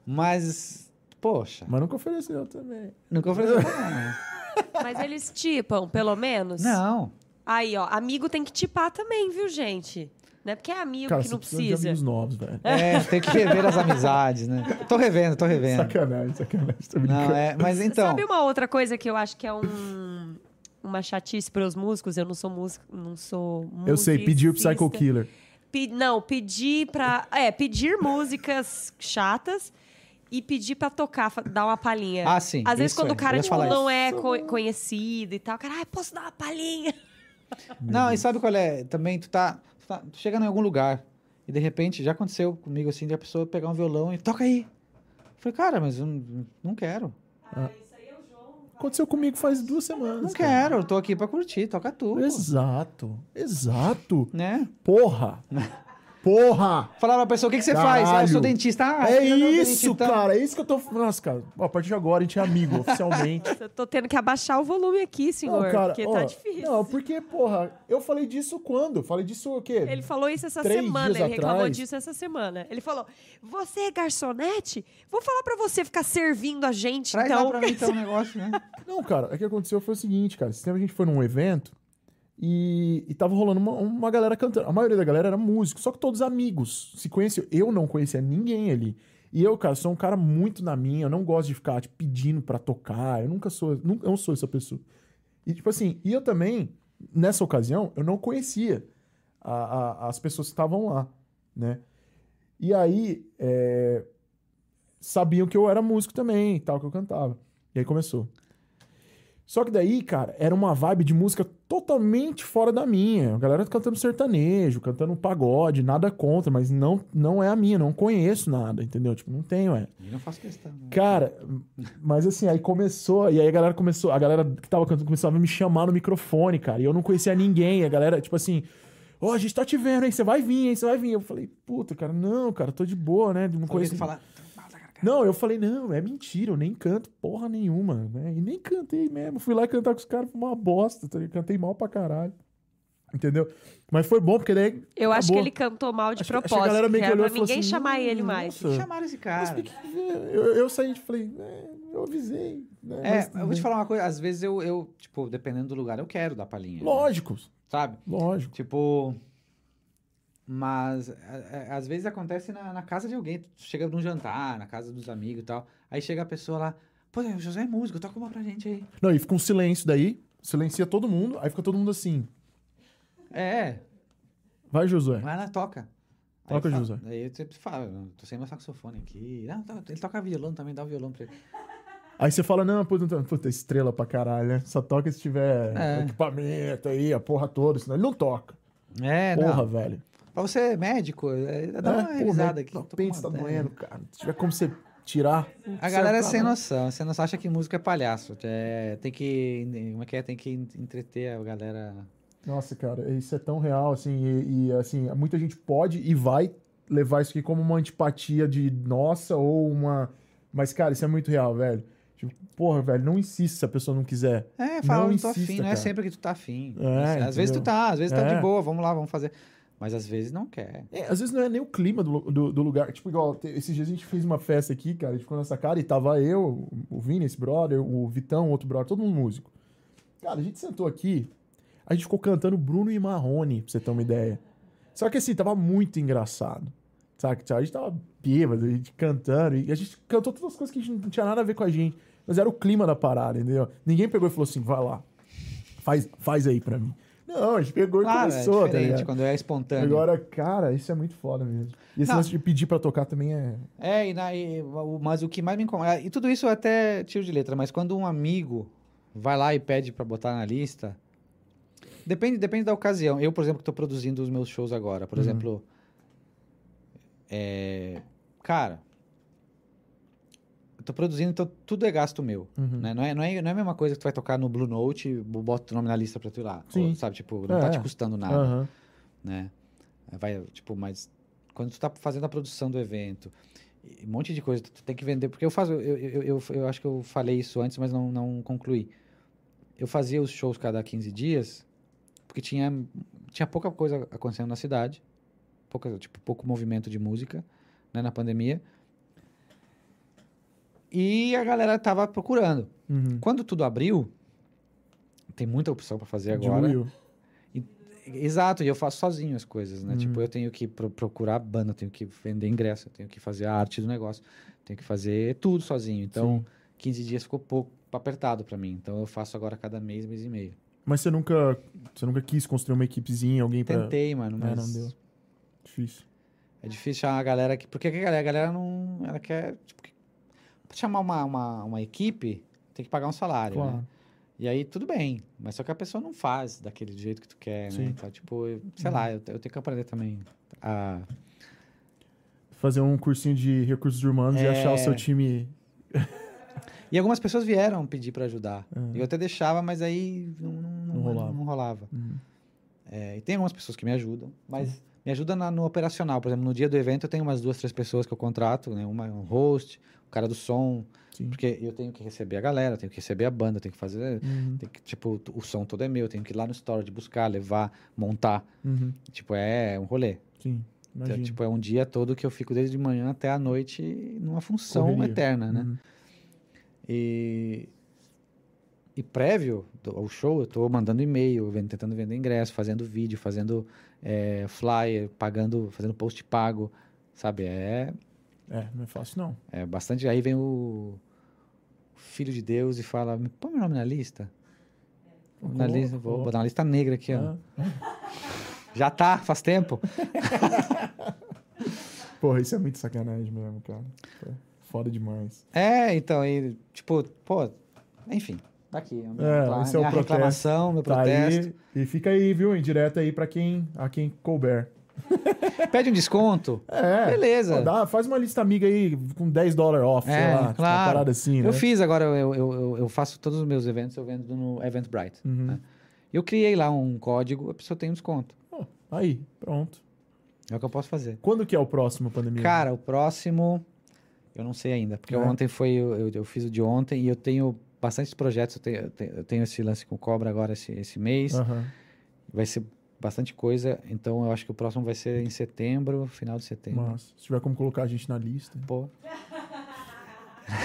Mas, poxa,
Mas nunca ofereceu também.
nunca ofereceu pra nada. né?
Mas eles tipam, pelo menos?
Não.
Aí, ó, amigo tem que tipar também, viu, gente? Não é porque é amigo
Cara,
que
você
não
precisa de
precisa.
amigos novos, velho.
É, tem que rever as amizades, né? Tô revendo, tô revendo.
Sacanagem, sacanagem. Tô brincando.
Não, é, mas então.
Sabe uma outra coisa que eu acho que é um uma chatice para os músicos? Eu não sou músico, não sou
Eu sei, pediu o Psycho
musicista.
Killer.
Pe- não, pedir pra. É, pedir músicas chatas e pedir pra tocar, fa- dar uma palhinha.
Ah, sim,
Às vezes,
isso
quando
é,
o cara
eu ia
tipo,
falar
não é co- conhecido e tal, o cara, ah, posso dar uma palhinha?
Não, e sabe qual é? Também tu tá, tu tá- tu chega em algum lugar e de repente já aconteceu comigo assim, de a pessoa pegar um violão e toca aí. Eu falei, cara, mas eu não, não quero.
Aconteceu comigo faz duas semanas.
Não
cara.
quero, eu tô aqui pra curtir, toca tu. pô.
Exato. Exato.
Né?
Porra. Porra.
Falava pra pessoa, o que, que você faz? Ah, eu
Caralho.
sou dentista. Ah,
É
filho, eu sou
isso,
dentista.
cara. É isso que eu tô. Nossa, cara. ó, A partir de agora a gente é amigo, oficialmente.
Eu tô tendo que abaixar o volume aqui, senhor,
não, cara.
porque
ó,
tá difícil.
Não, porque, porra, eu falei disso quando? Falei disso o quê?
Ele falou isso essa
Três
semana,
dias
ele reclamou
atrás.
disso essa semana. Ele falou: Você é garçonete? Vou falar pra você ficar servindo a gente,
Traz
então.
lá pra mim então um negócio, né?
Não, cara, o que aconteceu foi o seguinte, cara. Esse tempo a gente foi num evento e, e tava rolando uma, uma galera cantando. A maioria da galera era músico, só que todos amigos se conheciam. Eu não conhecia ninguém ali. E eu, cara, sou um cara muito na minha. Eu não gosto de ficar tipo, pedindo pra tocar. Eu nunca sou, nunca, eu não sou essa pessoa. E tipo assim, e eu também, nessa ocasião, eu não conhecia a- a- as pessoas que estavam lá, né? E aí, é, sabiam que eu era músico também e tal, que eu cantava. E aí começou. Só que daí, cara, era uma vibe de música totalmente fora da minha. A galera cantando sertanejo, cantando pagode, nada contra, mas não, não é a minha, não conheço nada, entendeu? Tipo, não tenho, é.
E não faço questão. né?
Cara, mas assim, aí começou, e aí a galera começou, a galera que tava cantando começava a me chamar no microfone, cara, e eu não conhecia ninguém, e a galera, tipo assim, ó, a gente tá te vendo, hein, você vai vir, hein, você vai vir. Eu falei, puta, cara, não, cara, tô de boa, né, não
Quando ele
conheço...
falar.
Não, eu falei, não, é mentira, eu nem canto porra nenhuma, né, e nem cantei mesmo, fui lá cantar com os caras, foi uma bosta, tá ligado? cantei mal pra caralho, entendeu? Mas foi bom, porque daí...
Eu acho que
acabou.
ele cantou mal de
Acho que- acho que a
propósito.
galera meio
que
que
era
olhou e
pra
falou
ninguém
assim,
chamar ele
"Hum,
mais.
nossa,
Chamaram esse
Mas
cara.
por que que- eu, eu saí e falei, é, eu avisei. né,
É,
mas-
eu vou te falar uma coisa. Às vezes eu, eu, tipo, dependendo do lugar, eu quero dar palhinha. né?
Lógico,
Sabe?
lógico.
Tipo. Mas a- a- às vezes acontece na, na casa de alguém. Tu chega num jantar, na casa dos amigos e tal. Aí chega a pessoa lá. Pô, o José é músico, toca uma pra gente aí.
Não, e fica um silêncio daí, silencia todo mundo, aí fica todo mundo assim.
É,
Vai, Josué.
vai lá, toca. Aí
Toca,
eu falo-
José.
Aí eu sempre falo, "Não, tô sem meu saxofone aqui. Não, tá- ele toca violão também, dá o violão pra ele.
Aí você fala, não, puta, então, puta, estrela pra caralho, né? Só toca se tiver
É.
equipamento aí, a porra toda, senão ele não toca.
É, não.
porra, velho.
Pra você, médico, é, dá uma
porra,
revisada
né?
aqui.
Não,
tô com
pensa, tá
uma- é.
doendo, cara. Se tiver como você tirar...
A galera é sem
noção.
noção, sem noção acha que música é palhaço. É, tem que. Como é que é? Tem que entreter a galera.
Nossa, cara, isso é tão real, assim, e, e, assim, muita gente pode e vai levar isso aqui como uma antipatia de nossa ou uma. Mas, cara, isso é muito real, velho. Tipo, porra, velho, não insiste se a pessoa não quiser.
É, fala,
Não
não
insista,
tô afim, não é
cara.
sempre que tu tá afim.
É,
às vezes tu
entendeu?
tá, às vezes tá
É.
de boa, vamos lá, vamos fazer. Mas às vezes não quer.
É, às vezes não é nem o clima do, do, do lugar. Tipo, igual, te- esses dias a gente fez uma festa aqui, cara, a gente ficou nessa cara e tava eu, o Vini, esse brother, o Vitão, outro brother, todo mundo músico. Cara, a gente sentou aqui, a gente ficou cantando Bruno e Marrone, pra você ter uma ideia. Só que assim, tava muito engraçado. Sabe? A gente tava bêbado, a gente cantando, e a gente cantou todas as coisas que a gente não tinha nada a ver com a gente. Mas era o clima da parada, entendeu? Ninguém pegou e falou assim, vai lá, faz, faz aí pra mim. Não, a gente pegou
Claro,
e
é
começou, tá
diferente
ligado?
quando é espontâneo.
Agora, cara, isso é muito foda mesmo. E esse
Não.
lance de pedir pra tocar também é.
É, e na- e o- mas o que mais me incomoda. E tudo isso eu até tiro de letra, mas quando um amigo vai lá e pede pra botar na lista. Depende, depende da ocasião. Eu, por exemplo, que tô produzindo os meus shows agora. Por
Uhum.
exemplo. é, cara. Eu tô produzindo, então tudo é gasto meu.
Uhum.
né? Não, é, não, é, não é a mesma coisa que tu vai tocar no Blue Note e bo- bota o teu nome na lista pra tu ir lá.
Sim.
Ou, sabe, tipo, não tá
É,
te custando nada
Aham.
né? Vai, tipo, mas quando tu tá fazendo a produção do evento, e um monte de coisa, tu- tu tem que vender, porque eu faço, eu, eu, eu, eu acho que eu falei isso antes, mas não, não concluí. Eu fazia os shows cada 15 dias, porque tinha, tinha pouca coisa acontecendo na cidade, pouca, tipo, pouco movimento de música, né, na pandemia. E a galera tava procurando.
Uhum.
Quando tudo abriu, tem muita opção para fazer agora.
Diluiu.
Exato, e eu faço sozinho as coisas, né?
Uhum.
Tipo, eu tenho que pro- procurar banda, eu tenho que vender ingresso, eu tenho que fazer a arte do negócio, tenho que fazer tudo sozinho. Então,
Sim.
15 dias ficou pouco apertado pra mim. Então, eu faço agora a cada mês, mês e meio.
Mas você nunca. Você nunca quis construir uma equipezinha, alguém pra.
Tentei, mano,
É,
mas
não deu. Difícil.
é difícil chamar a galera que. Porque a galera, a galera não. Ela quer. Tipo, que- pra chamar uma, uma, uma equipe, tem que pagar um salário, né?
Claro.
E aí, tudo bem, mas só que a pessoa não faz daquele jeito que tu quer,
Sim.
né? Então, tipo, eu- sei lá, eu, te- eu tenho que aprender também a
Fazer um cursinho de recursos humanos e
É.
achar o seu time.
E algumas pessoas vieram pedir pra ajudar.
Ah.
Eu até deixava, mas aí não, não, não-
Não rolava.
não rolava.
Uhum.
É, e tem algumas pessoas que me ajudam, mas me ajuda na- no operacional. Por exemplo, no dia do evento eu tenho umas duas, três pessoas que eu contrato, né? Uma é um host, o cara do som,
Sim.
porque eu tenho que é receber a galera, eu tenho que receber a banda, eu tenho que fazer,
Uhum.
tem que, tipo, t- o som todo é meu, eu tenho que ir lá no storage buscar, levar, montar.
Uhum.
Tipo, é um rolê.
Sim.
Então,
Imagina.
tipo, é um dia todo que eu fico desde de manhã até a noite numa função
Correria.
eterna, né?
Uhum.
E, e prévio do- ao show, eu tô mandando e-mail, ven- tentando vender ingresso, fazendo vídeo, fazendo eh, flyer, pagando, fazendo post pago, sabe? É,
É, não é fácil, não.
é bastante. Aí vem o filho de Deus e fala: me põe meu nome na lista. Na
Coloca,
lista vou
coloca.
botar na lista negra aqui, ó.
Ah.
Já tá, faz tempo.
Porra, isso é muito sacanagem mesmo, cara. É Foda demais.
É, então, aí, tipo, pô, enfim. Tá aqui. a
É,
minha,
esse é o
minha
protesto.
reclamação, meu
Tá
protesto.
aí. E fica aí, viu? Em direto aí pra quem, a quem couber.
Pede um desconto.
É.
Beleza.
Ó, dá- faz uma lista amiga aí com 10 dólares off, sei
É,
lá. tipo, Uma
claro.
parada assim, né?
Eu fiz agora, eu, eu, eu- eu faço todos os meus eventos, eu vendo no Eventbrite.
Uhum.
né? Eu criei lá um código, a pessoa tem um desconto.
Ó, aí, pronto.
É o que eu posso fazer.
Quando que é o próximo pandemia?
Cara, o próximo, eu não sei ainda, porque
É.
ontem foi, eu, eu- eu fiz o de ontem e eu tenho bastantes projetos, eu tenho, eu tenho- eu tenho esse lance com cobra agora esse, esse mês,
Aham.
vai ser bastante coisa, então eu acho que o próximo vai ser em setembro, final de setembro.
Mas, se tiver como colocar a gente na lista.
Pô,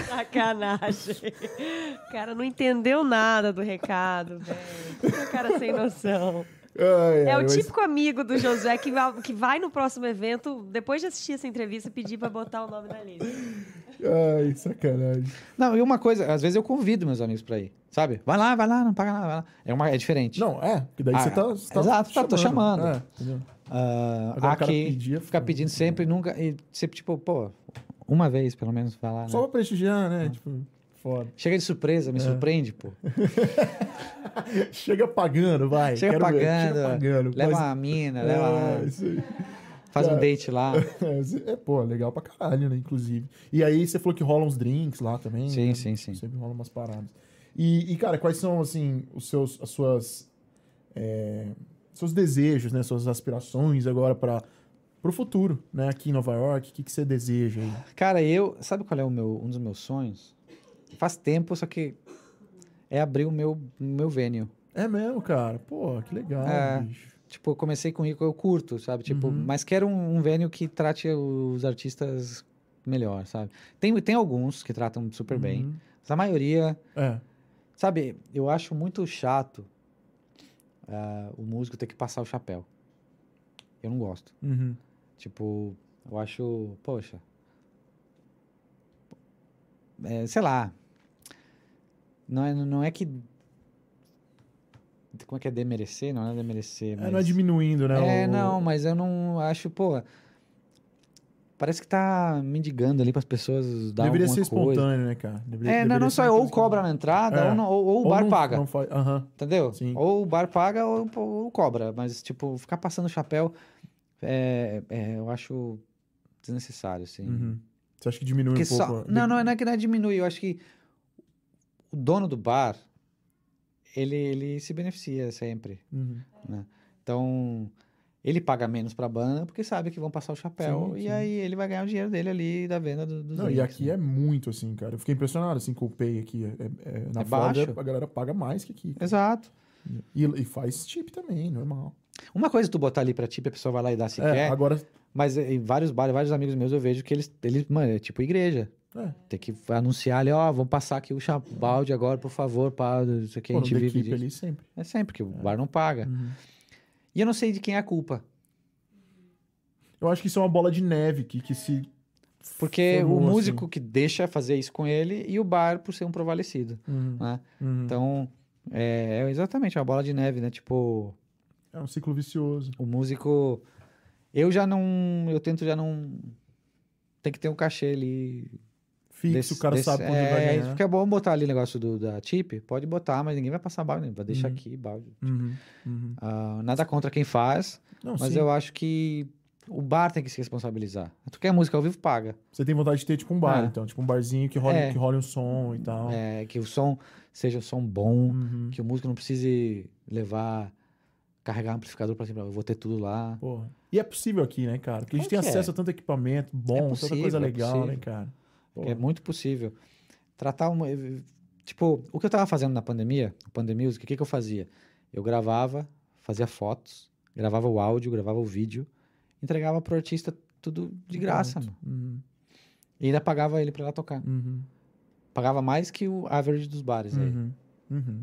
Sacanagem. O cara não entendeu nada do recado, velho. Que cara sem noção. É o típico amigo do Josué que va- que vai no próximo evento, depois de assistir essa entrevista, pedir pra botar o nome na lista. tipo-
Ai, sacanagem.
Não, e uma coisa, às vezes eu convido meus amigos pra ir, sabe? Vai lá, vai lá, não paga nada, vai lá. É, uma, é diferente.
Não, é, porque daí
Ah,
você tá, você tá
exato, tá, tô chamando.
É, entendeu?
Ah,
Agora o cara né?
aqui,
pedia,
ficar
foda.
pedindo sempre, nunca, e sempre tipo, pô, uma vez pelo menos vai lá, né?
Só É. pra prestigiar, né? Tipo, foda.
Chega de surpresa, me surpreende, pô.
Chega pagando, vai.
Chega
quero ver,
pagando,
Chega pagando.
leva
Mas-
a mina, leva lá,
É, isso aí.
faz um
cara.
date lá.
É, isso- É, pô, legal pra caralho, né? Inclusive. E aí você falou que rola uns drinks lá também.
Sim,
né?
sim, sim.
Sempre rolam umas paradas. E, e, cara, quais são, assim, os seus, as suas. é, seus desejos, né? Suas aspirações agora para pro futuro, né? Aqui em Nova York. O que, que você deseja aí?
Cara, eu, sabe qual é o meu, um dos meus sonhos? Faz tempo, só que é abrir o meu, meu venue.
É mesmo, cara. Pô, que legal,
É.
bicho.
Tipo, eu comecei com o eu curto, sabe? Tipo,
Uhum.
mas quero um, um venue que trate os artistas melhor, sabe? Tem, tem alguns que tratam super bem,
Uhum.
mas a maioria
É.
Sabe, eu acho muito chato ah, o músico ter que passar o chapéu. Eu não gosto.
Uhum.
Tipo, eu acho, poxa. É, sei lá. Não é, não é que. Como é que é demerecer? Não é demerecer.
É,
mas...
não é diminuindo, né?
É,
o-
não, mas eu não acho, pô. Parece que tá mendigando ali pras pessoas dar
Deveria ser
alguma coisa.
espontâneo, né, cara? Deveria,
É, não,
deveria
não
ser
só
uma
ou
coisa que-
cobra na entrada,
É.
ou, não- ou- ou o
Ou
bar
não-
paga.
não faz- Aham.
Entendeu?
Sim.
Ou o bar paga ou, ou cobra, mas tipo, ficar passando chapéu é, é, eu acho desnecessário, assim.
Uhum. Você acha que diminui
Porque
um pouco?
só...
a-
Não, não, não é que não é diminuir, eu acho que o dono do bar, ele, ele se beneficia sempre.
Uhum.
Então, ele paga menos pra banda porque sabe que vão passar o chapéu
Sim,
e
sim.
aí ele vai ganhar o dinheiro dele ali da venda do, dos
Não, e
drinks,
aqui
né?
é muito assim, cara. Eu fiquei impressionado assim com o Pay aqui. É, é- é- na
É
Flórida,
baixo. É.
a galera paga mais que aqui.
Exato.
E, e faz chip também, normal.
Uma coisa é tu botar ali pra ti, a pessoa vai lá e dá se
é,
quer.
agora.
Mas eh, em vários bares, vários amigos meus, eu vejo que eles, eles mano, é tipo igreja.
É.
Tem que anunciar ali, ó, vamos passar aqui o cha- balde agora, por favor, pá, isso aqui a
Pô, no
gente
The
vive
Keep
disso.
ali sempre.
É sempre, que o bar não paga.
Uhum.
E eu não sei de quem é a culpa.
Eu acho que isso é uma bola de neve que, que se.
Porque
formou,
o
assim.
músico que deixa fazer isso com ele e o bar por ser um provalecido,
Uhum,
né?
uhum.
Então, é, é exatamente uma bola de neve, né? Tipo,
É um ciclo vicioso.
o músico... Eu já não... Eu tento já não... Tem que ter um cachê ali
Fixo,
Desse-
o cara
desse-
sabe quando
é,
ele vai
é,
ganhar.
Porque é bom botar ali o negócio do, da chip, pode botar, mas ninguém vai passar balde, vai deixar
Uhum.
aqui balde.
Uhum, uhum.
Ah, nada contra quem faz,
Não,
mas
sim.
eu acho que o bar tem que se responsabilizar. Tu quer música ao vivo, paga.
Você tem vontade de ter tipo um bar,
É.
então. Tipo um barzinho que role,
É.
que role um som e tal.
É, que o som seja um som bom,
Uhum.
que o músico não precise levar, carregar amplificador pra cima, eu vou ter tudo lá.
Porra. E é possível aqui, né, cara? Porque a gente tem
Claro que
acesso
é.
a tanto equipamento bom,
É
tanta
possível,
coisa
é
legal,
possível.
né, cara? Porra.
É muito possível. Tratar uma. Tipo, o que eu tava fazendo na pandemia, o Pandemusic, o que, que eu fazia? Eu gravava, fazia fotos, gravava o áudio, gravava o vídeo, entregava pro artista tudo de graça, mano.
Uhum,
E ainda pagava ele pra ir lá tocar.
uhum,
Pagava mais que o average dos bares aí.
uhum, uhum.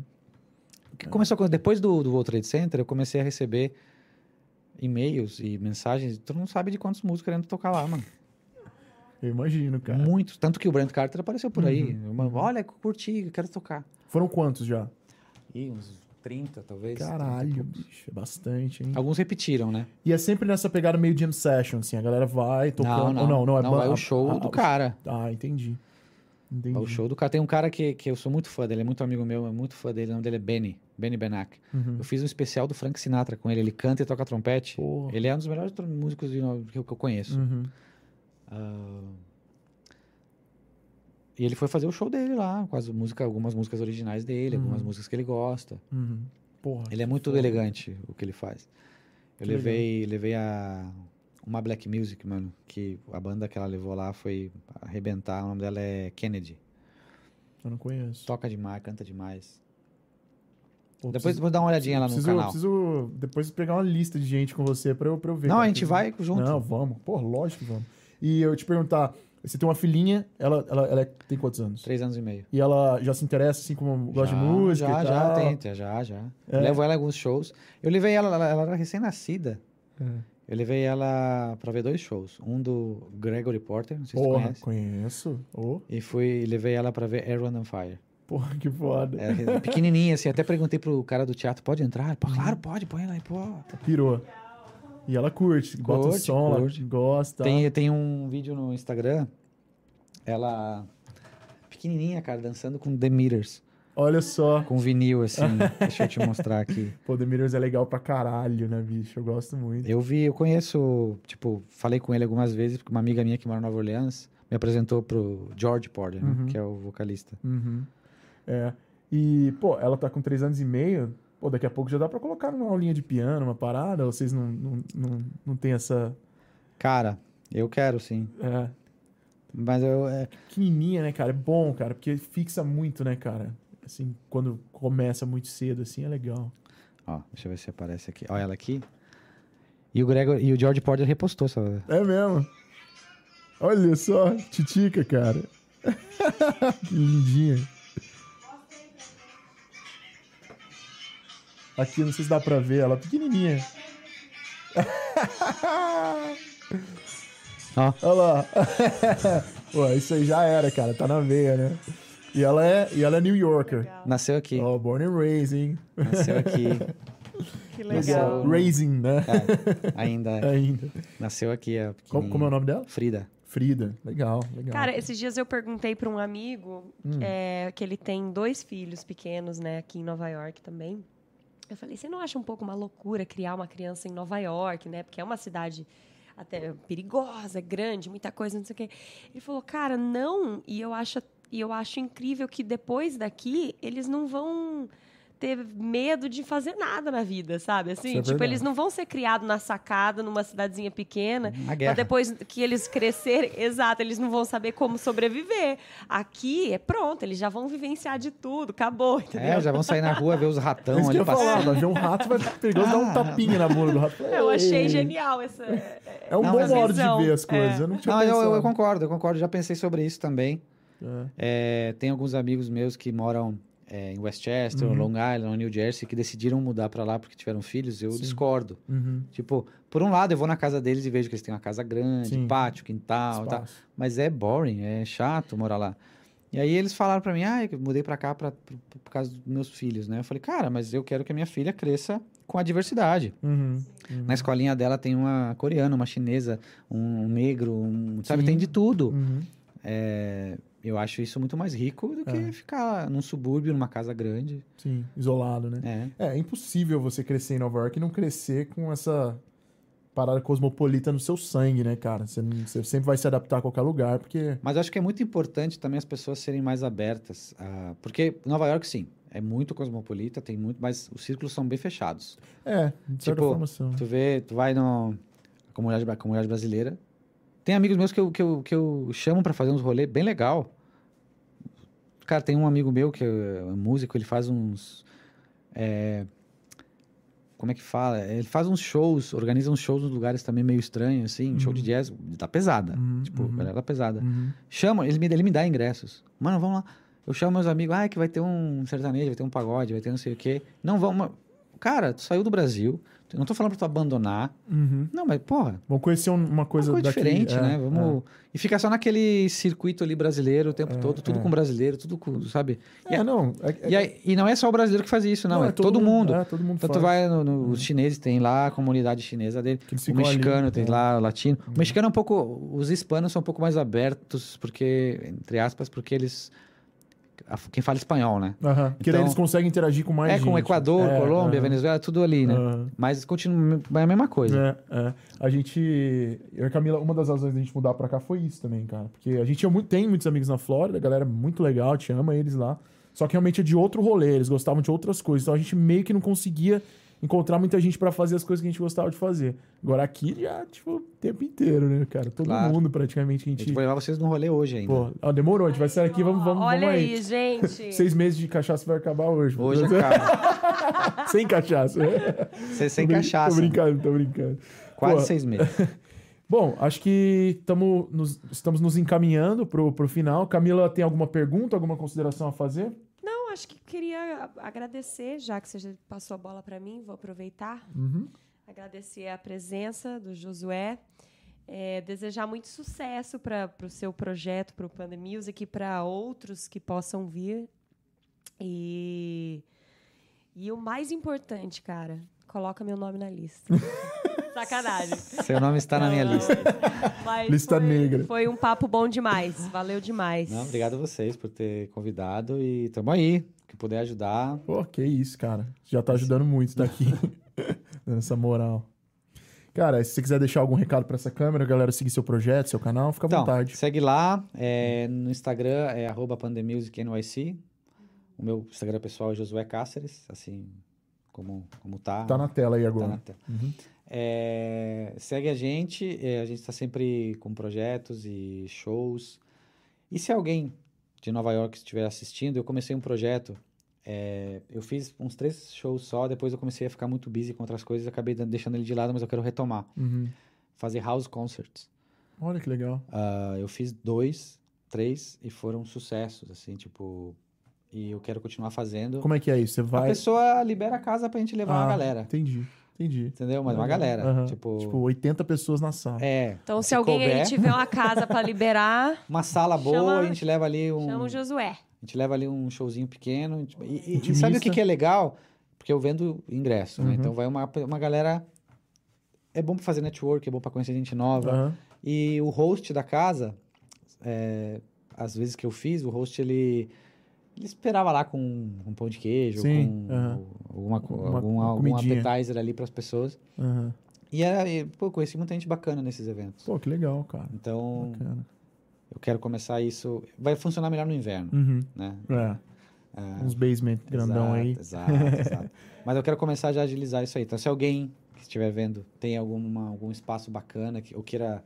O que começou com- depois do, do World Trade Center, eu comecei a receber e-mails e mensagens. Tu não sabe de quantos músicos querendo tocar lá, mano.
Eu imagino, cara.
Muitos. Tanto que o Brent Carter apareceu por aí. Mano, olha, curti, quero tocar.
Foram quantos já?
Ih, uns 30, talvez. 30 e
Caralho,
poucos.
bicho, é bastante, hein?
Alguns repetiram, né?
E é sempre nessa pegada meio jam session, assim, a galera vai tocando.
Não, é
ou não,
não.
não é ban-
vai
a-
o show
a-
do cara.
Ah, entendi. Entendi.
Pra o show do cara. Tem um cara que, que eu sou muito fã dele, é muito amigo meu, é muito fã dele. O nome dele é Benny, Benny Benac.
Uhum.
Eu fiz um especial do Frank Sinatra com ele. Ele canta e toca trompete.
Porra.
Ele é um dos melhores tro- músicos de no- que eu que eu conheço.
Uhum.
E ele foi fazer o show dele lá, com as músicas, algumas músicas originais dele, algumas
Uhum.
músicas que ele gosta.
Uhum. Porra.
Ele é muito
foda.
elegante o que ele faz. Eu
Que legal.
levei, levei a uma Black Music, mano, que a banda que ela levou lá foi arrebentar. O nome dela é Kennedy.
Eu não conheço.
Toca demais, canta demais.
Pô,
Depois
preciso-
vou dar uma olhadinha lá no
preciso,
canal.
preciso depois pegar uma lista de gente com você pra eu, pra eu ver.
Não,
cara,
a gente
que-
vai junto.
Não, vamos. Pô, lógico que vamos. E eu te perguntar, você tem uma filhinha, ela, ela, ela é- tem quantos anos?
Três anos e meio.
E ela já se interessa, assim, como gosta
Já,
de música
Já,
e
já,
tal?
tenta, já, já.
É.
Levo ela a alguns shows. Eu levei ela, ela, ela era recém-nascida.
É.
Eu levei ela pra ver dois shows. Um do Gregory Porter, não sei se você
Porra,
conhece.
conheço. Ô,
E fui, levei ela pra ver Air on Fire.
porra, que foda.
Era pequenininha, assim. Até perguntei pro cara do teatro, pode entrar? Pô, claro, pode, põe ela aí, pô.
Pirou. E ela curte, bota o
Curte,
som, ela
curte.
gosta.
Tem, tem um vídeo no Instagram, ela... Pequenininha, cara, dançando com The Meters.
Olha só.
Com vinil, assim. Deixa eu te mostrar aqui.
Pô, The Mirrors é legal pra caralho, né, bicho? Eu gosto muito.
Eu vi, eu conheço, tipo, falei com ele algumas vezes, porque uma amiga minha que mora em Nova Orleans me apresentou pro George Porter, né,
Uhum.
que é o vocalista.
Uhum. É. E, pô, ela tá com três anos e meio. Pô, daqui a pouco já dá pra colocar numa aulinha de piano, uma parada? Ou vocês não, não, não, não tem essa.
Cara, eu quero sim,
É.
mas eu é,
Pequenininha, né, cara? É bom, cara, porque fixa muito, né, cara? Assim, quando começa muito cedo, assim, é legal.
ó, deixa eu ver se aparece aqui. Olha ela aqui. E o Gregor e o George Porter repostou essa.
É mesmo. Olha só, titica, cara. que lindinha. Aqui, não sei se dá pra ver, ela é pequenininha.
Ó.
Olha lá. Pô, isso aí já era, cara. Tá na veia, né? E ela é, e ela é New Yorker.
Legal.
Nasceu aqui.
Ó, born and raising.
Nasceu aqui.
Que
Legal.
legal.
Raising, né?
É, ainda é.
Ainda.
nasceu aqui a pequenininha.
Como, como é o nome dela?
Frida.
Frida. Legal, legal.
Cara, esses dias eu perguntei para um amigo
Hum.
é, que ele tem dois filhos pequenos, né, aqui em Nova York também. Eu falei, você não acha um pouco uma loucura criar uma criança em Nova York, né? Porque é uma cidade até perigosa, grande, muita coisa, não sei o quê. Ele falou, cara, não. E eu acho, e eu acho incrível que depois daqui eles não vão ter medo de fazer nada na vida, sabe?
Isso
Assim,
é
tipo,
verdade.
eles não vão ser criados na sacada, numa cidadezinha pequena.
A
Mas
guerra.
depois que eles crescerem, exato, eles não vão saber como sobreviver. Aqui é pronto, eles já vão vivenciar de tudo, acabou, entendeu?
É, já vão sair na rua ver os ratão
É isso que eu
ali
ia falar,
passando.
vai ver um rato, vai perigoso dar um
Então, Ah.
tapinha na bunda do rato.
Eu achei
Ei.
genial essa.
É um
Não,
bom
mas
modo
visão,
de ver as
é.
coisas. Eu não tinha
Não, eu- eu, eu
pensado.
concordo, eu concordo. Já pensei sobre isso também.
É.
É, tem alguns amigos meus que moram é, em Westchester,
Uhum.
Long Island, New Jersey, que decidiram mudar pra lá porque tiveram filhos. Eu
Sim.
discordo.
Uhum.
Tipo, por um lado, eu vou na casa deles e vejo que eles têm uma casa grande,
Sim.
pátio, quintal, e tal.
Espaço.
mas é boring, é chato morar lá. E aí eles falaram pra mim, ah, eu mudei pra cá pra, por, por causa dos meus filhos, né? Eu falei, cara, mas eu quero que a minha filha cresça com a diversidade.
Uhum. Uhum.
Na escolinha dela tem uma coreana, uma chinesa, um negro, um, sabe?
Sim.
Tem de tudo.
Uhum.
É, eu acho isso muito mais rico do que
É.
ficar num subúrbio, numa casa grande.
Sim, isolado, né?
É.
É, é impossível você crescer em Nova York e não crescer com essa parada cosmopolita no seu sangue, né, cara? Você, não- você sempre vai se adaptar a qualquer lugar, porque...
Mas eu acho que é muito importante também as pessoas serem mais abertas. a- Porque Nova York, sim, é muito cosmopolita, tem muito, mas os círculos são bem fechados.
É, de certa
Tipo,
forma são.
Tu vê, tu vai no a comunidade, a comunidade brasileira. Tem amigos meus que eu, que eu, que eu chamo pra fazer uns rolês bem legal. Cara, tem um amigo meu que é músico, ele faz uns. é, como é que fala? Ele faz uns shows, organiza uns shows nos lugares também meio estranhos, assim, show de
Uhum.
jazz, da pesada.
Uhum,
tipo,
uhum.
galera da pesada.
Uhum.
Chama, ele me, ele me dá ingressos. Mano, vamos lá. Eu chamo meus amigos, ah, que vai ter um sertanejo, vai ter um pagode, vai ter não sei o quê. Não vamos. mas- cara, tu saiu do Brasil, eu não tô falando pra tu abandonar.
Uhum.
Não, mas, porra,
Vamos conhecer um- uma
coisa,
coisa,
coisa
daqui,
diferente,
é,
né? Vamos... E ficar só naquele circuito ali brasileiro o tempo
É,
todo, tudo
é.
com brasileiro, tudo com, sabe?
É, É, não. é-
E, aí- e não é só o brasileiro que faz isso, não, é, todo, mundo.
É, todo mundo
Então tu
faz. É.
vai no, no- os chineses tem lá a comunidade chinesa dele,
Que eles
o
ficam ali,
mexicano tem
é.
lá o latino. O mexicano é um pouco, os hispanos são um pouco mais abertos porque entre aspas porque eles a- quem fala espanhol, né?
Aham. que daí
Então-
eles conseguem interagir com mais
é
gente.
com o Equador,
É,
Colômbia,
aham,
Venezuela, tudo ali, né?
aham.
Mas continua é a mesma coisa.
É, é. A gente. Eu e a Camila, uma das razões da gente mudar pra cá foi isso também, cara. Porque a gente tinha muito- tem muitos amigos na Flórida, a galera é muito legal, te ama eles lá. Só que realmente é de outro rolê, eles gostavam de outras coisas. Então a gente meio que não conseguia encontrar muita gente pra fazer as coisas que a gente gostava de fazer. Agora aqui já, tipo, o tempo inteiro, né, cara? Todo
Claro.
mundo praticamente a
A gente
gente.
vai levar vocês no rolê hoje ainda.
tipo, Pô, ó, demorou, a gente vai sair aqui, vamos, vamos,
Olha
vamos aí.
aí, gente.
Seis meses de cachaça vai acabar hoje.
Hoje é acaba.
Sem cachaça.
Vocês sem
Tô brin-
cachaça.
Tô brincando, tô brincando.
Quase
Pô,
seis meses.
Bom, acho que tamo nos- estamos nos encaminhando pro, pro final. Camila, tem alguma pergunta, alguma consideração a fazer?
Não, acho que queria a- agradecer, já que você já passou a bola para mim, vou aproveitar.
Uhum.
Agradecer a presença do Josué. É, desejar muito sucesso para o seu projeto, para o Panda Music e para outros que possam vir. E, e o mais importante, cara, coloca meu nome na lista. Sacanagem.
Seu nome está Tá na minha
Não,
lista.
mas
Lista
foi-
negra.
Foi um papo bom demais. Valeu demais.
Não, obrigado a vocês por ter convidado e tamo aí. Que puder ajudar.
Pô, que isso, cara. Já tá ajudando muito tá aqui. Dando essa moral. Cara, se você quiser deixar algum recado pra essa câmera, galera, seguir seu projeto, seu canal, fica à
Então,
vontade.
segue lá. é, no Instagram é arroba pandemusicnyc. O meu Instagram pessoal é Josué Cáceres, assim como, como tá.
Tá na tela aí
Tá
agora. Uhum.
na tela. É, segue a gente, é, a gente está sempre com projetos e shows. E se alguém de Nova York estiver assistindo, eu comecei um projeto. é, eu fiz uns três shows só, depois eu comecei a ficar muito busy com outras coisas, acabei dan- deixando ele de lado, mas eu quero retomar.
Uhum.
Fazer house concerts.
Olha que legal.
Ah, eu fiz dois, três e foram sucessos, assim, tipo. E eu quero continuar fazendo.
Como é que é isso? Você
A
vai.
pessoa libera a casa pra gente levar uma
Ah,
galera.
Entendi, entendi.
Entendeu? Mas uma
Legal.
galera.
Aham.
Tipo,
Tipo, 80 pessoas na sala.
É.
Então, se, alguém aí
couber.
tiver uma casa para liberar,
uma sala boa,
Chama-
a gente leva ali um,
Chama o Josué.
a gente leva ali um showzinho pequeno. a gente- e- e- E,
Intimista.
sabe o que, que é legal? Porque eu vendo ingresso, né?
Uhum.
Então vai uma, uma galera. É bom pra fazer network, é bom pra conhecer gente nova.
Aham.
E o host da casa, é, às vezes que eu fiz, o host ele, ele esperava lá com um pão de queijo,
Sim,
com
aham.
alguma, co-
Uma-
algum,
uma
algum
comidinha.
appetizer ali pras pessoas.
aham.
E era, e, pô, eu conheci muita gente bacana nesses eventos.
Pô, que legal, cara.
Então,
Bacana.
eu quero começar isso. Vai funcionar melhor no inverno,
Uhum.
né?
É.
Ah,
Uns basement grandão
exato,
aí.
Exato, exato. Mas eu quero começar já a agilizar isso aí. Então, se alguém que estiver vendo tem alguma, algum espaço bacana que, ou queira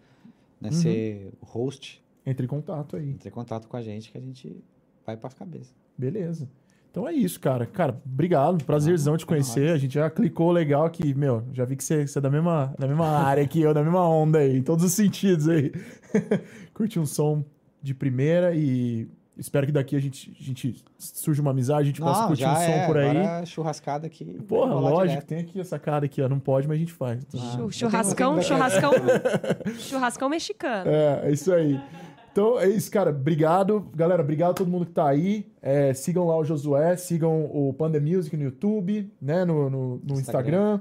né,
Uhum.
ser host,
Entre em contato aí.
entre em contato com a gente que a gente vai para cabeça.
Beleza. Então é isso, cara. Cara, obrigado. Prazerzão te
Ah, foi
conhecer.
nóis.
A gente já clicou legal aqui, meu. Já vi que você você é da mesma, da mesma área que eu, da mesma onda aí, em todos os sentidos aí. Curte um som de primeira e espero que daqui a gente, a gente surja uma amizade, a gente possa curtir um som por aí.
é, Agora, churrascada aqui. vai
Porra,
rolar
lógico,
direto.
tem aqui essa cara aqui, ó. Não pode, mas a gente faz. Então,
Ah,
Chu-
eu
churrascão,
tenho-
churrascão, churrascão mexicano.
É, é isso aí. Então é isso, cara. Obrigado. Galera, obrigado a todo mundo que tá aí. É, sigam lá o Josué, sigam o Panda Music no YouTube, né? No, no, no Instagram.
Instagram.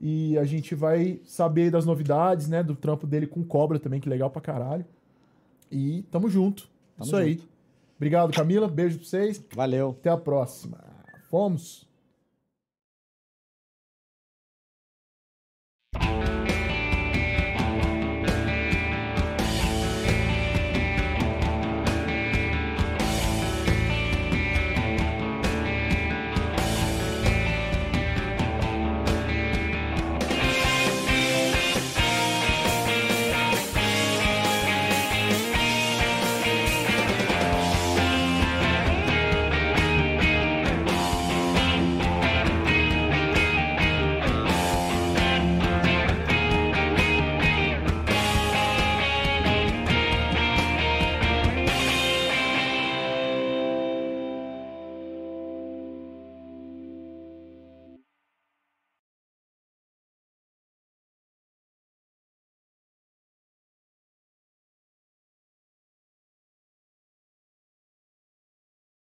E a gente vai saber das novidades, né? Do trampo dele com cobra também, que legal pra caralho. E tamo junto.
Tamo
isso aí.
junto.
Obrigado, Camila. Beijo pra vocês.
Valeu.
Até a próxima. Fomos.